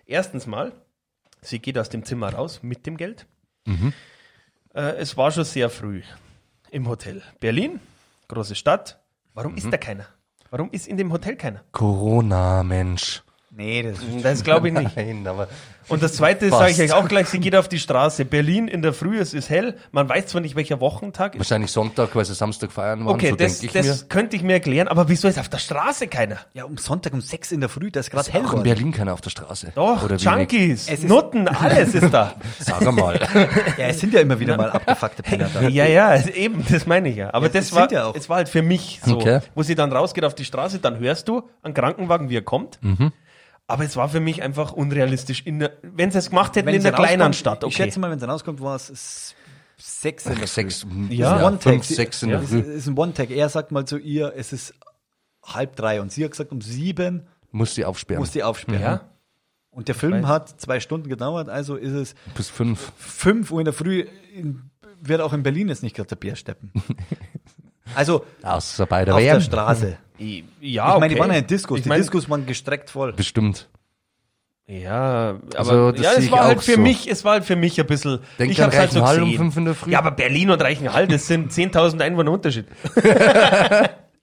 [SPEAKER 9] Erstens mal, sie geht aus dem Zimmer raus mit dem Geld.
[SPEAKER 4] Mhm.
[SPEAKER 9] Äh, es war schon sehr früh im Hotel. Berlin, große Stadt. Warum
[SPEAKER 4] Mhm.
[SPEAKER 9] ist da keiner? Warum ist in dem Hotel keiner?
[SPEAKER 4] Corona, Mensch.
[SPEAKER 3] Nee, das ist
[SPEAKER 4] Hm.
[SPEAKER 9] Das glaube ich nicht.
[SPEAKER 4] Nein, aber
[SPEAKER 9] Und das Zweite
[SPEAKER 4] Passt.
[SPEAKER 9] sage ich euch auch gleich, sie geht auf die Straße. Berlin in der Früh, es ist hell. Man weiß zwar nicht, welcher Wochentag ist.
[SPEAKER 4] wahrscheinlich Sonntag, weil sie Samstag feiern waren,
[SPEAKER 9] Okay,
[SPEAKER 4] so
[SPEAKER 9] das,
[SPEAKER 4] denke ich mir.
[SPEAKER 9] das könnte ich mir erklären, aber wieso ist auf der Straße keiner?
[SPEAKER 3] ja um Sonntag um sechs in der Früh, da ist gerade hell
[SPEAKER 4] Auch in
[SPEAKER 3] geworden.
[SPEAKER 4] Berlin keiner auf der Straße.
[SPEAKER 9] Doch,
[SPEAKER 4] Oder wenig.
[SPEAKER 9] Junkies,
[SPEAKER 3] Es ist-
[SPEAKER 9] Nutten, alles ist da.
[SPEAKER 4] Sag mal.
[SPEAKER 3] Ja, es sind ja immer wieder mal abgefuckte Penner da.
[SPEAKER 9] ja, ja, es- eben, das meine ich ja. Aber
[SPEAKER 3] Ja,
[SPEAKER 9] das
[SPEAKER 3] es
[SPEAKER 9] war,
[SPEAKER 3] sind ja auch-
[SPEAKER 9] es war halt für mich so,
[SPEAKER 4] Okay.
[SPEAKER 9] wo sie dann rausgeht auf die Straße, dann hörst du einen Krankenwagen, wie er kommt.
[SPEAKER 4] Mhm.
[SPEAKER 9] Aber es war für mich einfach unrealistisch. In der, wenn sie es gemacht hätten
[SPEAKER 3] Wenn
[SPEAKER 9] in
[SPEAKER 3] sie
[SPEAKER 9] der kleineren
[SPEAKER 3] rauskommt,
[SPEAKER 9] Stadt, okay.
[SPEAKER 3] Ich schätze mal, wenn es dann rauskommt, war es s- sechs in der Früh.
[SPEAKER 4] Sechs,
[SPEAKER 9] Ja.
[SPEAKER 4] ja, fünf,
[SPEAKER 3] Sie-
[SPEAKER 4] sechs in
[SPEAKER 3] ja.
[SPEAKER 4] der
[SPEAKER 3] Es
[SPEAKER 4] Früh.
[SPEAKER 3] ist ein One-Tag. Er sagt mal zu ihr, es ist halb drei und sie hat gesagt, um sieben
[SPEAKER 4] Muss sie aufsperren.
[SPEAKER 3] muss die aufsperren.
[SPEAKER 9] Ja.
[SPEAKER 3] Und der Film
[SPEAKER 9] weiß.
[SPEAKER 3] hat zwei Stunden gedauert, also ist es
[SPEAKER 4] Bis fünf.
[SPEAKER 3] 5 Uhr in der Früh, in, wird auch in Berlin jetzt nicht gerade der Bier steppen. Also
[SPEAKER 4] Außer bei der
[SPEAKER 3] auf der
[SPEAKER 4] WM.
[SPEAKER 3] Straße.
[SPEAKER 9] Ja,
[SPEAKER 3] Ah, Ich meine, die waren ja in Discos,
[SPEAKER 9] Ich
[SPEAKER 3] die
[SPEAKER 9] meine-
[SPEAKER 3] Discos waren gestreckt voll.
[SPEAKER 4] Bestimmt.
[SPEAKER 9] Ja, aber
[SPEAKER 4] Also, das
[SPEAKER 9] ja,
[SPEAKER 4] sehe
[SPEAKER 9] es
[SPEAKER 4] ich
[SPEAKER 9] war halt
[SPEAKER 4] auch
[SPEAKER 9] für
[SPEAKER 4] so.
[SPEAKER 9] mich, es war halt für mich ein bisschen.
[SPEAKER 4] Denk
[SPEAKER 9] ich
[SPEAKER 4] an
[SPEAKER 9] hab's halt so
[SPEAKER 4] Reichenhall um
[SPEAKER 9] gesehen.
[SPEAKER 4] fünf in der Früh.
[SPEAKER 9] Ja, aber Berlin und Reichenhall, das sind 10.000 Einwohner Unterschied.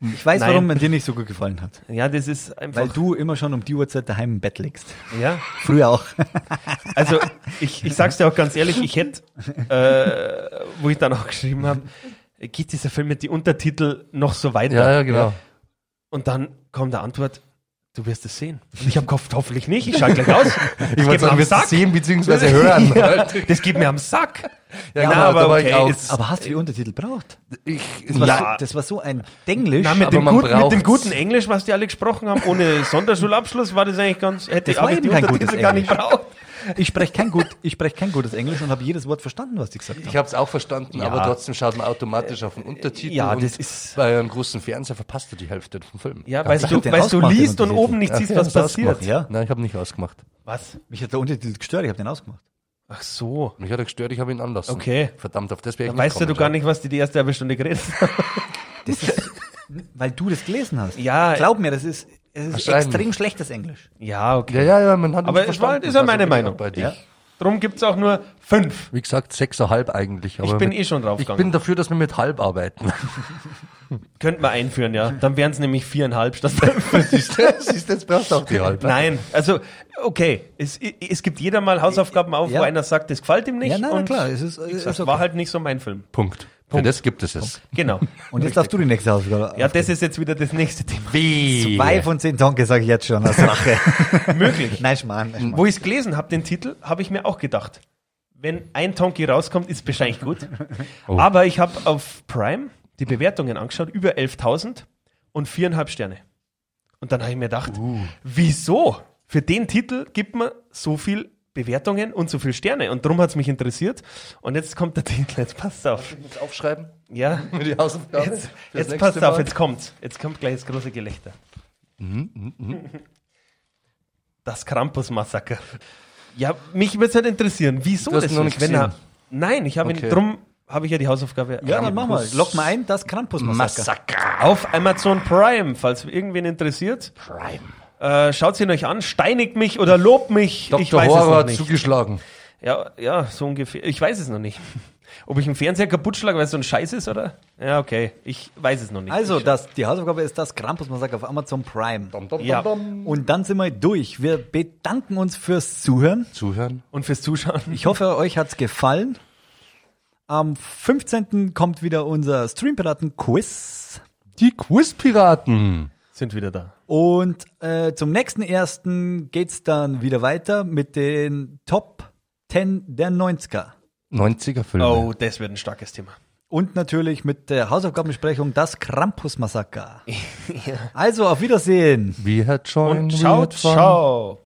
[SPEAKER 3] Ich weiß,
[SPEAKER 9] Nein.
[SPEAKER 3] warum mir dir nicht so gut gefallen hat.
[SPEAKER 9] Ja, das ist
[SPEAKER 3] Weil
[SPEAKER 9] einfach.
[SPEAKER 3] du immer schon um die Uhrzeit daheim im Bett liegst.
[SPEAKER 9] ja.
[SPEAKER 3] Früher auch.
[SPEAKER 9] Also, ich, ich sag's dir auch ganz ehrlich, ich hätte, äh, wo ich dann auch geschrieben habe, geht dieser Film mit die Untertitel noch so weiter?
[SPEAKER 4] Ja, ja, genau.
[SPEAKER 9] Und dann kommt die Antwort, du wirst es sehen. Und ich habe gehofft, hoffentlich nicht, ich schalte gleich aus. Ich
[SPEAKER 4] wollte sagen, wirst es sehen beziehungsweise hören.
[SPEAKER 9] ja, das geht mir am Sack.
[SPEAKER 4] Ja,
[SPEAKER 9] Na,
[SPEAKER 4] genau, da war ich auch.
[SPEAKER 9] es-
[SPEAKER 3] Aber hast du die Untertitel braucht?
[SPEAKER 4] Ich,
[SPEAKER 3] Das war,
[SPEAKER 9] Ja.
[SPEAKER 3] so, das war so ein Denglisch.
[SPEAKER 9] Na, mit,
[SPEAKER 4] aber
[SPEAKER 9] dem
[SPEAKER 4] man
[SPEAKER 9] guten, mit dem
[SPEAKER 4] braucht's.
[SPEAKER 9] guten Englisch, was die alle gesprochen haben, ohne Sonderschulabschluss, war das eigentlich ganz, hätte
[SPEAKER 3] Das war
[SPEAKER 9] ich
[SPEAKER 3] eben
[SPEAKER 9] die
[SPEAKER 3] kein
[SPEAKER 9] Untertitel
[SPEAKER 3] gutes
[SPEAKER 9] gar nicht
[SPEAKER 3] Englisch.
[SPEAKER 9] braucht.
[SPEAKER 3] ich spreche kein, gut, ich sprech kein gutes Englisch und habe jedes Wort verstanden, was die gesagt haben.
[SPEAKER 4] ich habe es auch verstanden, aber trotzdem schaut man automatisch auf den Untertitel.
[SPEAKER 9] ja,
[SPEAKER 4] und
[SPEAKER 9] das ist-
[SPEAKER 4] Bei einem großen Fernseher verpasst du die Hälfte vom Film.
[SPEAKER 9] Ja, weil
[SPEAKER 3] ich
[SPEAKER 9] du,
[SPEAKER 3] hab den
[SPEAKER 9] weil du
[SPEAKER 3] ausgemacht, den
[SPEAKER 9] liest und
[SPEAKER 3] Untertitel.
[SPEAKER 9] oben nicht
[SPEAKER 4] Ja,
[SPEAKER 9] siehst,
[SPEAKER 4] ich
[SPEAKER 9] was
[SPEAKER 4] hab's ausgemacht,
[SPEAKER 9] passiert.
[SPEAKER 3] Ja,
[SPEAKER 4] Nein, ich habe nicht ausgemacht.
[SPEAKER 9] Was?
[SPEAKER 3] mich hat der Untertitel gestört, ich habe den ausgemacht.
[SPEAKER 9] Ach so.
[SPEAKER 4] Mich hat er gestört, ich habe ihn anlassen.
[SPEAKER 9] Okay.
[SPEAKER 4] Verdammt, auf das wäre ich
[SPEAKER 9] Dann weißt ja du
[SPEAKER 4] gekommen,
[SPEAKER 9] gar nicht, was die die erste halbe Stunde geredet haben.
[SPEAKER 3] Das ist, weil du das gelesen hast.
[SPEAKER 9] Ja.
[SPEAKER 3] Glaub mir, das ist, es ist
[SPEAKER 4] Wahrscheinlich.
[SPEAKER 3] extrem schlechtes Englisch.
[SPEAKER 9] Ja, okay.
[SPEAKER 4] Ja, ja, ja, man hat
[SPEAKER 9] Aber
[SPEAKER 4] ihn
[SPEAKER 9] es war-
[SPEAKER 4] verstanden,
[SPEAKER 9] ist ja meine
[SPEAKER 4] bin ich
[SPEAKER 9] Meinung.
[SPEAKER 4] auch Bei dir.
[SPEAKER 3] Ja.
[SPEAKER 9] Drum gibt's auch nur fünf.
[SPEAKER 4] Wie gesagt, sechseinhalb eigentlich. Aber
[SPEAKER 9] Ich bin
[SPEAKER 4] mit,
[SPEAKER 9] eh schon
[SPEAKER 4] ich
[SPEAKER 9] draufgegangen.
[SPEAKER 4] bin dafür, dass wir mit halb arbeiten.
[SPEAKER 9] Könnten wir einführen, ja. Dann wären es nämlich viereinhalb statt fünf.
[SPEAKER 4] Siehst du, siehst du, jetzt brauchst du auch die halbe.
[SPEAKER 9] Nein, also, okay. Es, es gibt jeder mal Hausaufgaben auf,
[SPEAKER 3] Ja.
[SPEAKER 9] wo einer sagt, das gefällt ihm nicht.
[SPEAKER 3] Ja, nein, na
[SPEAKER 9] und
[SPEAKER 3] klar, es ist-
[SPEAKER 9] wie
[SPEAKER 3] es ist
[SPEAKER 9] gesagt,
[SPEAKER 3] okay.
[SPEAKER 9] war halt nicht so mein Film.
[SPEAKER 4] Punkt. Für das gibt es es.
[SPEAKER 9] Genau.
[SPEAKER 3] Und jetzt darfst du die nächste Hausaufgabe.
[SPEAKER 9] Ja, das ist jetzt wieder das nächste Thema.
[SPEAKER 4] Wie?
[SPEAKER 3] Zwei von zehn Tonke sage ich jetzt schon als Rache.
[SPEAKER 9] Möglich.
[SPEAKER 3] nein, Schmarrn. nein, Schmarrn.
[SPEAKER 9] Wo ich es gelesen habe, den Titel, habe ich mir auch gedacht, wenn ein Tonki rauskommt, ist wahrscheinlich gut. Aber ich habe auf Prime die Bewertungen angeschaut, über 11.000 und viereinhalb Sterne. Und dann habe ich mir gedacht, wieso? Für den Titel gibt man so viel Bewertungen und so viel Sterne. Und darum hat es mich interessiert. Und jetzt kommt der Titel, jetzt passt auf.
[SPEAKER 4] Jetzt aufschreiben.
[SPEAKER 9] Ja,
[SPEAKER 4] Die Hausaufgabe.
[SPEAKER 9] jetzt,
[SPEAKER 4] fürs
[SPEAKER 9] jetzt
[SPEAKER 4] nächste
[SPEAKER 9] passt
[SPEAKER 4] Mal.
[SPEAKER 9] auf,
[SPEAKER 4] Mhm,
[SPEAKER 9] jetzt kommt's. Jetzt kommt gleich das große Gelächter. Das Krampus-Massaker. Ja, mich würde es halt interessieren, wieso
[SPEAKER 4] Du hast
[SPEAKER 9] das
[SPEAKER 4] ihn noch
[SPEAKER 9] ist,
[SPEAKER 4] nicht
[SPEAKER 9] wenn er.
[SPEAKER 4] gesehen.
[SPEAKER 9] Nein, ich habe ihn,
[SPEAKER 4] Okay.
[SPEAKER 9] drum habe ich ja die Hausaufgabe.
[SPEAKER 3] Ja, dann mach mal. Lock mal ein, das Krampus-Massaker.
[SPEAKER 4] Massaker.
[SPEAKER 9] Auf Amazon Prime, falls irgendwen interessiert.
[SPEAKER 4] Prime.
[SPEAKER 9] Äh, Schaut ihn euch an, steinigt mich oder lobt mich. ich
[SPEAKER 4] Dr.
[SPEAKER 9] weiß
[SPEAKER 4] Horror hat
[SPEAKER 9] es noch nicht.
[SPEAKER 4] zugeschlagen.
[SPEAKER 9] Ja, ja, so ungefähr. Ich weiß es noch nicht. Ob ich einen Fernseher kaputt schlage, weil es so ein Scheiß ist, oder? Ja, okay. Ich weiß es noch nicht.
[SPEAKER 3] Also,
[SPEAKER 9] Ich-
[SPEAKER 3] das, die Hausaufgabe ist das Krampus-Massaker auf Amazon Prime.
[SPEAKER 9] Ja.
[SPEAKER 3] Und dann sind wir durch. Wir bedanken uns fürs Zuhören.
[SPEAKER 4] Zuhören.
[SPEAKER 9] Und fürs Zuschauen.
[SPEAKER 3] Ich hoffe, euch hat's gefallen. Am 15. kommt wieder unser Streampiraten-Quiz.
[SPEAKER 4] Die Quizpiraten.
[SPEAKER 9] sind wieder da.
[SPEAKER 3] Und äh, zum nächsten ersten geht's dann wieder weiter mit den Top 10 der 90er.
[SPEAKER 4] 90er Filme.
[SPEAKER 9] Oh, das wird ein starkes Thema.
[SPEAKER 3] Und natürlich mit der Hausaufgabenbesprechung das Krampus-Massaker. Also auf Wiedersehen.
[SPEAKER 4] Wir hat schon
[SPEAKER 9] Und schaut, schaut.